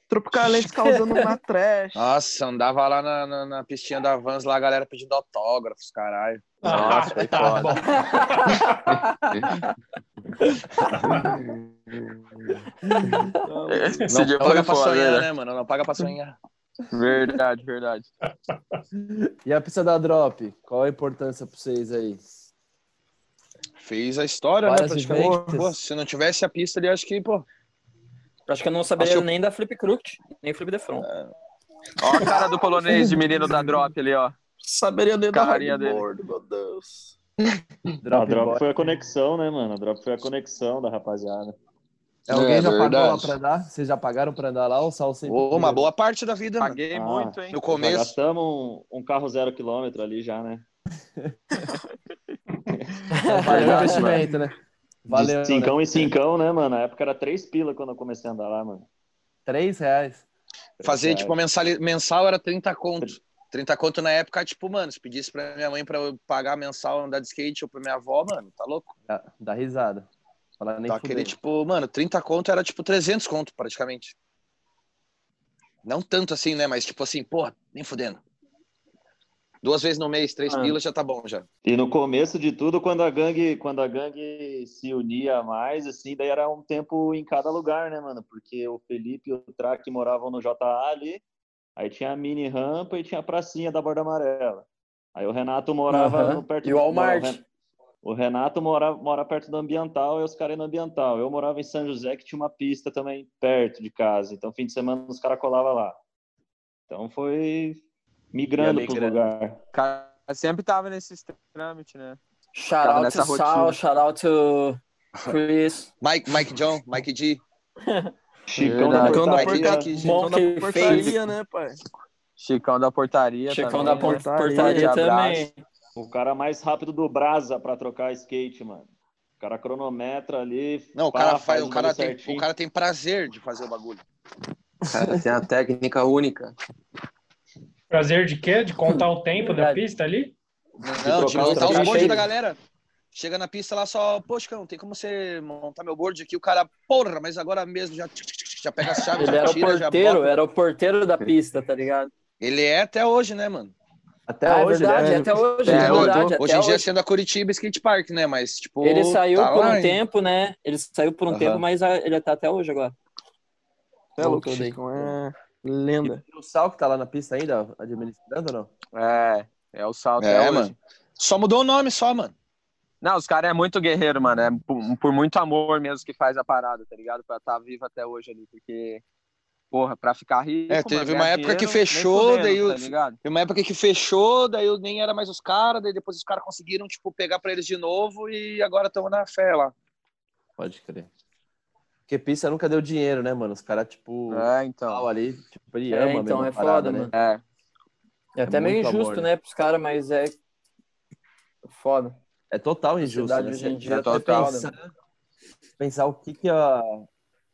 Tropicalente causando uma trash. Nossa, andava lá na, na, na pistinha da Vans, lá a galera pedindo autógrafos, caralho. Nossa, foi tá bom. Tá Esse Não dia paga foi pra foda, sonhar, né? né, mano? Não paga pra sonhar. Verdade, verdade. E a pista da Drop, qual a importância pra vocês aí? Fez a história, Várias né? Praticamente. vivências. Pô, se não tivesse a pista ali, acho que, pô. Acho que eu não saberia Acho- nem da Flip Crook, nem Flip The Front. Ó a cara do polonês de menino da Drop ali, ó. Saberia nem da Carinha dele. Hardboard, meu Deus. A Drop drop Boy. foi a conexão, né, mano? A drop foi a conexão da rapaziada. Alguém É, já pagou lá verdade. pra andar? Vocês já pagaram pra andar lá ou só o sempre? Ô, uma boa parte da vida, né? mano. Paguei Ah, muito, hein? No Já começo. gastamos um, um carro zero quilômetro ali já, né? Valeu o investimento, né? Valeu. De né? cincão em cincão, né, mano? Na época era três pila quando eu comecei a andar lá, mano. Três reais. Fazer, Cara. tipo, mensal, mensal era 30 conto. 30 conto na época, tipo, mano, se pedisse pra minha mãe pra eu pagar mensal andar de skate ou pra minha avó, mano, tá louco? Dá, dá risada. Falar nem Tá Então fudeu. aquele, tipo, mano, 30 conto era, tipo, 300 conto, praticamente. Não tanto assim, né? Mas, tipo assim, porra, nem fudendo. Duas vezes no mês, três Ah. pilas, já tá bom, já. E no começo de tudo, quando a gangue, quando a gangue se unia mais, assim, daí era um tempo em cada lugar, né, mano? Porque o Felipe e o Traque moravam no JA ali, aí tinha a mini rampa e tinha a pracinha da borda amarela. Aí o Renato morava Aham. no- perto E o Walmart. mora- O Renato mora, mora perto do Ambiental e os caras iam no Ambiental. Eu morava em São José, que tinha uma pista também perto de casa. Então, fim de semana, os caras colavam lá. Então, foi migrando E É pro alegrando. lugar. O cara sempre tava nesses trâmites, né? Shout Tava out nessa to Sal, rotina. shout out to Chris, Mike, Mike John, Mike G. Chicão da Verdade. Então da, Vai, portaria. porca... Mike, Mike G. Bom. então da que portaria, fez. né, pai? Chicão da portaria Checão da também. Port- Portaria. Portaria Grande também. abraço. O cara mais rápido do Brasa pra trocar skate, mano. O cara cronometra ali. Não, o pá, cara, faz, o, o cara bagulho tem, certinho. o cara tem prazer de fazer o bagulho. Cara, tem a técnica única. Prazer de quê? De contar o tempo da Verdade. pista ali? trocar Não, de os montar Tá os trocadilhos. boards da galera. Chega na pista lá só, poxa, cão, tem como você montar meu board aqui? O cara, porra, mas agora mesmo já. tic, tic, tic, já pega as chaves, Ele já era tira, o já porteiro, bota. era o porteiro da pista, tá ligado? Ele é até hoje, né, mano? Até Ah, é hoje, verdade, né? até hoje, é verdade, até hoje em dia hoje. sendo a Curitiba Skate Park, né? Mas, tipo. Ele saiu tá por um lá, hein? tempo, né? Ele saiu por um Aham. tempo, mas ah, ele tá até hoje agora. Tá É louco, Chicão, é lenda. E o Sal que tá lá na pista ainda, administrando ou não? É, é o Sal até É, hoje. mano. Só mudou o nome, só, mano. Não, os caras é muito guerreiro, mano. É por, por muito amor mesmo que faz a parada, tá ligado? Pra estar vivo até hoje ali, porque. Porra, pra ficar rico. É, mano, teve ganhar uma época que dinheiro, nem fechou, fudendo, daí o- Tá ligado? teve uma época que fechou, daí eu nem era mais os caras, daí depois os caras conseguiram, tipo, pegar pra eles de novo e agora estamos na fé lá. Pode crer. Porque pista nunca deu dinheiro, né, mano? Os caras, tipo, é, então. ali, tipo, ele É, ama então, mesmo a é parada, foda, né? mano. É até meio muito amor, injusto, né, pros caras, mas é foda. É total injusto. Sociedade né? hoje em Você dia até é total, né, pensar, mano? pensar o que, que a,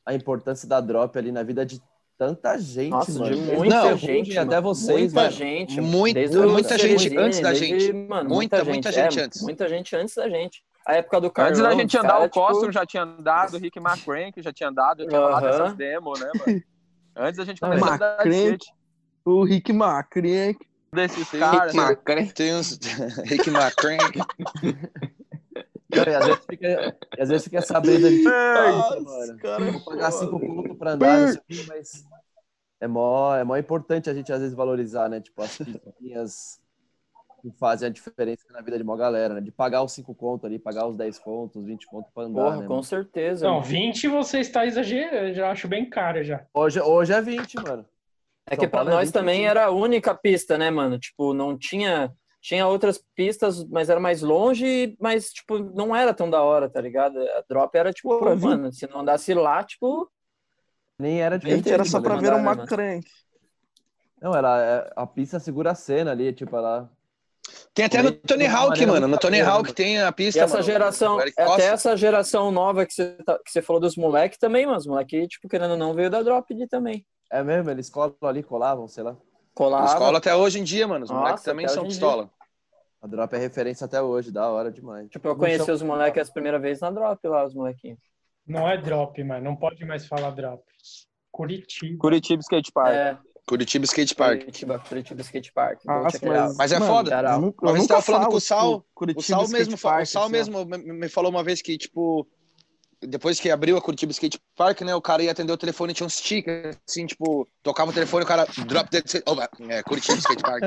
a importância da drop ali na vida de tanta gente, Nossa, mano. de Desde muita o Ferrugem gente, até mano. vocês, muita mano. gente, Muito- desde o muita gente Ferrugini, antes da desde, gente. Mano, Muita, muita, muita gente, é, gente antes. Muita gente antes da gente. A época do Carlão, Antes da gente os andar, cara, o Costro tipo, já tinha andado, o Rick McCrank já tinha andado, já tinha rolado Aham. essas demos, né, mano? Antes da gente começar a andar de skate. Macrenk, o Rick Macrenk. desses caras. né? Tem uns... Rick Macrank. Não, e às vezes fica, e às vezes fica sabendo ali, "Nossa, Nossa, mano, vou pagar cinco pontos pra andar nisso aqui, mas é mó, é mó importante a gente às vezes valorizar, né? Tipo, as pistinhas que fazem a diferença na vida de mó galera, né? De pagar os cinco contos ali, pagar os 10 contos, os 20 contos pra andar, Porra, né? com mano? certeza. Não, Uhum. mano. 20 você está exagerando, já acho bem caro já. Hoje, hoje é 20, mano. É São que pra Paulo é nós 20, também né? era a única pista, né, mano? Tipo, não tinha. Tinha outras pistas, mas era mais longe, mas, tipo, não era tão da hora, tá ligado? A drop era, tipo, Porra, viu? mano, se não andasse lá, tipo. Nem era Gente, era só pra ver o Macrank. Não, ela, é- a pista segura a cena ali, tipo, ela... Tem até no Tony tá Hawk, mano. No Tony Hawk tem a E pista, essa mano. geração, é, Eric até Costa. essa geração nova que você tá- que você falou dos moleques também, mano. Os moleques, tipo, querendo ou não, veio da drop de também. É mesmo, eles colam ali, colavam, sei lá. Colava. Os cola até hoje em dia, mano. Os moleques Nossa, também até são hoje em dia. pistola. A drop é referência até hoje, da hora demais. Tipo, eu conheci os moleques a primeira vez na drop lá, os molequinhos. Não é drop, mano, não pode mais falar drop. Curitiba. Curitiba Skate Park. É, Curitiba Skate Park. Curitiba, Curitiba Skate Park. então Nossa, Vou check it mas- out. mas é Mano, foda. check it out. Uma vez eu tava falando com o falo, Sal, tipo, o Curitiba Sal Skate mesmo, fa- Park, o Sal assim, ó. mesmo me, me falou uma vez que, tipo, depois que abriu a Curitiba Skate Park, né, o cara ia atender o telefone e tinha um sticker, assim, tipo, tocava o telefone e o cara, drop dead, skate, oh, é, Curitiba Skate Park.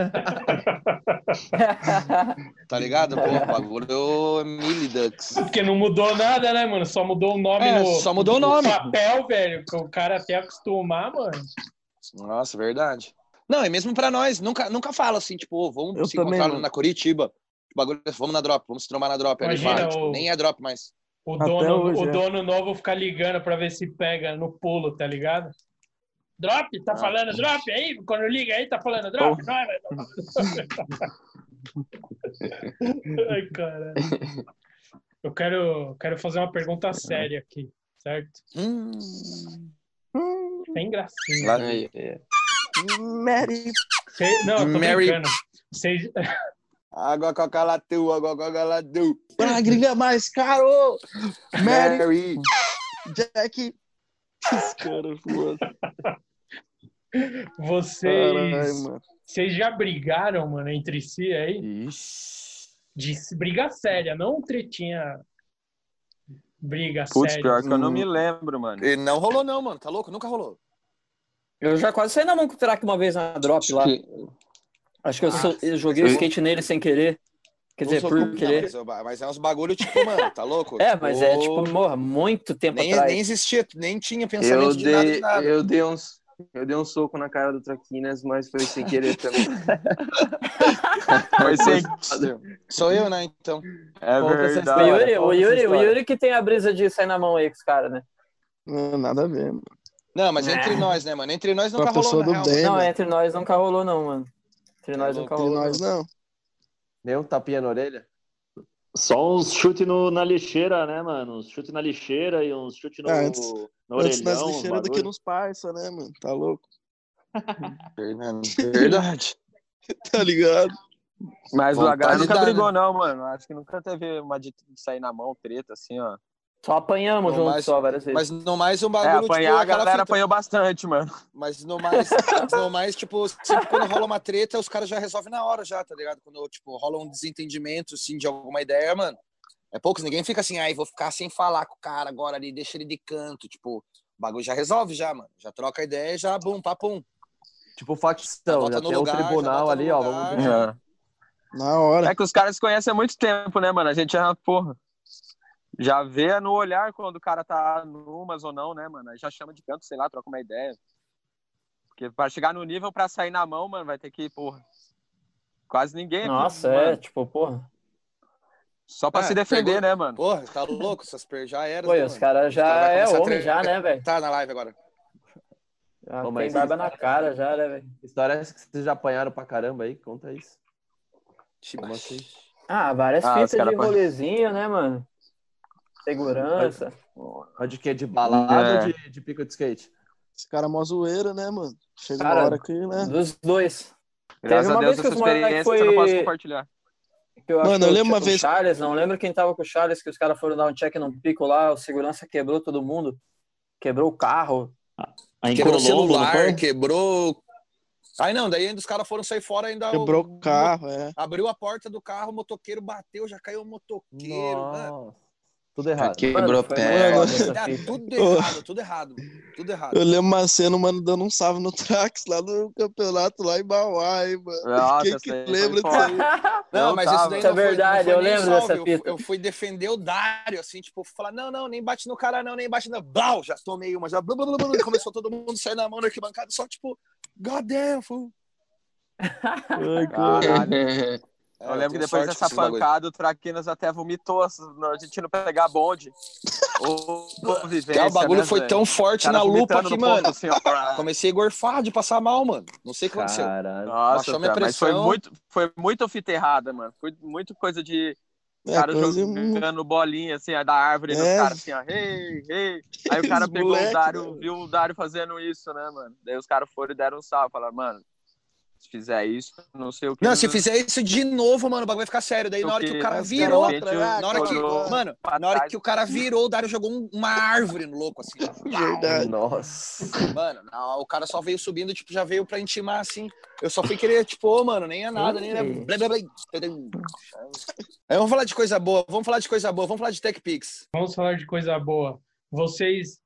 tá ligado? Pô, o bagulho é Milidux. Ah, Porque não mudou nada, né, mano? Só mudou o nome É, no, só mudou o nome. no papel, velho, que o cara até acostumar, mano. Nossa, verdade. Não, é mesmo pra nós, nunca, nunca fala assim, tipo, ô, vamos Eu se também, encontrar mano. na Curitiba, o bagulho, é, vamos na drop, vamos se trombar na drop, Aí ele Imagina para, tipo, o- nem é drop mais. O Até dono, hoje, o é. dono novo fica ligando pra ver se pega no pulo, tá ligado? Drop, tá Ah. falando drop aí? Quando liga aí, tá falando drop? Não é, velho? Ai, caralho. Eu quero, quero fazer uma pergunta séria aqui, certo? Sem gracinha. Lá- Mary. Sei- não, eu tô Mary- brincando. Sei- Água com a latiu, água com a latiu. Pra gringa mais caro! Mary! Jack. Os caras, foda. Vocês, Caralho, mano. vocês já brigaram, mano, entre si aí? De se- briga séria, não tretinha. Briga Putz, séria. pior que eu não me lembro, mano. E não rolou não, mano. Tá louco? Nunca rolou. Eu já quase saí na mão com o Track uma vez na drop lá. Acho que eu, sou- eu joguei o Sim. skate nele sem querer. Quer dizer, Não sou por culpa, querer. Mas, eu- mas é uns bagulho, tipo, mano, tá louco? É, mas é Tipo, tipo, morra, muito tempo nem, atrás. nem existia, nem tinha pensamento Eu de nada, dei, de nada. eu, dei uns, eu dei um soco na cara do Traquinas, mas foi sem querer também. Foi sem- Sou eu, né, então. É Conta essa O verdade. Yuri, Conta essa o, Yuri, o história. Yuri que tem a brisa de sair na mão aí com os caras, né? Não, nada a ver, mano. Não, mas entre nós, né, mano? Entre nós nunca Uma rolou, pessoa na do é real. bem, né? não, é, tá mano. entre nós nunca rolou, não, mano. Entre nós nunca rolou. não. Nem um tapinha na orelha? Só uns chutes no- na lixeira, né, mano? Uns chutes na lixeira e uns chutes no, Ah, antes- no Antes orelhão. nas uns lixeiras do que bagulho. nos parça, né, mano? Tá louco? Verdade. tá ligado? Mas o Vontade Lagar né? nunca dá, brigou, não, mano. Acho que nunca teve uma de sair na mão, treta, assim, ó. Só apanhamos No junto mais- só várias vezes. Mas no mais um É, bagulho. tipo, apanhar, a aquela né? galera apanhou bastante, mano. Mas no mais, no mais, tipo, sempre quando rola uma treta, os caras já resolvem na hora, já, tá ligado? Quando, tipo, rola um desentendimento, assim, de alguma ideia, mano. É poucos, ninguém fica assim, ai, vou ficar sem falar com o cara agora ali, deixa ele de canto. Tipo, o bagulho já resolve, já, mano. Já troca a ideia, já, bum, papum. Tipo, facção, Volta já no tem o lugar, já tribunal volta no ali, ó. lugar. Vamos É. Na hora. É que os caras se conhecem há muito tempo, né, mano? A gente já, porra, já vê no olhar quando o cara tá numas ou não, né, mano? Aí já chama de canto, sei lá, troca uma ideia. Porque pra chegar no nível pra sair na mão, mano, vai ter que, porra. Quase ninguém. Nossa, mano. é, tipo, porra. Só pra É, Ah, se defender, pegou- né, mano? Porra, tá louco, essas per já era. Pô, e os caras já é homem já, né, velho? Tá na live agora. Já Pô, tem mas- barba na cara já, né, velho? História é essa que vocês já apanharam pra caramba aí? Conta isso. Como assim? Ah, várias Ah, os fitas cara de apanha. rolezinho, né, mano? Segurança. Mas de quê? De balada É. ou de, de pico de skate? Esse cara é mó zoeira, né, mano? Chega Cara, uma hora que, né? Dos dois. Graças Teve a uma Deus, vez que essa os moleques experiência foi... eu não posso compartilhar. que eu acho Mano, que eu o lembro Ch- uma vez- O Charles, não lembro quem tava com o Charles, que os caras foram dar um check num pico lá, o segurança quebrou todo mundo. Quebrou o carro. Aí Quebrou o Colombo, não foi? celular, quebrou. Aí não, daí ainda os caras foram sair fora ainda. Quebrou o- o carro, é. Abriu a porta do carro, o motoqueiro bateu, já caiu o motoqueiro. Mano. Nossa. Tudo errado. Quebrou foi pé. muito foda Tá essa fita. tudo errado, tudo errado, mano. tudo errado. Eu lembro uma cena, mano, dando um salve no Trax lá no campeonato lá em Mauá, hein, mano. Nossa, Quem essa que aí foi lembra disso foda. aí? Não, Eu mas tava. isso daí Isso é não foi, verdade, não foi eu nem lembro salve. dessa eu, fita. eu fui defender o Dário, assim, tipo, falar, não, não, nem bate no cara, não, nem bate no. Blau, já tomei uma, já blá, blá, blá, blá, começou todo mundo a sair na mão na arquibancada, só tipo, God damn, fool. Ai, cara. Caralho. É, Eu lembro que depois dessa pancada, o Traquinas até vomitou assim, no argentino pegar bonde. Ô, ô, vivência, o bagulho né, foi velho? tão forte Cara na lupa vomitando aqui, no ponto, mano. assim, ó. Comecei a gorfar de passar mal, mano. Não sei o que aconteceu. Caralho. Nossa, Baixou minha cara, mas foi pressão. muito, foi muito fita errada, mano. Foi muito coisa de É, cara coisa jogando bolinha assim, ó, da árvore nos É. caras assim, ó, hey, hey. Aí o cara Os pegou moleque, o né, Dário, mano? viu o Dário fazendo isso, né, mano? Daí os caras foram e deram um salve, falaram, mano, se fizer isso, não sei o que. Não, se fizer isso de novo, mano, o bagulho vai ficar sério. Daí na hora que o cara Mas, virou, cara, gente, na hora que, olhou mano, pra na hora trás. que o cara virou, o Dario jogou um- uma árvore no louco assim. Verdade. Nossa. Mano, na- o cara só veio subindo, tipo, já veio pra intimar assim. Eu só fui querer, tipo, ô, mano, nem é nada, nem é. Blá, blá, blá. Aí vamos falar de coisa boa, vamos falar de coisa boa, vamos falar de Tech Pix. Vamos falar de coisa boa. Vocês,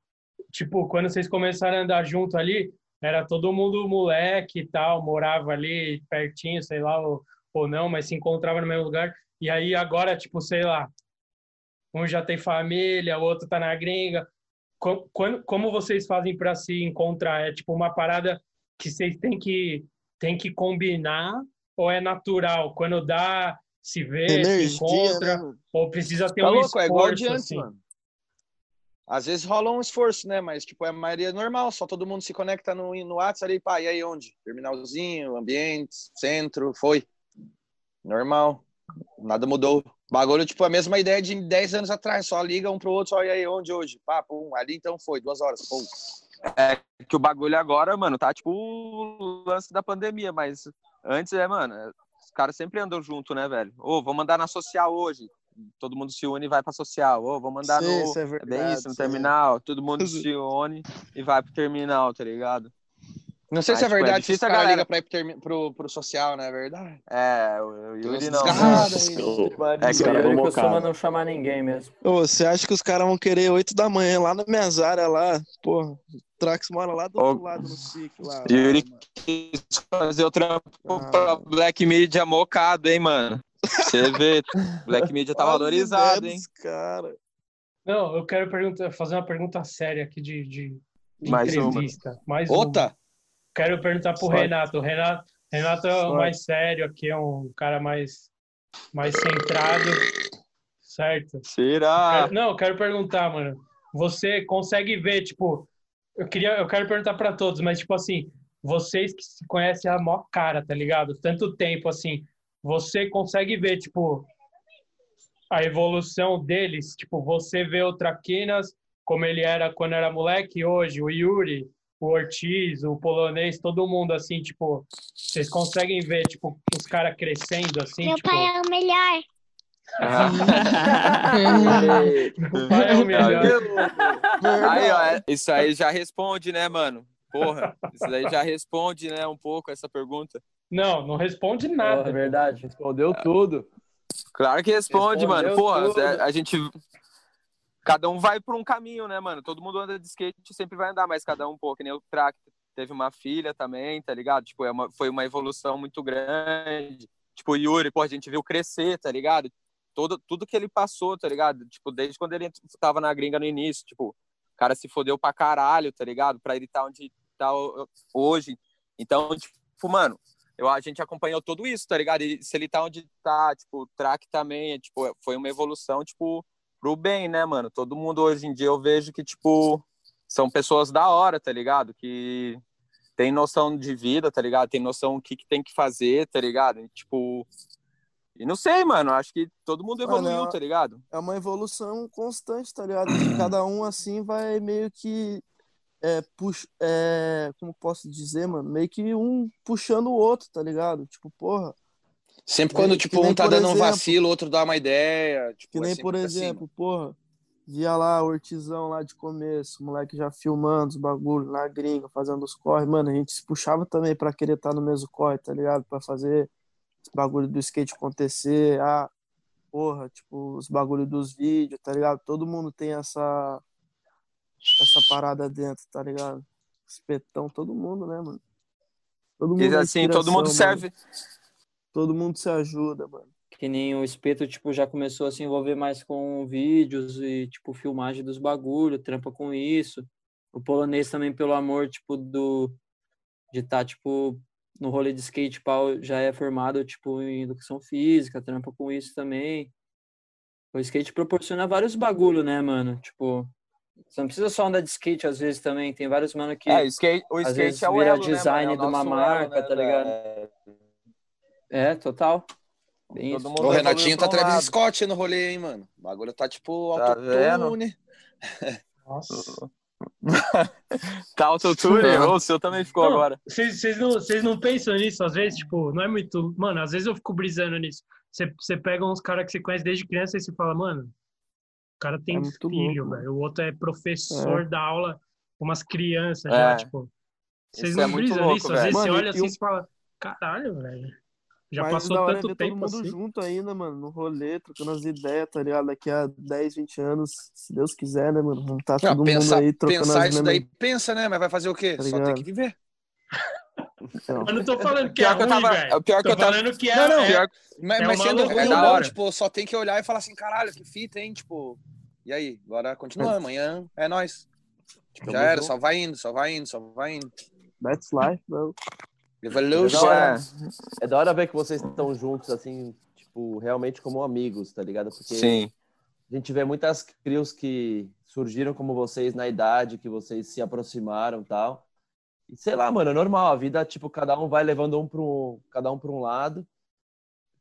tipo, quando vocês começaram a andar junto ali, era todo mundo moleque e tal, morava ali pertinho, sei lá, ou, ou não, mas se encontrava no mesmo lugar. E aí agora, tipo, sei lá, um já tem família, o outro tá na gringa. Co- Quando, como vocês fazem para se encontrar? É tipo uma parada que vocês têm que, têm que combinar ou é natural? Quando dá, se vê, se Energia, né, encontra, mano? ou precisa ter Tá um louco? esforço, É igual de antes, assim. mano. Às vezes rola um esforço, né? Mas, tipo, é a maioria normal, só todo mundo se conecta no, no WhatsApp ali, pá, e aí onde? Terminalzinho, ambiente, centro, foi. Normal. Nada mudou. Bagulho, tipo, a mesma ideia de 10 anos atrás, só liga um pro outro, só e aí onde hoje? Pá, pum, ali então foi, duas horas, pum. É que o bagulho agora, mano, tá tipo o lance da pandemia, mas antes é, mano, é- os caras sempre andam junto, né, velho? Ô, vou mandar na social hoje. Todo mundo se une e vai pra social. Ô, vou mandar Sim, no. isso é é bem verdade, isso, no sim. terminal. Todo mundo se une e vai pro terminal, tá ligado? Não sei Ah, se é tipo, é verdade, se difícil os a caras galera- ligam pra ir pro, termi- pro, pro social, né? É verdade. É, o o Tem uns Yuri não. né? desgarrados aí. É Os que o caras Yuri tão costuma mocados. não chamar ninguém mesmo. Ô, você acha que os caras vão querer 8 da manhã lá na minhas áreas lá? Porra, o Trax mora lá do Ô, outro lado no SIC lá. lá, Yuri tá mano. quis fazer o trampo Ah. pra Black Media mocado, hein, mano? Você vê, Black Media tá Olha as valorizado, ideias hein? dos Cara. Não, eu quero perguntar- fazer uma pergunta séria aqui de, de- de Mais uma. entrevista. Mais uma. Outra? Quero perguntar pro Sorte. Renato. O Renato, Renato é o Sorte. mais sério aqui, é um cara mais, mais centrado, certo? Será? Quero- não, eu quero perguntar, mano. Você consegue ver, tipo, eu queria, eu quero perguntar pra todos, mas tipo assim, vocês que se conhecem a maior cara, tá ligado? Tanto tempo assim, você consegue ver, tipo, a evolução deles, tipo, você vê o Traquinas como ele era quando era moleque, e hoje o Yuri, o Ortiz, o polonês, todo mundo assim, tipo, vocês conseguem ver, tipo, os caras crescendo assim, Meu tipo, pai é o melhor. Pai é o melhor. Aí, ó, é- isso aí já responde, né, mano? Porra, isso aí já responde, né, um pouco essa pergunta. Não, não responde nada. é verdade, respondeu tudo. Claro que responde, Respondeu mano. Porra, é, tudo. a- a gente. Cada um vai por um caminho, né, mano? Todo mundo anda de skate, sempre vai andar, mas cada um, pô, que nem o Track teve uma filha também, tá ligado? Tipo, é uma- foi uma evolução muito grande. Tipo, o Yuri, pô, a gente viu crescer, tá ligado? Todo, tudo que ele passou, tá ligado? Tipo, desde quando ele ent- tava na gringa no início, tipo, o cara se fodeu pra caralho, tá ligado? Pra ele estar onde tá o- hoje. Então, tipo, mano, eu, a gente acompanhou tudo isso, tá ligado? E se ele tá onde tá, tipo, o track também, é, tipo, foi uma evolução, tipo, pro bem, né, mano? Todo mundo hoje em dia eu vejo que, tipo, são pessoas da hora, tá ligado? Que tem noção de vida, tá ligado? Tem noção do que, que tem que fazer, tá ligado? E, tipo. E não sei, mano. Acho que todo mundo Mano, evoluiu, é- tá ligado? É uma evolução constante, tá ligado? Que cada um assim vai meio que é, pux... é, como posso dizer, mano? Meio que um puxando o outro, tá ligado? Tipo, porra, Sempre Que quando, nem- É, que tipo, nem um tá por dando um exemplo. vacilo, o outro dá uma ideia. Tipo, que é nem sempre por assim, exemplo, porra, via lá o Ortizão lá de começo, o moleque já filmando os bagulho na gringa, fazendo os corre, mano, a gente se puxava também pra querer estar no mesmo corre, tá ligado? Pra fazer os bagulho do skate acontecer, ah, porra, tipo, os bagulho dos vídeos, tá ligado? Todo mundo tem essa essa parada dentro, tá ligado? Espetão, todo mundo, né, mano? Todo E mundo é assim, todo mundo inspiração, serve- Todo mundo se ajuda, mano. Que nem o Espeto, tipo, já começou a se envolver mais com vídeos e, tipo, filmagem dos bagulho, trampa com isso. O polonês também, pelo amor, tipo, do... De estar, tipo, no rolê de skate, pau, já é formado, tipo, em educação física, trampa com isso também. O skate proporciona vários bagulho, né, mano? Tipo, você não precisa só andar de skate às vezes também, tem vários mano que... É, o skate- o às skate vezes, é o vira elo, né, mano? É o design de uma nosso elo, marca, né, tá ligado? É, total. Bem isso. O Renatinho tá Travis Scott no rolê, hein, mano. O bagulho tá tipo Tá autotune. Nossa. Tá autotune? Ah. Ou o seu também ficou Não, agora. Vocês vocês não, vocês não pensam nisso, às vezes, tipo, não é muito. Mano, às vezes eu fico brisando nisso. Você- Você pega uns caras que você conhece desde criança e você fala, mano, o cara tem É muito filho, louco, velho. O outro é professor da aula, umas crianças É. já, tipo. Vocês Isso não é muito brisam louco, nisso, às velho. vezes Mano, você olha e assim um- e você fala, caralho, velho. Já Mas passou da hora é tanto ver tempo todo mundo assim. junto ainda, mano, no rolê, trocando as ideias, tá ligado? Daqui a 10, 20 anos, se Deus quiser, né, mano? Vamos estar Ah, todo pensar- mundo aí trocando pensar as isso mesmas... daí, pensa, né? Mas vai fazer o quê? Tá Só tem ligado? que viver. Então. Eu não tô falando que Pior é que eu ruim, tava- velho. o pior que tô eu tava- falando que é, Não, não, é, pior- Mas, é mas uma sendo loucura. ruim ou não, tipo, só tem que olhar e falar assim, caralho, que fita, hein? Tipo, e aí? Agora continua, amanhã é nóis. Tipo, já Tamo era, junto. só vai indo, só vai indo, só vai indo. That's life, né? bro. Evolution. É da hora ver que vocês estão juntos, assim, tipo, realmente como amigos, tá ligado? Porque Sim. a gente vê muitas crios que surgiram como vocês na idade, que vocês se aproximaram e tal. E sei lá, mano, é normal. A vida, tipo, cada um vai levando um para um, cada um para um lado.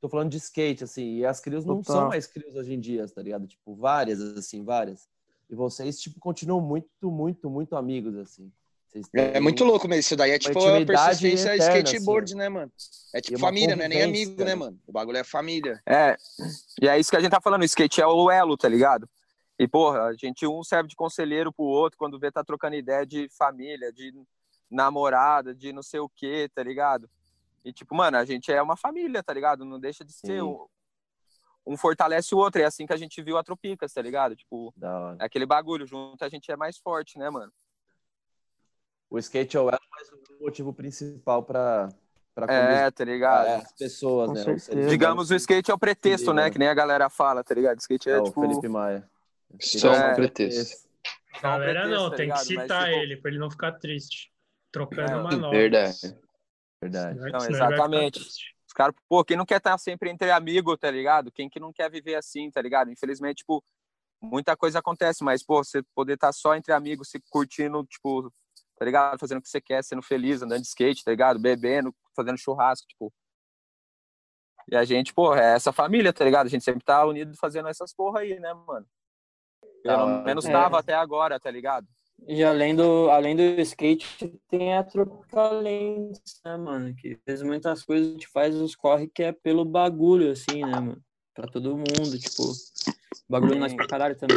Tô falando de skate, assim, e as crios não Total. são mais crios hoje em dia, tá ligado? Tipo, várias, assim, várias. E vocês, tipo, continuam muito, muito, muito amigos, assim. Vocês É têm- muito louco mesmo. Isso daí é tipo a intimidade persistência eterna, skateboard, assim. né, mano? É E tipo uma família, não é nem convivência, amigo, né, né? mano? O bagulho é família. É, e é isso que a gente tá falando, o skate é o elo, tá ligado? E, porra, a gente um serve de conselheiro pro outro quando vê tá trocando ideia de família, de namorada, de não sei o quê, tá ligado? E, tipo, mano, a gente é uma família, tá ligado? Não deixa de ser. Um, um fortalece o outro, é assim que a gente viu a Tropicas, tá ligado? Tipo, é aquele bagulho, junto a gente é mais forte, né, mano? O skate é o elo, mas o motivo principal para para É, tá ligado? as pessoas, né? Os seres Digamos, o skate é o pretexto, né? Que nem a galera fala, tá ligado? Skate é, É, o tipo... Felipe Maia. Só um pretexto. Galera, pretexto, não, tá tem que ligado? Mas, citar tipo, ele, pra ele não ficar triste. Trocando uma nova. Verdade. Não, é exatamente. Os caras, pô, quem não quer estar sempre entre amigo, tá ligado? Quem que não quer viver assim, tá ligado? Infelizmente, tipo, muita coisa acontece, mas, pô, você poder estar só entre amigos, se curtindo, tipo, tá ligado? Fazendo o que você quer, sendo feliz, andando de skate, tá ligado? Bebendo, fazendo churrasco, tipo. E a gente, pô, é essa família, tá ligado? A gente sempre tá unido fazendo essas porra aí, né, mano? Da Pelo hora. menos É. tava até agora, tá ligado? E além do, além do skate, tem a Tropicalentes, né, mano? Que fez muitas coisas, a gente faz uns corre que é pelo bagulho, assim, né, mano? Pra todo mundo, tipo. Bagulho nós pra caralho também.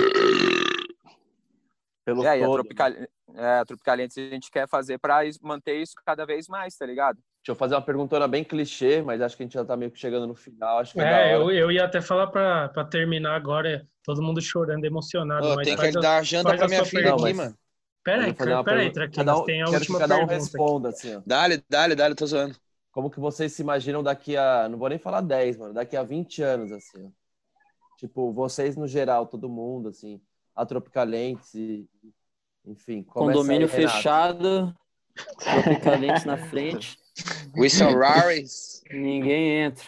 Pelo é, e a, todo, Tropical... né? é, a Tropicalientes a gente quer fazer pra is- manter isso cada vez mais, tá ligado? Deixa eu fazer uma perguntona bem clichê, mas acho que a gente já tá meio que chegando no final. Acho que é, É, da eu, hora. eu ia até falar pra, pra terminar agora, todo mundo chorando, emocionado. Ô, mas tem que faz dar a janta tá faz pra minha sua filha pergunta. aqui, mano. Pera Eu aí, vou fazer uma Cra- pera aí, pergunta. Traquinas, tem a quero última que cada um pergunta. responda, assim, ó. Dale, dale, dale, tô zoando. Como que vocês se imaginam daqui a... Não vou nem falar 10, mano. Daqui a 20 anos, assim, ó. Tipo, vocês no geral, todo mundo, assim. A Tropicalentes e... Enfim, é começa Condomínio aí, Renato. fechado, Tropicalientes na frente. Whistle Rares. Ninguém entra.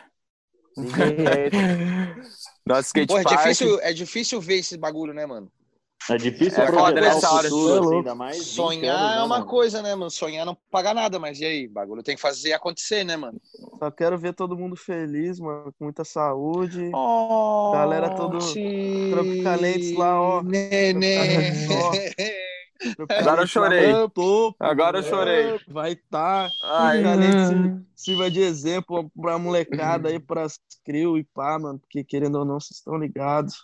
Nossa, Porra, é difícil, é difícil ver esse bagulho, né, mano? É difícil É foda projetar nessa o hora, futuro, assim, assim, ainda mais 20 Sonhar anos, né, é uma mano? coisa, né, mano? Sonhar não paga nada, mas e aí? Bagulho tem que fazer acontecer, né, mano? Só quero ver todo mundo feliz, mano, com muita saúde. Oh, Galera todo tropicalentes lá, ó. Neném. Agora eu chorei. Topo, Agora eu chorei. Vai tá. Ai. Tropicalentes sirva- sirva de exemplo pra molecada aí, pras crio e pá, mano. Porque querendo ou não, vocês estão ligados.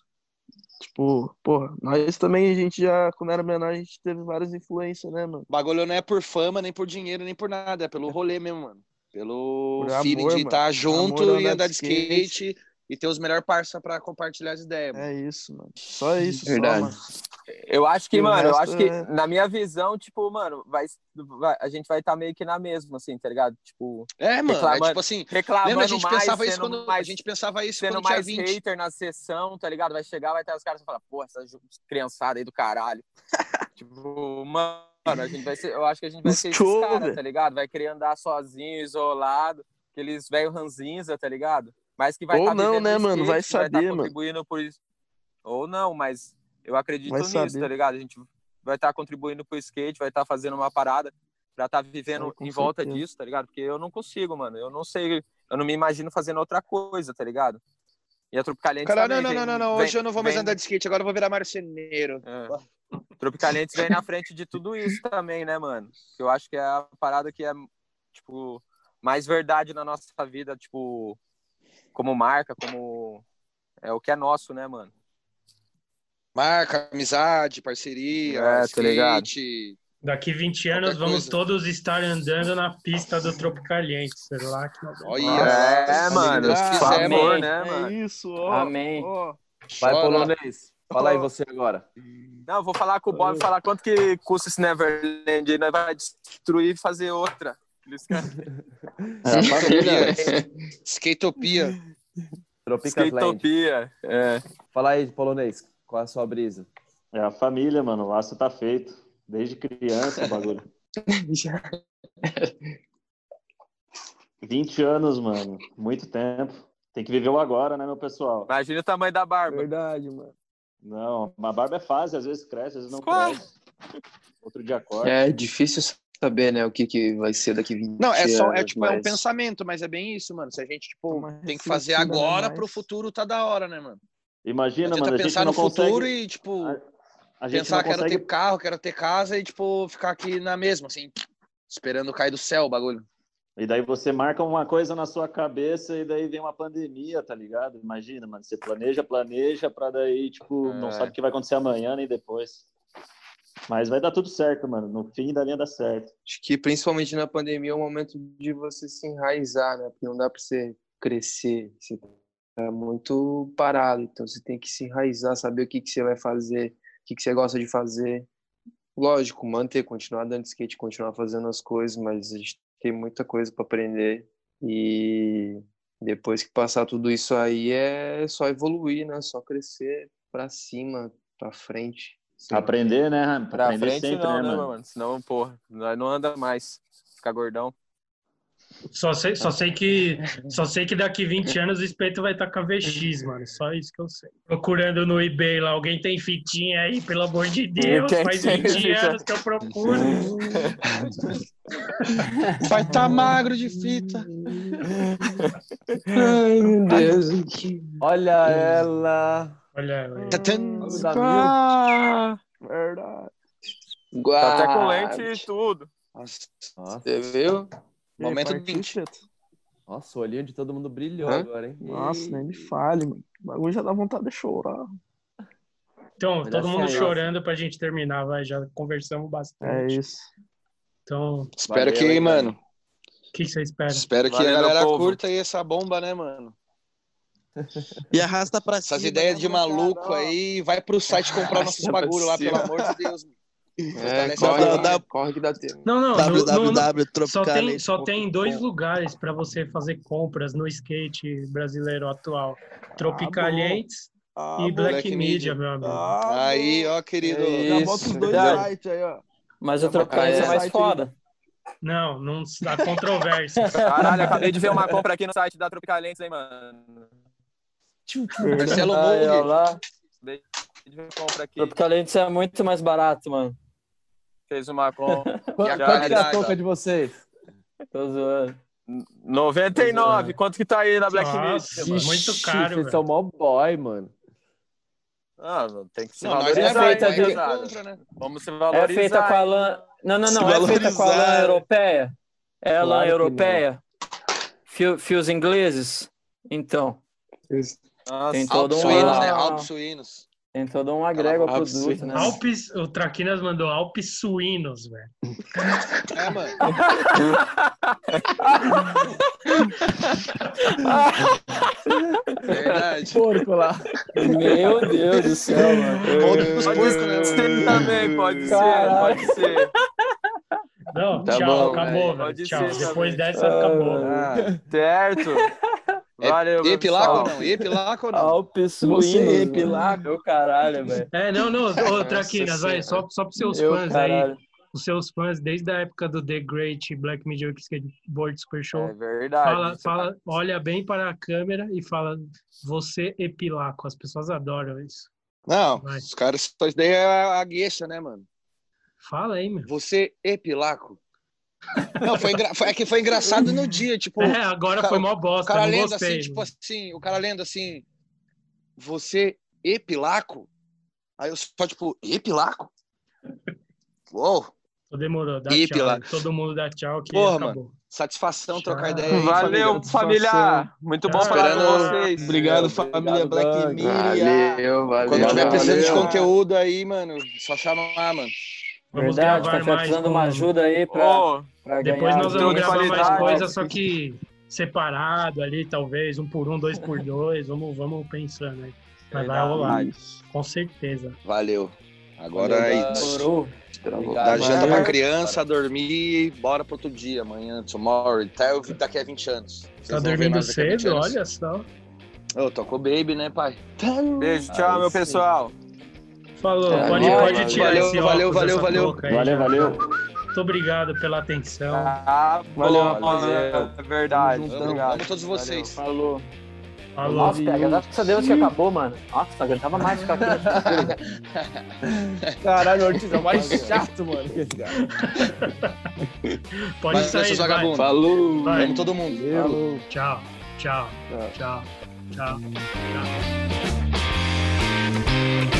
Tipo, porra, nós também, a gente já, quando era menor, a gente teve várias influências, né, mano? Bagulho não é por fama, nem por dinheiro, nem por nada. É pelo rolê mesmo, mano. Pelo Por feeling amor, de mano. estar junto Amor, e andar de skate, e ter os melhores parça pra compartilhar as ideias, mano. É isso, mano. Só isso, só, Verdade. mano. Eu acho que, E o mano, eu resto acho que, é- na minha visão, tipo, mano, vai, vai- a gente vai estar meio que na mesma, assim, tá ligado? Tipo, É, mano, é reclamando- tipo assim. reclamando Lembra, a gente mais, pensava isso sendo quando. mais- a gente pensava isso sendo quando tinha mais 20. hater na sessão, tá ligado? Vai chegar, vai estar os caras e falar, porra, essa ju- criançada aí do caralho. tipo, mano, a gente vai ser, eu acho que a gente vai ser esses Show, caras, velho. tá ligado? Vai querer andar sozinho, isolado, aqueles velho ranzinza, tá ligado? Mas que vai Ou tá não, vivendo né, o mano? Vai skate, que vai tá saber, mano. contribuindo por isso. Ou não, mas eu acredito Vai nisso, saber. tá ligado? A gente vai estar contribuindo pro skate, vai estar fazendo uma parada pra estar vivendo É, com em volta certeza. disso, tá ligado? Porque eu não consigo, mano. Eu não sei, eu não me imagino fazendo outra coisa, tá ligado? E a Tropicalientes Cara, também não, não, vem- não, não, não. vem- Hoje eu não vou mais vem- andar de skate, agora eu vou virar marceneiro. É. Tropicalientes vem na frente de tudo isso também, né, mano? Que eu acho que é a parada que é, tipo, mais verdade na nossa vida, tipo, como marca, como... É o que é nosso, né, mano? Marca, amizade, parceria, É, tá ligado. skate. Daqui 20 anos Qualquer vamos coisa. todos estar andando na pista do Tropicalientes, sei lá que nós vamos- Olha, É, se mano, Deus por quiser, favor, mano. né, É mano? isso, ó. Amém. ó. Vai, Chora. polonês. Fala aí você agora. Não, eu vou falar com o Bob, falar quanto que custa esse Neverland aí, nós vai destruir e fazer outra. Eles querem- Tá Skatopia. Skatopia. Tropicas Land. Skatopia. É. Fala aí, polonês. Qual é a sua brisa? É a família, mano. O laço tá feito. Desde criança, o bagulho. 20 anos, mano. Muito tempo. Tem que viver o agora, né, meu pessoal? Imagina o tamanho da barba. Verdade, mano. Não, uma barba é fase, às vezes cresce, às vezes não Claro. cresce. Outro dia corta. É difícil saber, né, o que, que vai ser daqui 20 Não, é só, é anos, tipo, é um mas- pensamento, mas é bem isso, mano. Se a gente, tipo, Uma tem que fazer refletida, né, agora mais. pro futuro, tá da hora, né, mano? Imagina, Tenta mano, a gente pensar não tá no futuro consegue. e, tipo, A gente não pensar, "Ah, quero consegue ter carro, quero ter casa e, tipo, ficar aqui na mesma, assim, esperando cair do céu o bagulho. E daí você marca uma coisa na sua cabeça e daí vem uma pandemia, tá ligado? Imagina, mano, você planeja, planeja pra daí, tipo, não É. sabe o que vai acontecer amanhã nem depois. Mas vai dar tudo certo, mano. No fim da linha dá certo. Acho que principalmente na pandemia é o momento de você se enraizar, né? Porque não dá pra você crescer, você tá muito parado, então você tem que se enraizar, saber o que, que você vai fazer, o que, que você gosta de fazer. Lógico, manter, continuar dando skate, continuar fazendo as coisas, mas a gente tem muita coisa pra aprender e depois que passar tudo isso aí é só evoluir, né? Só crescer pra cima, pra frente. sempre. Aprender, né? Ram? Pra Aprender frente sempre, não, né, né, mano? mano? Senão, porra, nós não anda mais. Ficar gordão. Só sei, só, sei que, só sei que daqui 20 anos o espeto vai estar com a VX, mano. Só isso que eu sei. Procurando no eBay lá, alguém tem fitinha aí, pelo amor de Deus. Quem Faz tem 20 fita? anos que eu procuro. Vai tá magro de fita. Ai, meu Deus. Olha ela. Olha, olha. Tatan. Olha o da Mil. Ah, Verdade. tá até com lente e tudo. Nossa, Nossa. Você viu? E aí, Momento partiu, 20. Cheto? Nossa, o olhinho de todo mundo brilhou Hã? agora, hein? Nossa, nem me fale, mano. O bagulho já dá vontade de chorar. Então, Olha todo mundo só, chorando pra gente terminar, vai. Já conversamos bastante. É isso. Então. Espero que, mano. O que que você espera? Espero que a galera curta aí essa bomba, né, mano? E arrasta pra Essas ideias de maluco aí, vai pro site comprar nossos Arrasta pra bagulho lá, cima. pelo amor de Deus. É, Fortalece a corre, parada. dá- corre que dá tempo. Não, não. no- no- no- só tem, www.tropicales.com. só tem dois lugares para você fazer compras no skate brasileiro atual: Tropicalientes Ah, e Black, Media, meu amigo. aí, ó, querido. Já bota os dois Verdade. sites aí, ó. Mas Já o Tropicalientes é bota aí. mais foda. Não, não há controvérsia. Caralho, acabei de ver uma compra aqui no site da Tropicalentes, hein, mano. Marcelo Aí, ó, Moura. lá. Acabei de ver uma compra aqui. Tropicalientes é muito mais barato, mano. Fez uma compra. Quanto- Já- quanto que é a já- touca de vocês? Tô zoando. Uhum. 99. Quanto que tá aí na Black É Media? mano? Vocês são mó boy, mano. Ah, mano, tem que se Não, nós valorizar, é feita hein, de- rapaziada. né? Vamos se valorizar. É feita com a lã. Não, não, Se não. É feita com a lã valorizar. europeia. É a Claro lã que europeia. Fio- fios ingleses. Então. Tem todo um. Alpsuínos, né? uma- Alpsuínos. Tem todo um agrego ao Alpes produto, né? Alpes, o Traquinas mandou Alpes suínos, velho. É, mano. Verdade. Porco lá. Meu Deus do céu, mano. Pode ser né? também, pode Caralho. ser, pode ser. Não, Tá tchau, bom, acabou, velho. velho. Pode Tchau. ser tá Ah. Depois também. dessa, Ah, acabou. Ah, Certo. Valeu, É epilaco ou pessoal. não? Epilaco ou não? Alpes Você suínos. epilago. mano. é Meu caralho, velho. É, não, não, ô, Traquinas, vai, só, só pros seus Meu fãs caralho. aí. Os seus fãs, desde a época do The Great Black Mediocre Skateboard Super Show. É verdade. tá- Fala, fala, olha bem para a câmera e fala, você epilaco. As pessoas adoram isso. Não, os caras. Isso daí é a gueixa, né, mano? Fala aí, meu. Você epilaco. Não, foi, engra- foi- é que foi engraçado no dia, tipo. É, agora o cara- foi mó bosta, O cara não lendo gostei. assim, tipo assim, o cara lendo assim. Você epilaco? Aí eu só, tipo, epilaco? Uou! Então Demorou, dá Ih, tchau. Pilar. Todo mundo dá tchau que Porra, acabou. mano. Satisfação trocar ideia aí. Valeu, família. Muito bom falar com vocês. Obrigado, família Black Valeu, valeu. Quando tiver precisando de valeu. conteúdo aí, mano, só chamar, mano. Vamos Verdade, gravar tá mais precisando um- uma ajuda aí pra. Ô, pra Depois ganhar nós vamos de gravar né, mais qualidade. coisa, só que separado ali, talvez, um por um, dois por dois. Vamos, vamos pensando aí. Mas vai Verdade. rolar, com certeza. Valeu. Agora Valeu, é isso. Demorou. Dá janta pra Valeu. criança, dormir e bora pro outro dia, amanhã, tomorrow, até eu- daqui a 20 anos. Vocês Tá vão ver dormindo nós daqui a 20 cedo, anos. olha só. Eu tô com o baby, né, pai? Beijo, tchau, meu pessoal. Falou, É, pode, valeu, pode tirar valeu, esse valeu, óculos, valeu, essa valeu. touca aí, Valeu, já. valeu. Muito obrigado pela atenção. Ah, Valeu, bom, rapaziada. é verdade. Tamo juntão. Obrigado. Amo todos vocês. Falou. Falou. Nossa, pega, graças a Deus que acabou, mano. Nossa, aguentava mais ficar aqui. Caralho, o Ortiz é o mais chato, mano. que esse cara. Pode Valeu, sair, seus vai. vagabundos. Falou. Vai. Amo todo mundo. Falou. Tchau, tchau, tchau, tchau, tchau.